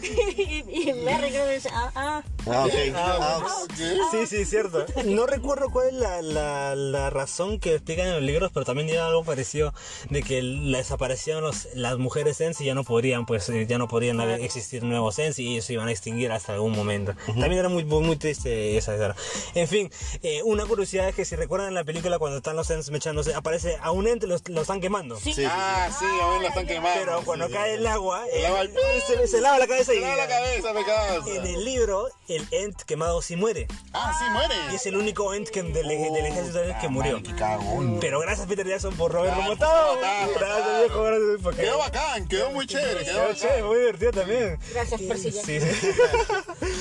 B: y, y Merry creo que dice, ah, ah.
C: Ah, ok. Ah, ok.
D: Ah, ¿qué?
A: Sí, sí, cierto. ¿eh? No recuerdo cuál es la, la- la razón que explican en los libros, pero también era algo parecido de que la desaparecieron los- las mujeres Sensi y ya no podrían, pues, eh, ya no podrían haber- existir nuevos Sensi y ellos se iban a extinguir hasta algún momento. También era muy, muy, muy triste esa escena. En fin, eh, una curiosidad es que si recuerdan la película cuando están los Sensi mechándose, aparece a un ente, los, los están quemando.
B: Sí.
D: Ah, sí, ahora la están quemando.
A: Pero cuando
D: Sí, sí.
A: cae el agua, eh,
D: lava el-
A: se, se lava la cabeza y
D: Me da la cabeza, me cagas.
A: en el libro el ent quemado sí muere.
D: Ah, sí,
A: Y
D: muere.
A: es el único Ent que- del, del ejército que murió.
D: Cagón.
A: Pero gracias Peter Jackson por Robert
D: Claro,
A: Romotado.
D: claro,
A: Gracias
D: claro.
A: viejo, gracias, porque-
D: Quedó bacán, quedó muy chévere, quedó
A: Quedó chévere,
D: bacán.
A: muy divertido también.
B: Gracias, Percy Jackson.
A: Sí, sí.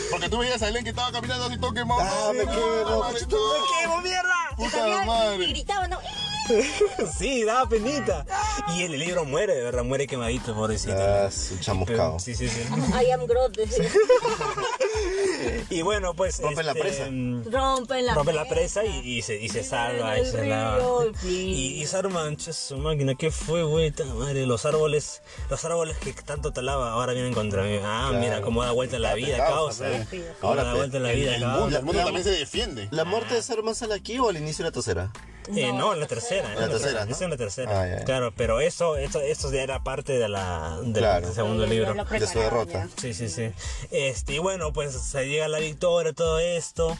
D: Porque tú veías a alguien que estaba caminando así todo quemado.
C: Ah, me
D: No,
C: quedo.
D: madre,
A: ¡Me quemo, mierda!
B: Y
D: Puta
B: también
D: madre.
B: gritaban, ¿no? ¡Ih!
A: sí, daba penita. Y el libro muere, de verdad, muere quemadito, pobrecito.
C: Ah, su chamuscado.
A: Sí, sí, sí.
B: I am Groot. decía.
A: Y bueno, pues.
C: Rompen la presa.
A: mm,
B: Rompen la
A: Rompen la presa y, y se, y se salva. Y,
B: el
A: se
B: río,
A: lava.
B: y-
A: y, y Saruman, che, su máquina, ¿qué fue, güey? Ta madre, los árboles, los árboles que tanto talaba ahora vienen contra mí. Ah, mira, cómo da vuelta la vida,
C: causa,
A: causa.
C: sí.
A: Cómo
C: Ahora
A: da
C: te-
A: vuelta la
C: el-
A: vida,
C: el
A: causa.
D: El mundo también se defiende.
C: ¿La muerte de Saruman sale aquí o al inicio de la tercera?
A: Eh, no, en la tercera. en
C: La tercera, ¿no?
A: Esa es la tercera.
C: Ah, ya, ya.
A: Claro, pero eso, esto, esto ya era parte de la, del
C: Claro.
A: segundo libro.
B: Lo
C: De su
B: prepararon
C: derrota.
A: Sí, sí, sí. Este, y bueno, pues se llega a la victoria, todo esto.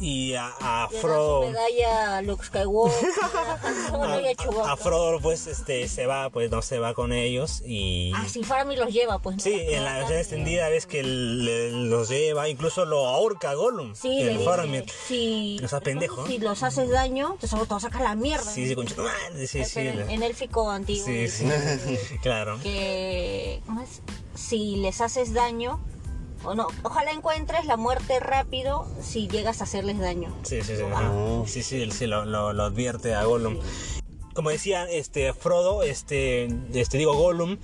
A: Y a, a
B: ya. Le dan su
A: Frodo.
B: medalla a Luke Skywalker, a Han Solo y a
A: A, a
B: Chewbacca.
A: Frodo, pues, este, se va, pues no se va con ellos. Y.
B: Ah, sí, Faramir los lleva, pues. ¿no?
A: Sí, en la versión extendida ves que le- los lleva, incluso lo ahorca a Gollum.
B: Sí,
A: el
B: le dice,
A: Faramir.
B: Si,
A: No seas pendejo, ¿eh?
B: si los haces daño, te sobre todo sacas la mierda.
A: Sí, sí, concha tu madre, sí,
B: Pero
A: sí.
B: en,
A: le-
B: en élfico antiguo.
A: Sí, sí. claro.
B: que ¿cómo es? si les haces daño o no, ojalá encuentres la muerte rápido si llegas a hacerles daño.
A: Sí, sí, sí. ajá.
C: Ah.
A: Sí, sí, él sí lo, lo- lo advierte a Gollum. Como decía este Frodo, este, este digo Gollum,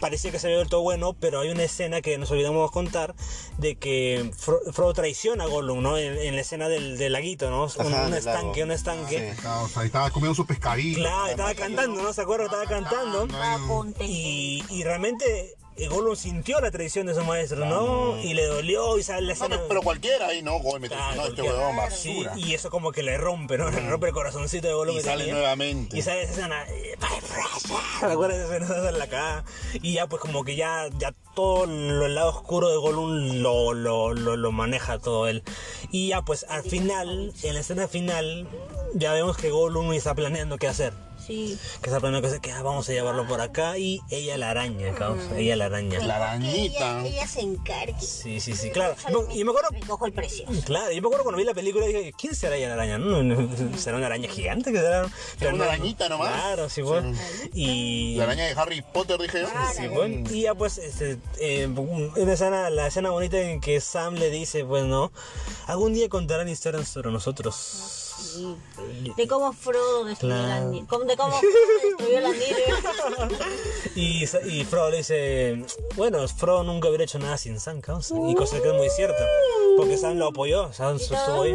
A: parecía que se había vuelto bueno, pero hay una escena que nos olvidamos contar de que Fro- Frodo traiciona a Gollum, ¿no? En, en la escena del, del laguito, ¿no? Un,
C: Ajá,
A: un
C: del
A: estanque,
C: lago.
A: un estanque.
E: Estaba, o sea, estaba comiendo sus pescaditos.
A: Claro, estaba cantando, ¿no? ¿Se acuerda? Estaba cantando.
B: Ah, ponte.
A: Y, y realmente eh, Gollum sintió la traición de su maestro, ¿no? Y le dolió y sale la
D: No,
A: escena.
D: pero, pero cualquiera ahí, ¿no? Goy, me
A: Claro,
D: traicionó este
A: cualquiera.
D: huevón,
A: Sí,
D: basura. Mm.
A: y eso como que le rompe, ¿no? Le rompe el corazoncito de Gollum.
D: Y
A: que
D: sale
A: tenía.
D: nuevamente.
A: Y sale esa escena. eh, "My precious", ¿Te acuerdas de esa escena de la cagada? Y ya pues como que ya, ya todo lo- el lado oscuro de Gollum lo, lo, lo, lo maneja todo él. Y ya pues al final, en la escena final, ya vemos que Gollum está planeando qué hacer.
B: Sí.
A: Que está planeando qué hacer, que ah, vamos a llevarlo por acá. Y ella la araña, causa. Ella la araña.
D: La
B: Ella,
D: arañita.
B: ella se encargue.
A: Sí, sí, sí, claro. No, Y me acuerdo
B: Recojo el precio.
A: Claro, yo me acuerdo cuando vi la película dije, ¿quién será ella la araña? No, no, ¿Será una araña gigante? que será? Pero
D: una
A: no,
D: arañita nomás.
A: Claro, sí, fue. Y...
D: La araña de Harry Potter, dije yo.
A: sí, fue. Y ya pues, este, eh, una escena, la escena bonita en que Sam le dice, pues no, algún día contarán historias sobre nosotros.
B: De cómo Frodo destruyó
A: Claro.
B: la nieve. De cómo Frodo destruyó la nieve.
A: Y, Sa- y Frodo le dice, bueno, Frodo nunca hubiera hecho nada sin Sam, causa. Y cosa que es muy cierta, porque Sam lo apoyó, Sam su- estuvo ahí.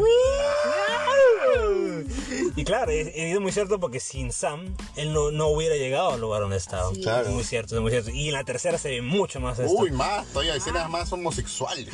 A: Y claro, es, es muy cierto porque sin Sam, él no, no hubiera llegado al lugar donde estaba.
C: Claro.
A: Es muy cierto, es muy cierto. Y en la tercera se ve mucho más esto. Ah.
D: Uy, más, todavía escenas más homosexuales.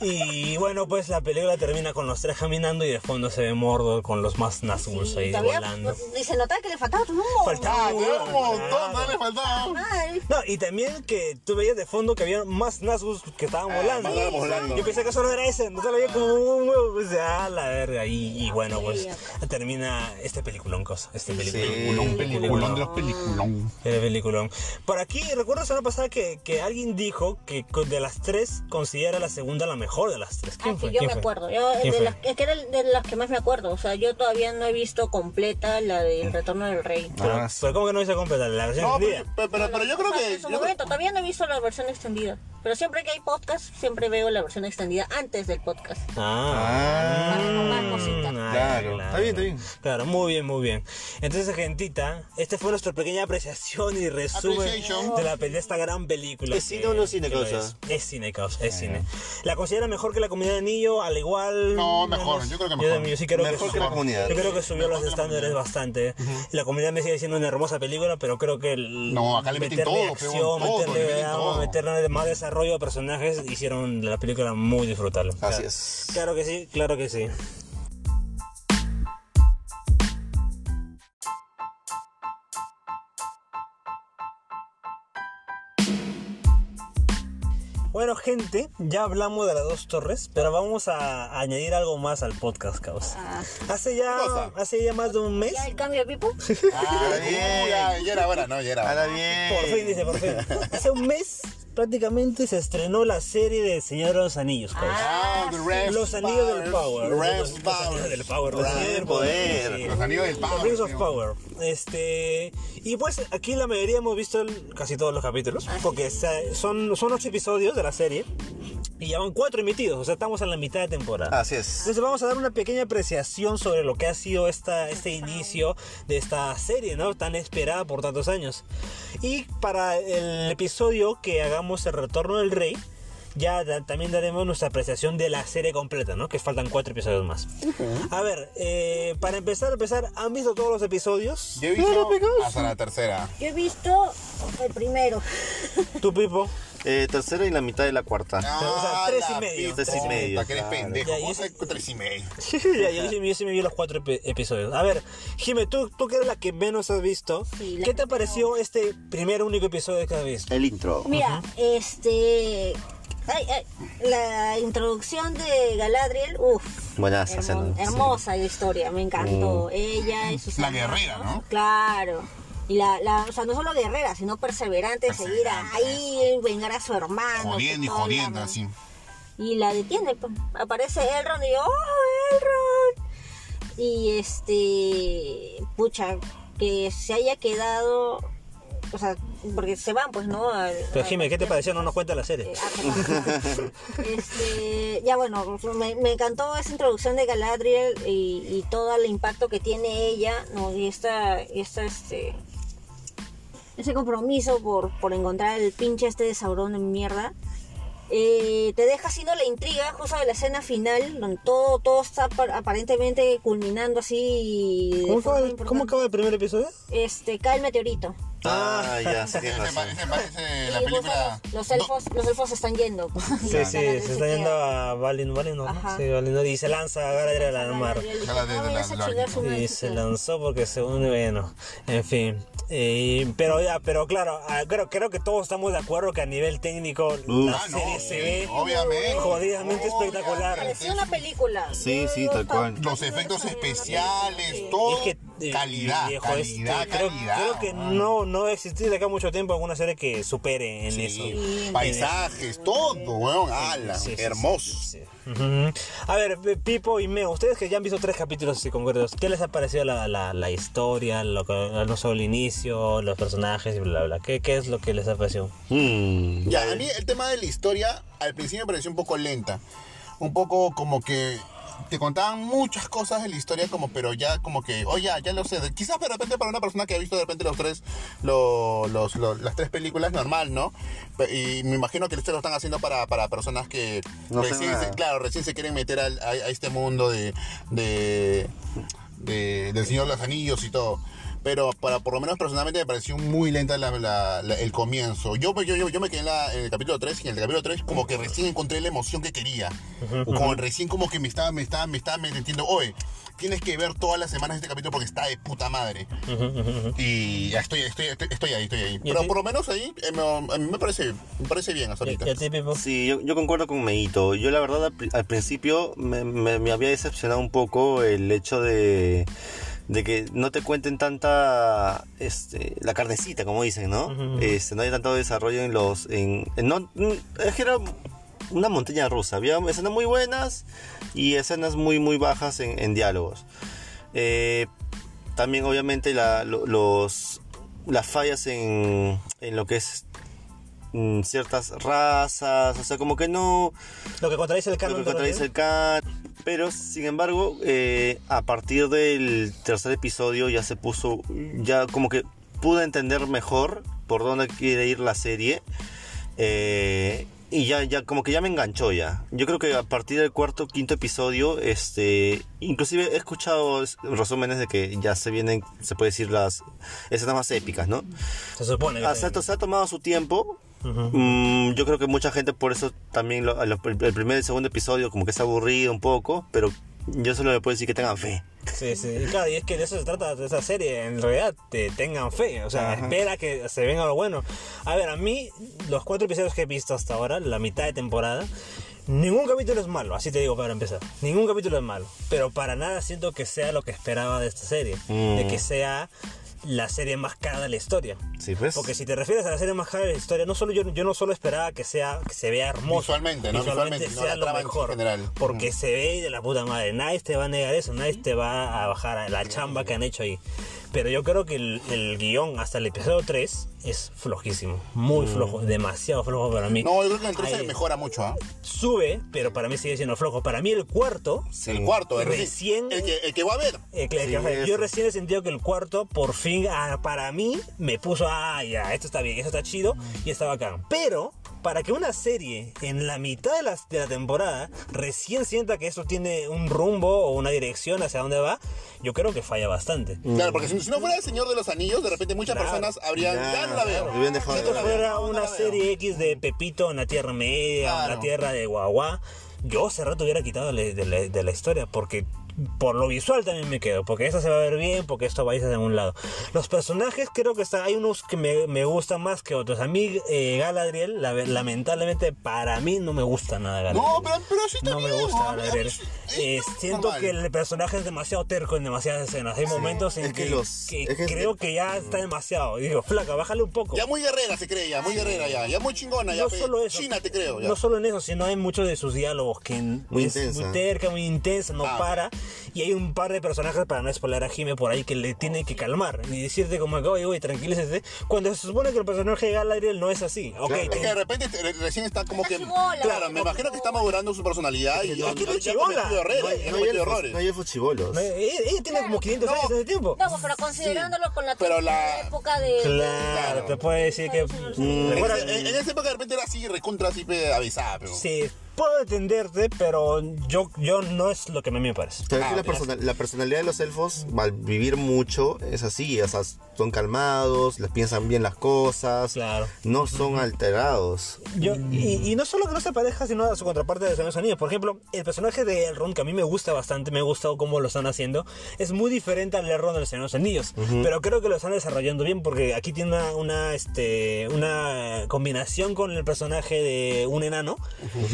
A: Y bueno, pues la película termina con los tres caminando y de fondo se ve Mordor con los más Nazuls ahí
B: Todavía,
A: volando.
B: y se notaba que le faltaba un montón.
A: Faltaba un
D: Era Ah, un montón, no
A: Claro.
D: le faltaba.
B: Mal.
A: No, y también que tú veías de fondo que había más Nazgûl que estaban volando.
D: estaban volando.
A: Yo pensé que solo era ese, no se lo veía como un huevo, pues ah, la verga. Y, y bueno, pues termina este peliculón cosa, este peliculón.
E: Un peliculón de los peliculón.
A: El peliculón. Por aquí, recuerdo la semana pasada que, que alguien dijo que co- de las tres considera la segunda la mejor de las tres.
B: Ah,
A: ¿Quién
B: que
A: fue?
B: yo
A: ¿Quién
B: me
A: fue?
B: acuerdo. Yo,
A: ¿Quién
B: de
A: fue?
B: las, es que era de las que más me acuerdo. O sea, yo todavía no he visto completa la
A: Mm.
B: del Retorno del Rey.
A: Pero,
E: Ah,
A: pero ¿cómo que no hizo completa la versión
D: No, pues,
A: extendida?
D: pero, pero- pero- pero yo creo que.
B: En su
D: yo creo-
B: momento, todavía no he visto la versión extendida. Pero siempre que hay podcast, siempre veo la versión extendida antes del podcast.
A: Ah,
B: Ah,
A: Mm,
B: más cositas.
A: ah,
C: Claro. Está bien, está bien.
A: Claro, muy bien, muy bien. Entonces, gentita, esta fue nuestra pequeña apreciación y resumen
D: Appreciation.
A: de, la, pe- de esta gran película.
C: ¿Es cine
A: que-
C: o no es cine,
A: que lo
C: causa? Eh.
A: Es, Es cine, causa, es cine. ¿La considera mejor que la comunidad de anillo? Al igual.
D: No, mejor, yo creo que
A: Yo
D: mejor.
A: también, Yo, sí creo
C: Mejor
A: que,
C: que la comunidad.
A: Yo creo que subió los estándares bastante. La comunidad me sigue siendo una hermosa película, pero creo que. el-
D: No, acá le meten
A: meterle
D: todo,
A: acción,
D: pegón, todo, le
A: meterle
D: meten
A: drama,
D: todo.
A: meterle más desarrollo a personajes, hicieron la película muy disfrutable.
C: Así es.
A: Claro que sí, claro que sí. Bueno, gente, ya hablamos de las dos torres, pero vamos a añadir algo más al podcast, caos. Hace ya, hace ya más de un mes.
B: ¿Ya el cambio de Pipo?
D: Ah, ya, ya era hora, no, ya era hora.
C: Ahora bien.
A: Por fin, dice, por fin. Hace un mes prácticamente se estrenó la serie de Señor de los Anillos. pues.
D: Ah, The Rings
A: los Anillos del Power.
D: The
A: Los-
D: Rings
A: Los Anillos del Power. Los
D: Rings
A: Anillos del Poder.
D: del
C: Poder.
A: sí.
E: Los anillos del
A: Los
E: power.
A: Rings of
E: tío.
A: Power. Este, y pues aquí la mayoría hemos visto el- casi todos los capítulos, porque se- son, son ocho episodios de la serie y ya van cuatro emitidos, o sea, estamos en la mitad de temporada.
C: Así es.
A: Entonces Pues vamos a dar una pequeña apreciación sobre lo que ha sido esta, este inicio de esta serie, ¿no? Tan esperada por tantos años. Y para el episodio que hagamos el retorno del rey, ya da- también daremos nuestra apreciación de la serie completa, ¿no? Que faltan cuatro episodios más. A ver, eh, para empezar, empezar, ¿han visto todos los episodios?
D: Yo he visto hasta la tercera.
B: Yo he visto el primero.
A: ¿Tú, Pipo?
C: Eh, tercera y la mitad de la cuarta.
A: sea,
D: Ah,
A: tres y
D: la
A: medio.
D: pita,
C: Tres y medio,
D: puta, que eres
C: claro.
D: pendejo.
A: Ya, y
D: ¿Cómo
A: ese-
D: sé que tres y medio?
A: ya, yo, sí, yo sí me vi los cuatro epi- episodios. A ver, Jime, tú, tú que eres la que menos has visto,
B: Sí, la
A: ¿qué
B: que
A: te pareció este primer único episodio que has visto?
C: El intro.
B: Mira, este. ay, ay, la introducción de Galadriel, uff.
C: Buenas escenas.
B: hermosa la historia, me encantó. Ella y sus.
D: La
B: hermanos,
D: guerrera, ¿no?
B: Claro. Y la, la- o sea, no solo guerrera, sino perseverante, en seguir
D: Perseverante.
B: ahí, en vengar a su hermano.
D: Jodiendo
B: que
D: y
B: toda la-
D: jodiendo, así.
B: Y la detiene, pues. Aparece Elrond y yo, ¡oh, Elrond! Y este. Pucha, que se haya quedado. O sea, porque se van, pues, ¿no? Al-
A: Pero
B: al-
A: Jime, ¿qué te pareció? No nos cuenta la serie.
B: Eh, ah, perdón. este, ya bueno, me, me encantó esa introducción de Galadriel y, y todo el impacto que tiene ella, ¿no? Y esta, esta este, ese compromiso por, por encontrar el pinche este de Sauron de mierda. Eh, te deja haciendo la intriga justo de la escena final, donde todo, todo está par- aparentemente culminando así. de
A: ¿Cómo
B: forma
A: acaba, el,
B: importante.
A: cómo acaba el primer episodio?
B: Este, cae el meteorito.
C: Ah, ya, sí tienes
D: Ese
C: razón.
D: parece, parece la
B: Y justo
D: película.
B: los, los elfos, los elfos se están yendo.
A: Sí, sí, se está yendo a Valinor, Valinor, ¿no?
B: Ajá.
A: Sí, Valinor, y se lanza a Galadriel al mar.
D: Ojalá de- de- de- de-
A: Y se lanzó porque según, bueno, en fin. Eh, pero ya, pero claro, ah, creo, creo que todos estamos de acuerdo que a nivel técnico la
D: Ah, no,
A: serie se ve
D: obviamente.
A: jodidamente espectacular.
B: Parecía una película.
C: Sí, sí, tal cual.
D: Los efectos especiales, todo.
A: Es que eh,
D: calidad,
A: viejo,
D: calidad,
A: este, creo,
D: calidad.
A: creo que
D: ah.
A: no, no va a existir de acá mucho tiempo alguna serie que supere en eso.
D: Sí, paisajes, todo, weón. Ala,
A: Sí, sí, sí,
D: hermoso.
A: sí. Ujú. A ver, P- Pipo y Meo, ustedes que ya han visto tres capítulos así concretos, ¿qué les ha parecido la, la, la historia, lo que, no solo el inicio, los personajes y bla, bla? ¿Qué, ¿Qué es lo que les ha parecido?
C: Mm,
D: Ya, a mí el tema de la historia al principio me pareció un poco lenta. Un poco como que te contaban muchas cosas de la historia, como, pero ya como que, oye, ya, ya lo sé. Quizás de repente para una persona que ha visto de repente los tres, lo- los, lo- las tres películas, normal, ¿no? Pe- Y me imagino que ustedes lo están haciendo para, para personas que pues,
C: No sé
D: recién,
C: nada.
D: se, claro, recién se quieren meter al- a, a este mundo de, de, de- del Señor de los Anillos y todo. Pero para, por lo menos personalmente me pareció muy lenta la- la- la- el comienzo. Yo, yo, yo, yo me quedé en, la- en el capítulo 3 y en el capítulo 3 como que recién encontré la emoción que quería. Como recién como que me estaba, me estaba, me estaba metiendo, oye, tienes que ver todas las semanas este capítulo porque está de puta madre. Y ya estoy, estoy, estoy, estoy ahí, estoy ahí.
A: ¿Y a
D: Pero
A: ti?
D: por lo menos ahí eh, me, a mí me parece, me parece bien hasta
A: ¿Y-
D: ahorita.
A: y a ti, Pipo?
C: Sí, yo, yo concuerdo con Meito. Yo la verdad al, pri- al principio me, me- me había decepcionado un poco el hecho de, de que no te cuenten tanta este, la carnecita, como dicen, ¿no? Este, no hay tanto desarrollo en los... En, en- no, mm, es que era una montaña rusa. Había escenas muy buenas y escenas muy, muy bajas en, en diálogos. Eh, también obviamente la- lo- los, las fallas en, en lo que es mm, ciertas razas, o sea, como que no
A: Lo que contradice el
C: lo
A: canon.
C: que
A: de la
C: contradice
A: serie.
C: el can. Pero, sin embargo, eh, a partir del tercer episodio ya se puso, ya como que pude entender mejor por dónde quiere ir la serie. eh, y ya, ya, como que ya me enganchó ya. Yo creo que a partir del cuarto, quinto episodio, este, inclusive he escuchado es- resúmenes de que ya se vienen, se puede decir, las escenas más épicas, ¿no?
A: Se supone. que-
C: Ah, se, ha, to- se ha tomado su tiempo. Mm, yo creo que mucha gente por eso también lo- a lo- el primer y el segundo episodio como que se ha aburrido un poco, pero yo solo le puedo decir que tengan fe.
A: Sí, sí, y claro, y es que de eso se trata de esa serie, en realidad te tengan fe, o sea, espera que se venga lo bueno. A ver, a mí, los cuatro episodios que he visto hasta ahora, la mitad de temporada, ningún capítulo es malo, así te digo para empezar, ningún capítulo es malo, pero para nada siento que sea lo que esperaba de esta serie, de que sea la serie más cara de la historia.
C: Sí, pues.
A: Porque si te refieres a la serie más cara de la historia, no solo yo, yo no solo esperaba que sea que se vea hermoso.
D: Visualmente, ¿no?
A: Visualmente,
D: Visualmente, sino
A: sea
D: la
A: lo
D: trama en
A: mejor.
D: general.
A: Porque se ve de la puta madre. Nadie te va a negar eso, nadie te va a bajar a la chamba que han hecho ahí. Pero yo creo que el, el guión hasta el episodio 3 es flojísimo. Muy flojo, demasiado flojo para mí.
D: Mm. No, yo creo que el 13
A: Ahí
D: mejora mucho, ¿ah?
A: Sube, pero para mí sigue siendo flojo. Para mí el cuarto
D: El cuarto, el
A: Recién-
D: El que, el que va a ver.
A: Eh, claro,
C: Sí,
A: o sea, yo
C: eso.
A: recién he sentido que el cuarto, por fin, ah, para mí, me puso, ah, ya, esto está bien, esto está chido y está bacán. Pero, para que una serie en la mitad de la, de la temporada recién sienta que esto tiene un rumbo o una dirección hacia dónde va, yo creo que falla bastante.
D: Claro, porque si, si no fuera el Señor de los Anillos, de repente muchas
A: Mm. Claro.
D: personas habrían. Ya, no la veo.
C: Lo hubieran dejado
A: Si
C: de
A: esto
C: ver.
A: fuera
D: no la
A: una
D: veo.
A: serie X de Pepito en la Tierra Media, en
D: Claro.
A: la Tierra de Guagua, yo hace rato hubiera quitado le- de la, de la historia, porque por lo visual también me quedo, porque esta se va a ver bien, porque esto va a irse de algún lado. Los personajes creo que está, hay unos que me, me gustan más que otros. A mí eh, Galadriel, la- lamentablemente para mí no me gusta nada Galadriel.
D: No, pero, pero sí está
A: No me
D: bien,
A: gusta
D: ¿no? A mí- a mí
A: Galadriel.
D: sí-
A: Eh,
D: está
A: siento
D: normal.
A: que el personaje es demasiado terco en demasiadas escenas. Hay momentos en
C: es que
A: que,
C: los-
A: que
C: es que-
A: creo que ya está demasiado. Y digo, flaca, bájale un poco.
D: Ya muy guerrera se cree, ya muy guerrera, ya. Ya muy chingona, ya.
A: no
D: pe-
A: solo eso,
D: China te creo, ya.
A: No solo en eso, sino hay muchos de sus diálogos que n-
C: Muy
A: es
C: intensa.
A: muy terca, muy intensa, no
D: Ah.
A: para. Y hay un par de personajes, para no spoiler a Jime por ahí, que le tienen que calmar y decirte como que, oye, oye, tranquilízate. Cuando se supone que el personaje de Galadriel no es así. Ok,
C: Claro.
D: Es
A: te-
D: que de repente te- re- recién está como
B: Está
D: que.
B: chibola.
D: Claro, me imagino que está madurando su personalidad y
A: no-
D: ya-
A: es que no
D: ya
A: es
D: ha
A: chibola.
D: cometido
C: No
D: errores,
C: hay-
D: ya ha
C: no hay
D: cometido
C: elfos-
D: errores.
C: no hay elfos chibolos.
A: no, e-, ella, ella tiene como 500
D: No.
A: años en ese tiempo.
B: No, pero considerándolo con la,
D: Pero
B: con
D: la-
B: época de...
A: Claro, te puedo decir que... mm,
D: En,
A: Recuerda-
D: ese- en- en esa época de repente era así, recontra así, pe- avisada, pero.
A: Sí, puedo entenderte, pero yo, yo no es lo que a mí me parece.
C: Pero es que
D: Ah,
C: la,
D: mira.
C: persona- la personalidad de los elfos, al vivir mucho, es así. O sea, son calmados, les piensan bien las cosas.
A: Claro.
C: No son alterados.
A: Yo-
D: Mm.
A: y, y no solo que no se pareja, sino a su contraparte de Señor Anillos. Por ejemplo, el personaje de Elrond, que a mí me gusta bastante, me ha gustado cómo lo están haciendo, es muy diferente al Elrond del Señor de los Anillos. Pero creo que lo están desarrollando bien porque aquí tiene una, una, este, una combinación con el personaje de un enano.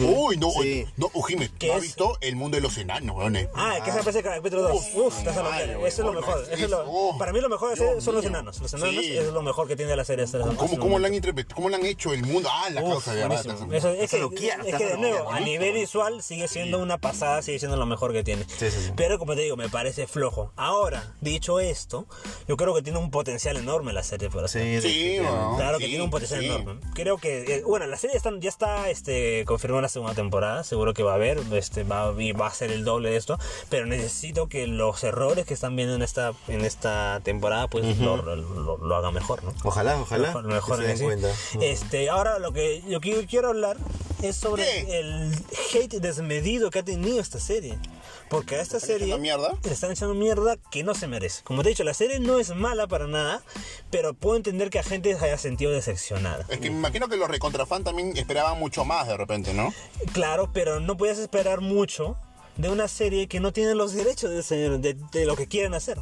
D: Uy, no,
C: Sí.
D: oye, no, Ujime,
A: ¿Qué
D: ¿no has
A: es?
D: visto el mundo de los enanos, weones?
A: Ah, el que se aparece en el capítulo 2.
D: Uf,
A: Uf, estás a la
D: madre,
A: mierda.
D: güey.
A: Eso es lo
D: Bueno,
A: mejor.
D: es-
A: Eso es lo-
D: oh,
A: para mí lo mejor es-
D: Dios
A: son los
D: mío.
A: enanos. Los enanos
D: Sí.
A: es lo mejor que tiene la serie hasta hasta
D: ¿Cómo,
A: el
D: cómo, lo han
A: momento.
D: interpre- ¿Cómo lo han hecho el mundo? Ah, la
A: Uf,
D: causa de
A: buenísimo.
D: ratas.
A: Eso- es, que,
C: lo quiero,
A: es que de
C: hazlo,
A: nuevo, a
D: bonito.
A: nivel visual sigue siendo una pasada, sigue siendo lo mejor que tiene.
C: Sí, sí, sí.
A: Pero como te digo, me parece flojo. Ahora, dicho esto, yo creo que tiene un potencial enorme la serie para hacer.
D: Sí, weón.
A: Claro que
D: sí,
A: tiene un potencial
D: sí.
A: enorme. Creo que, eh, bueno, la serie está- ya está este, confirmada la segunda temporada, seguro que va a haber, este, va, y va a ser el doble de esto, pero necesito que los errores que están viendo en esta, en esta temporada, pues lo, lo- lo- lo hagan mejor, ¿no?
C: Ojalá, ojalá.
A: Mejor- mejor
C: que se den
A: sí.
C: cuenta.
A: Este, ahora lo que yo qui- quiero hablar es sobre
D: ¿Qué?
A: el hate desmedido que ha tenido esta serie. Porque a esta serie
D: echando mierda?
A: le están echando mierda que no se merece. Como te he dicho, la serie no es mala para nada, pero puedo entender que a gente se haya sentido decepcionada.
D: Es que me imagino que los recontrafan también esperaban mucho más de repente, ¿no?
A: Claro, pero no puedes esperar mucho de una serie que no tiene los derechos de, ser- de- de lo que quieren hacer.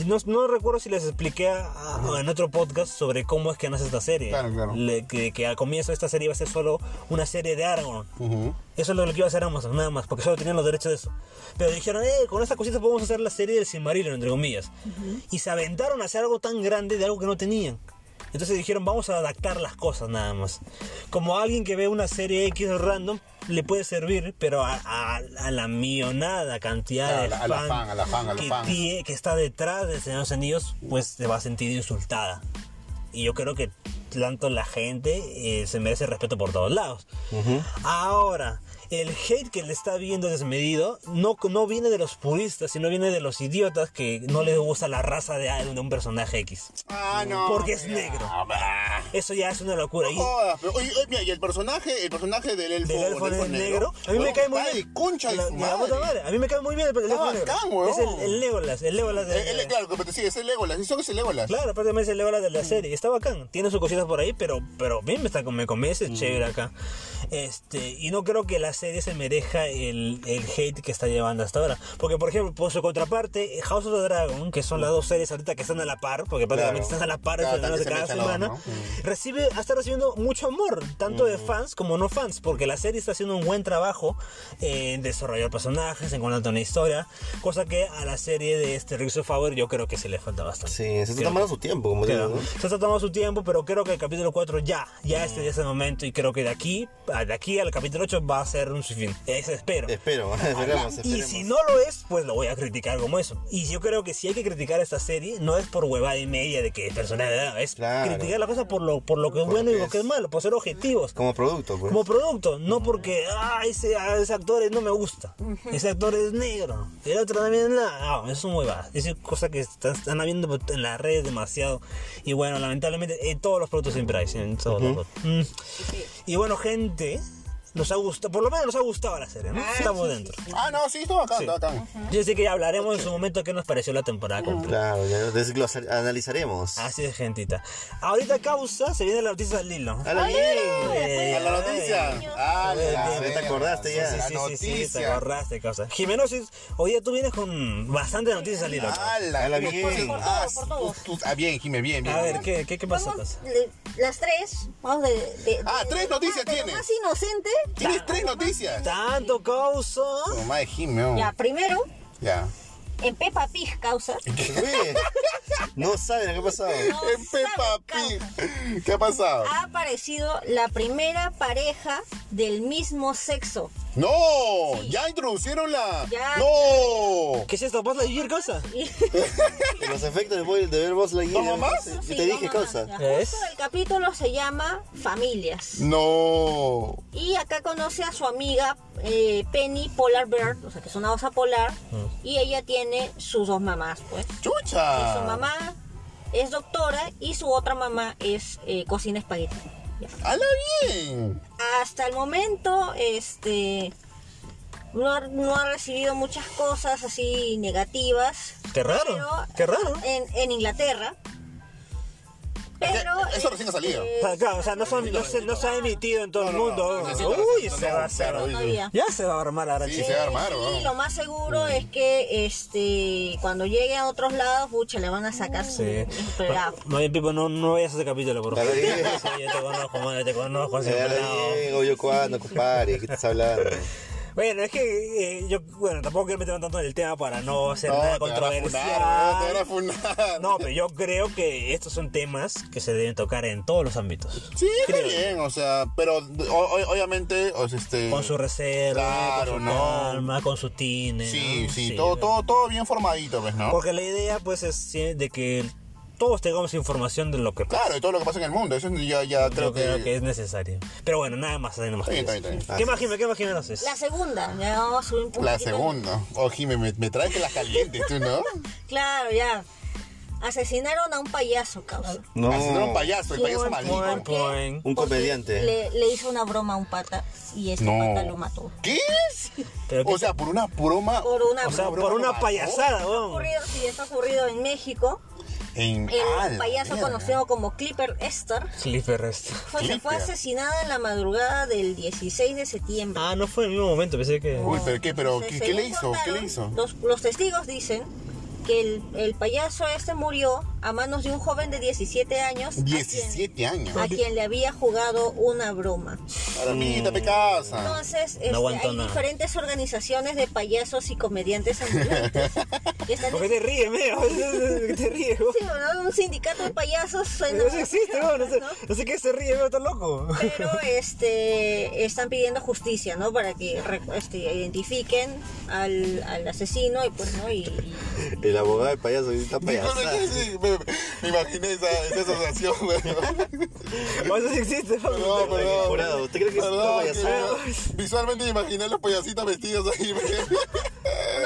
A: Y No, no recuerdo si les expliqué a- a- en otro podcast sobre cómo es que nace esta serie.
D: Claro, claro.
A: Le- que, que al comienzo esta serie iba a ser solo una serie de Aragorn.
D: Ujú.
A: Eso es lo que iba a hacer Amazon, nada más, porque solo tenían los derechos de eso. Pero dijeron, eh, con esta cosita podemos hacer la serie del Silmarillion, entre comillas. Y se aventaron a hacer algo tan grande de algo que no tenían. Entonces dijeron, vamos a adaptar las cosas nada más. Como alguien que ve una serie X random, le puede servir, pero a, a- a la millonada cantidad
D: Claro,
A: de
D: a la- a la fan, a la fan, a la
A: que,
D: fan.
A: tie- que está detrás de Señor de los Anillos, pues se va a sentir insultada. Y yo creo que tanto la gente eh, se merece respeto por todos lados. Ahora, el hate que le está viendo desmedido no, no viene de los puristas, sino viene de los idiotas que no les gusta la raza de, de un personaje X.
D: Ah, no.
A: Porque es
D: mira.
A: negro.
D: Ah,
A: Eso ya es una locura. Y-
D: jodas, pero, oye, oye, mira, y el personaje, el personaje del elfo,
A: del elfo
D: del
A: negro, A mí me
D: Weón,
A: cae muy
D: está de
A: bien.
D: concha de
A: La-
D: su
A: de la
D: madre.
A: puta madre. A mí me cae muy bien el elfo
D: bacán,
A: negro.
D: weón.
A: Es el, el Legolas, el Legolas de-
D: Eh, eh, claro, que te sigue, es el Legolas, sí son ese Legolas.
A: Claro, prácticamente es el Legolas de la serie. Está bacán. Tiene sus cositas por ahí, pero, pero a mí me, está, me convence, es chévere acá. Este, y no creo que la serie se mereja el, el hate que está llevando hasta ahora. Porque, por ejemplo, por su contraparte, House of the Dragon, que son las dos series ahorita que están a la par, porque prácticamente
D: Claro.
A: están a la par
D: Claro,
A: estrenándose cada
D: también se mezclan
A: semana,
D: los dos,
A: recibe, está recibiendo mucho amor, tanto de fans como no fans, porque la serie está haciendo un buen trabajo en desarrollar personajes, en contar una historia, cosa que a la serie de este Rings of Power yo creo que se le falta bastante.
C: Sí, se está
A: Creo
C: tomando su tiempo, como digo,
A: Claro.
C: ¿no?
A: Se está tomando su tiempo, pero creo que el capítulo 4 ya, ya este ya es el momento y creo que de aquí, a- de aquí al capítulo 8 va a ser un fin. Eso espero.
C: Espero, esperemos,
A: Y
C: esperemos.
A: si no lo es, pues lo voy a criticar como eso. Y yo creo que si hay que criticar esta serie, no es por huevada y media de que personalidad, es
C: Claro.
A: criticar la cosa por lo, por lo que es bueno y lo que es malo, por ser objetivos.
C: Como producto, pues.
A: Como producto, no porque ah, ese, a ese actor no me gusta, ese actor es negro, el otro también no, no, es un huevada. Es cosa que está- están habiendo en las redes demasiado. Y bueno, lamentablemente en todos los productos siempre hay, en todos los productos. Mm. Y bueno, gente, nos ha gustado, por lo menos nos ha gustado la serie, ¿no? Estamos dentro.
D: Ah, no, sí, todo acá, todo acá.
A: Yo sé que ya hablaremos en su momento qué nos pareció la temporada completa.
C: Claro, ya desglosar- analizaremos.
A: Así es, gentita. Ahorita causa, se viene la noticia del Eh, Lilo.
C: ¡Hala bien!
D: A la noticia. Ah, la
C: ¿Te acordaste ya?
D: Sí,
A: Sí,
D: La
A: sí, sí, sí, te
D: noticia.
A: agarraste, causa. Jimenosis, hoy día tú vienes con bastante noticias al hilo.
D: Ah, la-
C: A la bien.
B: Por
D: Ah,
B: todos, por todos.
D: tú- tú- ah, bien, Jimé, bien, bien.
A: A ver, ¿qué, qué, qué pasó,
B: Vamos,
A: causa?
B: le- las tres, vamos de... de-
D: Ah,
B: de-
D: tres
B: de lo más-
D: noticias
B: de lo
D: tienes.
B: más inocente.
D: Tienes tres noticias.
A: Tanto causa.
D: Mamá de Jimé, oh.
B: Ya, primero,
D: ya.
B: en Peppa Pig causa.
C: Uy, No saben lo que ha pasado.
B: No
D: En Peppa
B: sabe, Ah, causa.
D: Pig. Eh, ¿Qué ha pasado?
B: Ha aparecido la primera pareja del mismo sexo.
D: No, ya introducieron la.
B: Ya.
D: No.
A: ¿Qué es esto? ¿Vas a vivir, causa?
C: Los efectos de Boy- de ver Buzz Lightyear.
D: ¿No, mamá?
C: Yo
B: Sí,
C: te dije
B: vamos a-
C: cosa.
B: ya,
A: ¿Es?
B: justo El capítulo se llama Familias.
D: No.
B: Y acá conoce a su amiga eh, Penny Polar Bear, o sea que es una osa polar,
A: Mm.
B: y ella tiene sus dos mamás, pues.
D: Chucha.
A: Ah.
B: Su mamá es doctora y su otra mamá es eh, cocina espagueti. Ya.
D: ¡Hala bien!
B: Hasta el momento, este no ha, no ha recibido muchas cosas así negativas.
A: Qué raro, qué raro.
B: En, en Inglaterra. Pero. este,
D: Eso recién ha salido.
A: O sea, claro, o sea, no, son- no se, no se ha emitido en todo el mundo.
D: no, no, no,
A: Uy,
D: no, no,
A: se
D: no,
A: va a hacer.
D: claro,
B: Todavía.
A: Ya se va a armar ahora,
D: Sí,
A: chicos.
D: se va a armar, Mm.
B: Sí,
D: weón.
B: lo más seguro es que este cuando llegue a otros lados, pucha, le van a sacar su
A: Sí.
B: esperado.
A: No, bien, Pipo, no, no vayas a ese capítulo, por favor.
C: Claro
A: Sí,
C: que-
A: yo te conozco, madre, te conozco.
C: Eh,
A: siempre
C: habla
A: no.
C: bien, obvio cuando, compadre, ¿qué estás hablando?
A: Bueno, es que eh, yo, bueno, tampoco quiero meterme tanto en el tema para no hacer
D: No,
A: nada
D: te van a funar,
A: controversial.
D: no, te van a funar.
A: No, pero yo creo que estos son temas que se deben tocar en todos los ámbitos.
D: Sí, está
A: Creo.
D: bien, o sea, pero o- o- obviamente, o sea, este.
A: Con su reserva,
D: Claro,
A: con su
D: no.
A: calma, con su tine.
D: Sí,
A: ¿no?
D: sí, todo, todo, todo bien formadito, pues, ¿no?
A: Porque la idea, pues, es sí, de que todos tengamos información de lo que pasa.
D: Claro, y todo lo que pasa en el mundo, eso ya, ya
A: Yo
D: creo
A: creo que
D: que.
A: es necesario. Pero bueno, nada más. Nada más
D: Está bien,
A: que
D: está bien,
A: eso.
D: está
A: ¿Qué más, Jimena? ¿Qué más, Jimena? haces?
B: La segunda, ya vamos a subir un poquito.
D: La segunda. Oh, Jimmy, me, me traes que las calientes, tú, ¿no?
B: Claro, ya. Asesinaron a un payaso, causa.
D: Así era un
C: Ah, No,
D: payaso, el
B: Sí,
D: payaso
B: bueno,
D: maldito.
A: Point, point.
C: un
B: Porque
C: comediante.
B: Le, le hizo una broma a un pata y este pata lo
D: No.
B: mató.
D: ¿Qué es?
A: Pero
D: O
A: qué-
D: sea, por una broma.
B: Por una
D: o
A: o sea,
D: sea,
B: broma.
A: por
D: broma
A: una
D: mató.
A: payasada, weón.
B: Ocurrido, sí, esto ha ocurrido en México.
D: En,
B: El
D: ¡A Ah, la
B: payaso
D: mierda!
B: conocido como Clipper Esther
A: Clipper esto.
B: fue, se fue
D: Clipper.
B: asesinada en la madrugada del 16 de septiembre.
A: Ah, no fue en el mismo momento, pensé que...
D: Uy, pero qué, pero
B: Se-
D: qué,
B: según
D: qué le hizo, qué le
B: contaron,
D: hizo.
B: Los, los testigos dicen que el, el payaso este murió a manos de un joven de 17 años. a quien-
D: 17 años.
B: A quien le había jugado una broma.
D: Para mí, te pecasa.
B: Entonces, este,
A: aguantó
B: hay
A: nada.
B: diferentes organizaciones de payasos y comediantes ambulantes que están
A: ¿Por qué te ríes, meo? ¿Por qué te ríes, weón?
B: Sí, ¿no? un sindicato de payasos suena-
A: No sé existe, weón, no sé,
B: ¿no?
A: no sé qué se ríe, meo, está loco.
B: Pero este están pidiendo justicia, ¿no? Para que re- este, identifiquen al, al asesino y pues no y, y-
C: El abogado del payaso, y está
D: Disculpe,
C: payasada.
D: ¿qué es? me, me imaginé esa, esa asociación, weón.
A: O eso sí existe, weón.
D: Perdón, perdón.
C: Jurado, ¿usted cree que es una
D: Perdón,
C: payasada?
D: que- Visualmente me imaginé a los payasitos vestidos ahí.
B: bueno,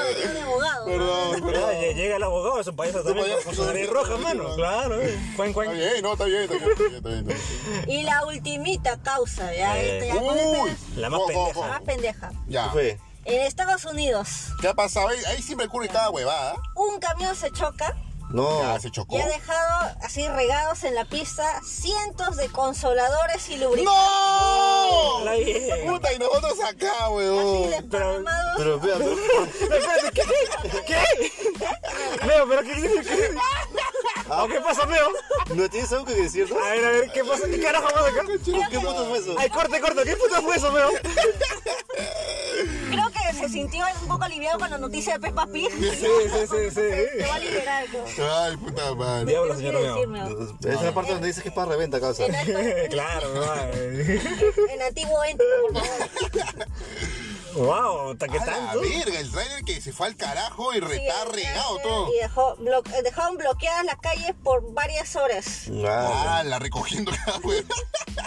B: venía de abogado. ¿no?
D: Perdón,
A: Ah,
D: perdón.
A: lle- Llega el abogado, es un Este payaso también,
D: payaso.
A: con su nariz roja, mano. Claro, eh. Cuan,
D: Está
A: cuan.
D: bien, no, está bien, está bien, está bien, está bien, está bien.
B: Y la ultimita causa, ya,
A: Eh.
B: esta ya con esta
D: Uy,
A: La más
D: oh, oh,
A: pendeja.
D: oh.
B: más pendeja.
C: ¿Qué
D: Ya.
C: fue?
B: En Estados Unidos,
D: ¿Qué ha pasado? Ahí, ahí siempre ocurre cada huevada.
B: un camión se choca
C: No.
D: Ya se chocó.
B: Y ha dejado así regados en la pista cientos de consoladores y lubricantes.
D: ¡No!
A: Está bien.
D: Puta, y nosotros acá,
B: Así
D: weón.
B: desparramados.
C: Pero vea, pero-
A: No, espérate, ¿qué? ¿Qué? Meo, pero ¿qué? qué, qué? Ah, ¿Qué pasa, Meo?
C: ¿no tienes algo que decir? no?
A: A ver, a ver, ¿qué pasa? ¿Qué carajo pasa acá?
C: ¿Qué puto fue eso?
A: Ay, corte, corte, ¿qué puta fue eso, Meo?
B: Creo que se sintió un poco aliviado con la noticia de Peppa Pig.
A: Sí, sí, sí,
B: Se va a
A: sí.
B: liberar. ¿no?
D: Ay, puta madre.
A: Diablo,
B: ¿Qué
A: señor
B: quiere
A: Meo.
B: decirme?
C: Esa es la parte donde dices que es para reventa, causa.
B: En, alto-
A: Claro, no.
B: en antiguo ente, por favor.
A: Wow, ¿hasta qué
D: A la
A: tanto?
D: verga, el trailer que se fue al carajo y re,
B: Sí,
D: está
B: el
D: regado
B: cárcel
D: todo.
B: Y dejó blo- eh, dejaron bloqueadas las calles por varias horas.
C: Ah,
D: Ah, la recogiendo cada weón.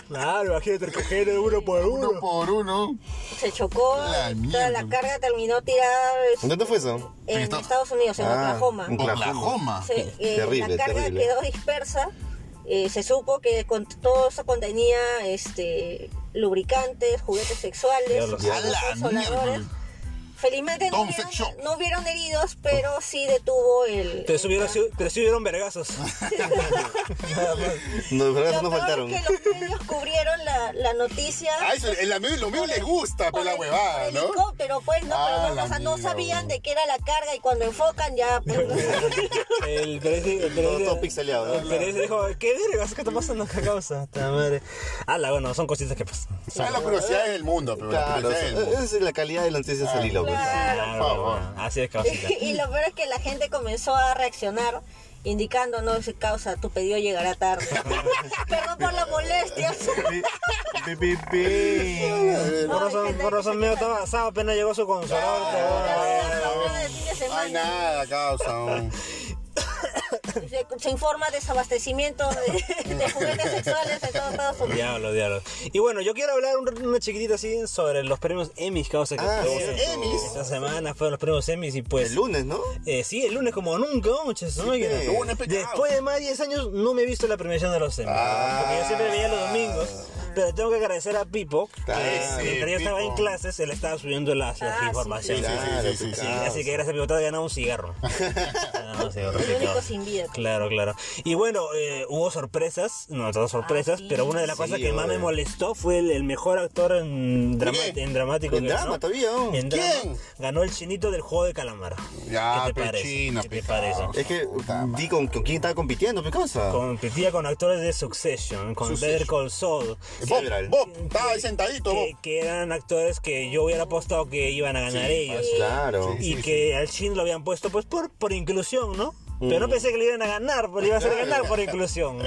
A: Claro, imagínate, recoger uno por
D: Uno
A: uno.
D: por uno.
B: Se chocó,
D: Ah, La
B: toda
D: mierda.
B: la carga terminó tirada es-
C: ¿Dónde fue eso?
B: en
D: Esto-
B: Estados Unidos, en
C: Ah,
B: Oklahoma.
C: un
D: Por la
C: Oklahoma.
D: joma.
B: Sí, eh,
C: Terrible,
B: la carga
C: terrible.
B: quedó dispersa. Eh, se supo que con todo eso contenía este lubricantes, juguetes sexuales,
A: Diablo,
D: A la
B: consoladores.
D: mierda.
B: Felizmente no
D: Tom Sex
B: hubieron,
D: Shop.
B: no hubieron heridos, pero sí detuvo el.
A: Te subieron, te subieron vergazos.
C: No,
B: Lo
C: verdad, no
B: peor es
C: faltaron.
B: que los medios cubrieron la, la noticia.
D: Ah, eso, el, amigo- lo mío le gusta,
B: por
D: pues la
B: el-
D: huevada,
B: por
D: ¿no?
B: helicóptero, pues no,
D: Ah,
B: pero no,
D: la
B: o sea, no
D: mierda,
B: sabían
D: weón.
B: de qué era la carga y cuando enfocan ya. Pues,
A: El Pérez, el Pérez-
C: Todo, todo pixeleado.
A: El Pérez dijo, ¿qué vergas? ¿Qué está pasando? ¿Qué causa? Ta madre. Ala, bueno, son cositas que pasan.
D: Son las curiosidades del mundo, pero las
C: Claro,
D: curiosidades del mundo.
C: esa es la calidad de la noticia salida,
B: Ah,
C: pues.
B: claro.
A: Claro, bueno, así es, causita.
B: y lo peor es que la gente comenzó a reaccionar indicando, no, se causa, tu pedido llegará tarde. Perdón por la molestia.
A: Por razón, por razón, mío, estaba asado, apenas llegó su consolador.
D: Ay, nada, causa. aún.
B: Se, se informa desabastecimiento de, de juguetes sexuales en todo Estados Unidos.
A: Diablo, diablo. Y bueno, yo quiero hablar un- una chiquitita así sobre los premios Emmys, causa que
C: Ah,
A: fue
C: sí, Emmys.
A: esta semana fueron los premios Emmys y pues
C: El lunes, ¿no?
A: Eh, sí, el lunes como nunca, vamos, che, su máquina.
C: pe. Hubo
D: un espectáculo.
A: Después de más de 10 años no me he visto la premiación de los Emmys.
D: Ah.
A: Porque yo siempre veía los domingos. Pero tengo que agradecer a Pipo, que eh, mientras
D: Ah, sí,
A: yo estaba en
D: Pipo.
A: clases, él estaba subiendo las, las
B: Ah, sí,
A: informaciones.
D: sí, sí,
C: pues,
D: sí, sí,
A: Sí,
D: sí.
A: Así que gracias a Pipo te has ganado un cigarro. Te has ganado un cigarro,
B: El
A: sí,
B: único
A: claro.
B: sin vida. pues.
A: Claro, claro. Y bueno, eh, hubo sorpresas, no todas sorpresas,
B: Ah, sí.
A: pero una de las cosas que más me
C: obvio.
A: molestó fue el, el mejor actor en, drama-
D: ¿Qué?
A: en dramático.
C: En
A: que
C: drama
A: ganó.
C: todavía, ¿no?
A: En drama,
D: ¿Quién?
A: ganó el chinito del juego de calamar.
D: Ya,
A: ¿Qué te parece?
D: pechina,
A: ¿Qué te
D: pecado.
A: parece?
C: Es que di con, con quién estaba compitiendo, ¿qué cosa?
A: Competía con actores de Succession, con
D: Succession.
A: Better Call Saul,
D: Bob,
C: Cerebral.
D: Bob, estaba ahí sentadito, Bob.
A: que, que eran actores que yo hubiera apostado que iban a ganar ellos.
C: Claro.
A: y
D: sí, Mm.
A: que al chin lo habían puesto pues por, por inclusión, ¿no? Pero no pensé que le iban a ganar, pero le iba a hacer ganar por inclusión.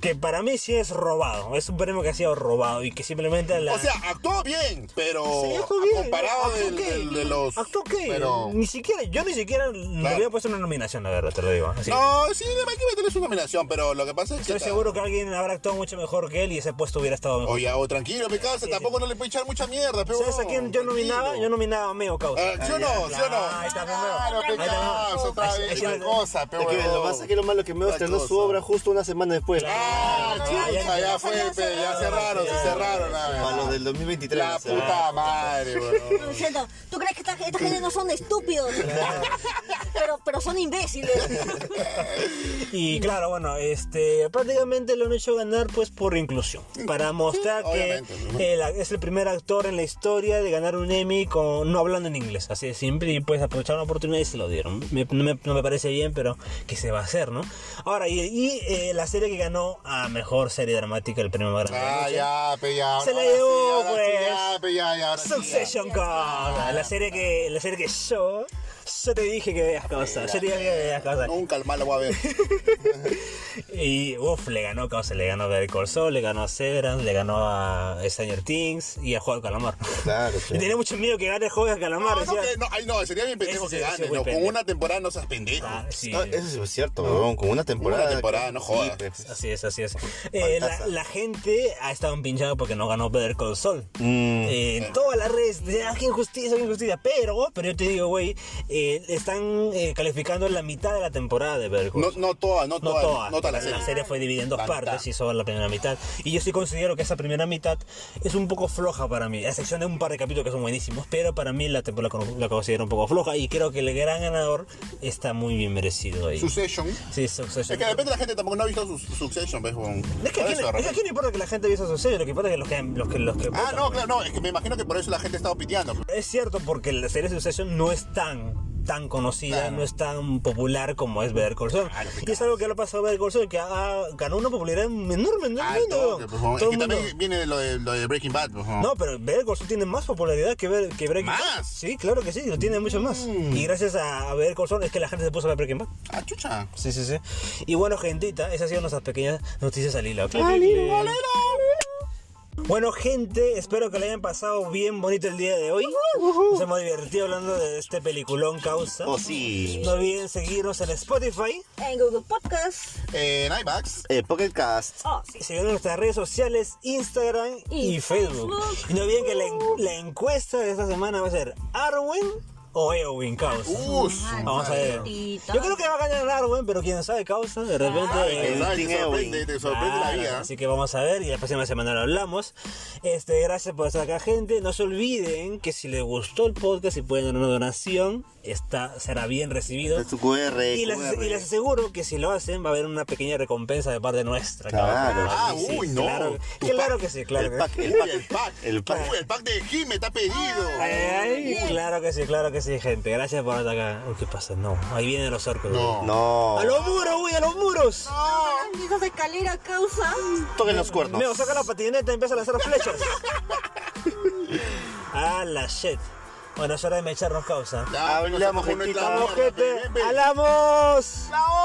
A: Que para mí sí es robado. Es un premio que ha sido robado y que simplemente a la...
D: O sea, actuó bien, pero
A: Sí, actuó bien.
D: comparado
A: ¿Actuó
D: del,
A: qué?
D: del- de los...
A: ¿Actuó qué?
D: Pero...
A: Ni siquiera, yo ni siquiera le
D: Claro.
A: hubiera puesto una nominación, la verdad, te lo digo. Así.
D: No, sí, hay que meterle su nominación, pero lo que pasa es que...
A: Estoy seguro que alguien habrá actuado mucho mejor que él y ese puesto hubiera estado mejor.
D: Oye, o tranquilo, mi causa, tampoco no le puede echar mucha mierda, pero...
A: ¿Sabes a quién yo nominaba? Yo nominaba a Meo Causa.
D: Ah, ¿Sí o no? ¿Sí o no?
A: Ahí está, primero.
D: Claro,
A: Ahí
D: pe
A: está,
D: causa,
A: primero.
D: otra
A: Ahí-
D: vez,
A: ahí está.
D: otra cosa, pe
C: Es que lo más es que lo malo que me
D: Otra
C: estrenó su
D: cosa.
C: obra justo una semana después.
D: Ah, chucha, ya fue, pe, ya cerraron, se cerraron.
C: Para los
D: ah,
C: del 2023.
D: La
C: o sea.
D: puta madre, weón.
B: Diciendo, ¿tú crees que esta, esta gente no son estúpidos? pero, pero son imbéciles.
A: Y claro, bueno, este prácticamente lo han hecho ganar pues por inclusión. Para mostrar que
D: obviamente, ¿no?
A: el- es el primer actor en la historia de ganar un Emmy con, no hablando en inglés. Así de simple. Y pues aprovecharon la oportunidad y se lo dieron. Me- no, me, no me parece bien, pero ¿qué se va a hacer, no? Ahora, y, y, eh, la serie que ganó a mejor serie dramática el premio más grande. de la
D: Ah,
A: noche,
D: ya, pe, ya.
A: Se la
D: ahora sí,
A: llevó,
D: ahora sí,
A: pues.
D: Ya, pe, ya, ya. ahora sí, ya.
A: Succession Causa, la serie que la serie que yo yo te dije que veas cosas, yo te dije que veas cosas.
D: Nunca el mal lo voy a ver.
A: Y uff, le ganó Causa, le ganó a Better Call Saul, le ganó a Severance, le ganó a Stranger Things y a Juego de Calamar.
C: Claro,
A: Y tenía mucho miedo que gane el Juego de Calamar,
D: No, no,
A: decía,
D: que- no, ay, no, sería bien pendejo
A: Ese
D: que
A: sí, ese
D: gane.
A: güey
D: No, con
A: pendejo.
D: una temporada no seas pendejo.
A: "Ah, sí".
C: No, eso es cierto, weón, Con una temporada.
D: Una temporada, no jodas.
C: Sí, pues.
A: Así es, así es. Eh, la,
C: Fantasma.
A: la gente ha estado empinchada porque no ganó Better Call Saul.
C: Mm.
A: Eh, en todas las redes, de, ah, qué injusticia, qué injusticia. Pero, pero yo te digo, güey, eh, eh, están eh, calificando la mitad de la temporada de Better Call
D: No,
A: Saul.
D: no toda, no
A: No
D: toda,
A: toda,
D: no toda la
A: la,
D: serie.
A: serie fue dividida en dos
D: La
A: partes
D: mitad.
A: y solo la primera mitad. Y yo sí considero que esa primera mitad es un poco floja para mí, a excepción de un par de capítulos que son buenísimos, pero para mí la temporada la, considero un poco floja y creo que el gran ganador está muy bien merecido ahí.
D: Succession.
A: Sí, Succession.
D: Es que de repente la gente tampoco no ha visto su, Succession, ¿ves? weón?
A: Es que, aquí,
D: Por eso, de
A: no- es que
D: repente.
A: aquí no importa que la gente vea Succession, lo que importa es que los que... Los que, los que
D: Ah,
A: votan,
D: no,
A: pues.
D: claro, no, es que me imagino que por eso la gente pues. ha estado piteando.
A: Es cierto, porque la serie Succession no es tan tan conocida,
D: Claro.
A: no es tan popular como es Better Call Saul. y es algo que le ha pasado a Better Call Saul, que ha, ganó una popularidad enorme en el
D: Ah,
A: mundo.
D: no, que, pues,
A: Todo
D: weón, es
A: el
D: que
A: mundo-
D: también viene lo de, lo de Breaking Bad. pues, weón.
A: No, pero Better Call Saul tiene más popularidad que, Ber- que Breaking Bad.
D: ¿Más? Mm.
A: Sí, claro que sí, lo tiene mucho más. Y gracias a, a Better Call Saul es que la gente se puso a ver Breaking Bad.
D: Ah, chucha.
A: Sí, sí, sí. Y bueno, gentita, esas han sido nuestras pequeñas noticias al hilo. Bueno, gente, espero que le hayan pasado bien bonito el día de hoy. Nos hemos divertido hablando de este peliculón causa.
C: Oh, sí.
A: No olviden seguirnos en Spotify,
B: En Google Podcast.
D: Eh, en iBags.
C: Eh, Pocket Cast.
B: Oh, sí.
A: seguirnos en nuestras redes sociales, Instagram y,
B: Y
A: Facebook.
B: Facebook.
A: Y no olviden que la, en- la encuesta de esta semana va a ser Arwen o Eowyn Causa.
D: Uh, su
A: Vamos a
D: madre.
A: ver. Yo creo que va a ganar Arwen, pero quién sabe causa, de repente...
D: Ay,
A: eh,
D: que sabe,
C: Team
D: te sorprende,
C: Ewing.
D: te sorprende la
A: Claro,
D: vida.
A: Así que vamos a ver y la próxima semana lo hablamos. Este, gracias por estar acá, gente. No se olviden que si les gustó el podcast y pueden dar una donación, está, será bien recibido.
C: Es tu QR.
A: Y les,
C: QR.
A: y les aseguro que si lo hacen va a haber una pequeña recompensa de parte nuestra.
C: Claro.
A: cabrón.
D: Ah,
A: Sí,
D: uy, no.
A: Claro,
D: Tu
A: claro
D: pack.
A: que sí, claro
C: El
A: que
C: pack,
A: sí.
C: el
D: Uy,
C: pack.
D: el pack.
C: El pack.
D: Uy, el pack de Jim está pedido.
A: Ay, ay, claro que sí, claro que sí, gente. Gracias por estar acá. Uy, ¿qué pasa? No, ahí vienen los orcos.
D: No.
C: No.
A: A los muros, uy, a los muros.
B: Ay, esas escaleras causa.
C: Toquen los cuernos.
A: Neo, saca la patineta y empieza a lanzar flechas. ah, la shit. Bueno, es hora de mecharnos causa.
D: Ya,
C: Hablamos,
D: no seas como no
C: gentita.
D: es la
A: Vamos,
D: mierda,
A: gente.
D: ven, ven.
A: ¡Alamos!
D: ¡La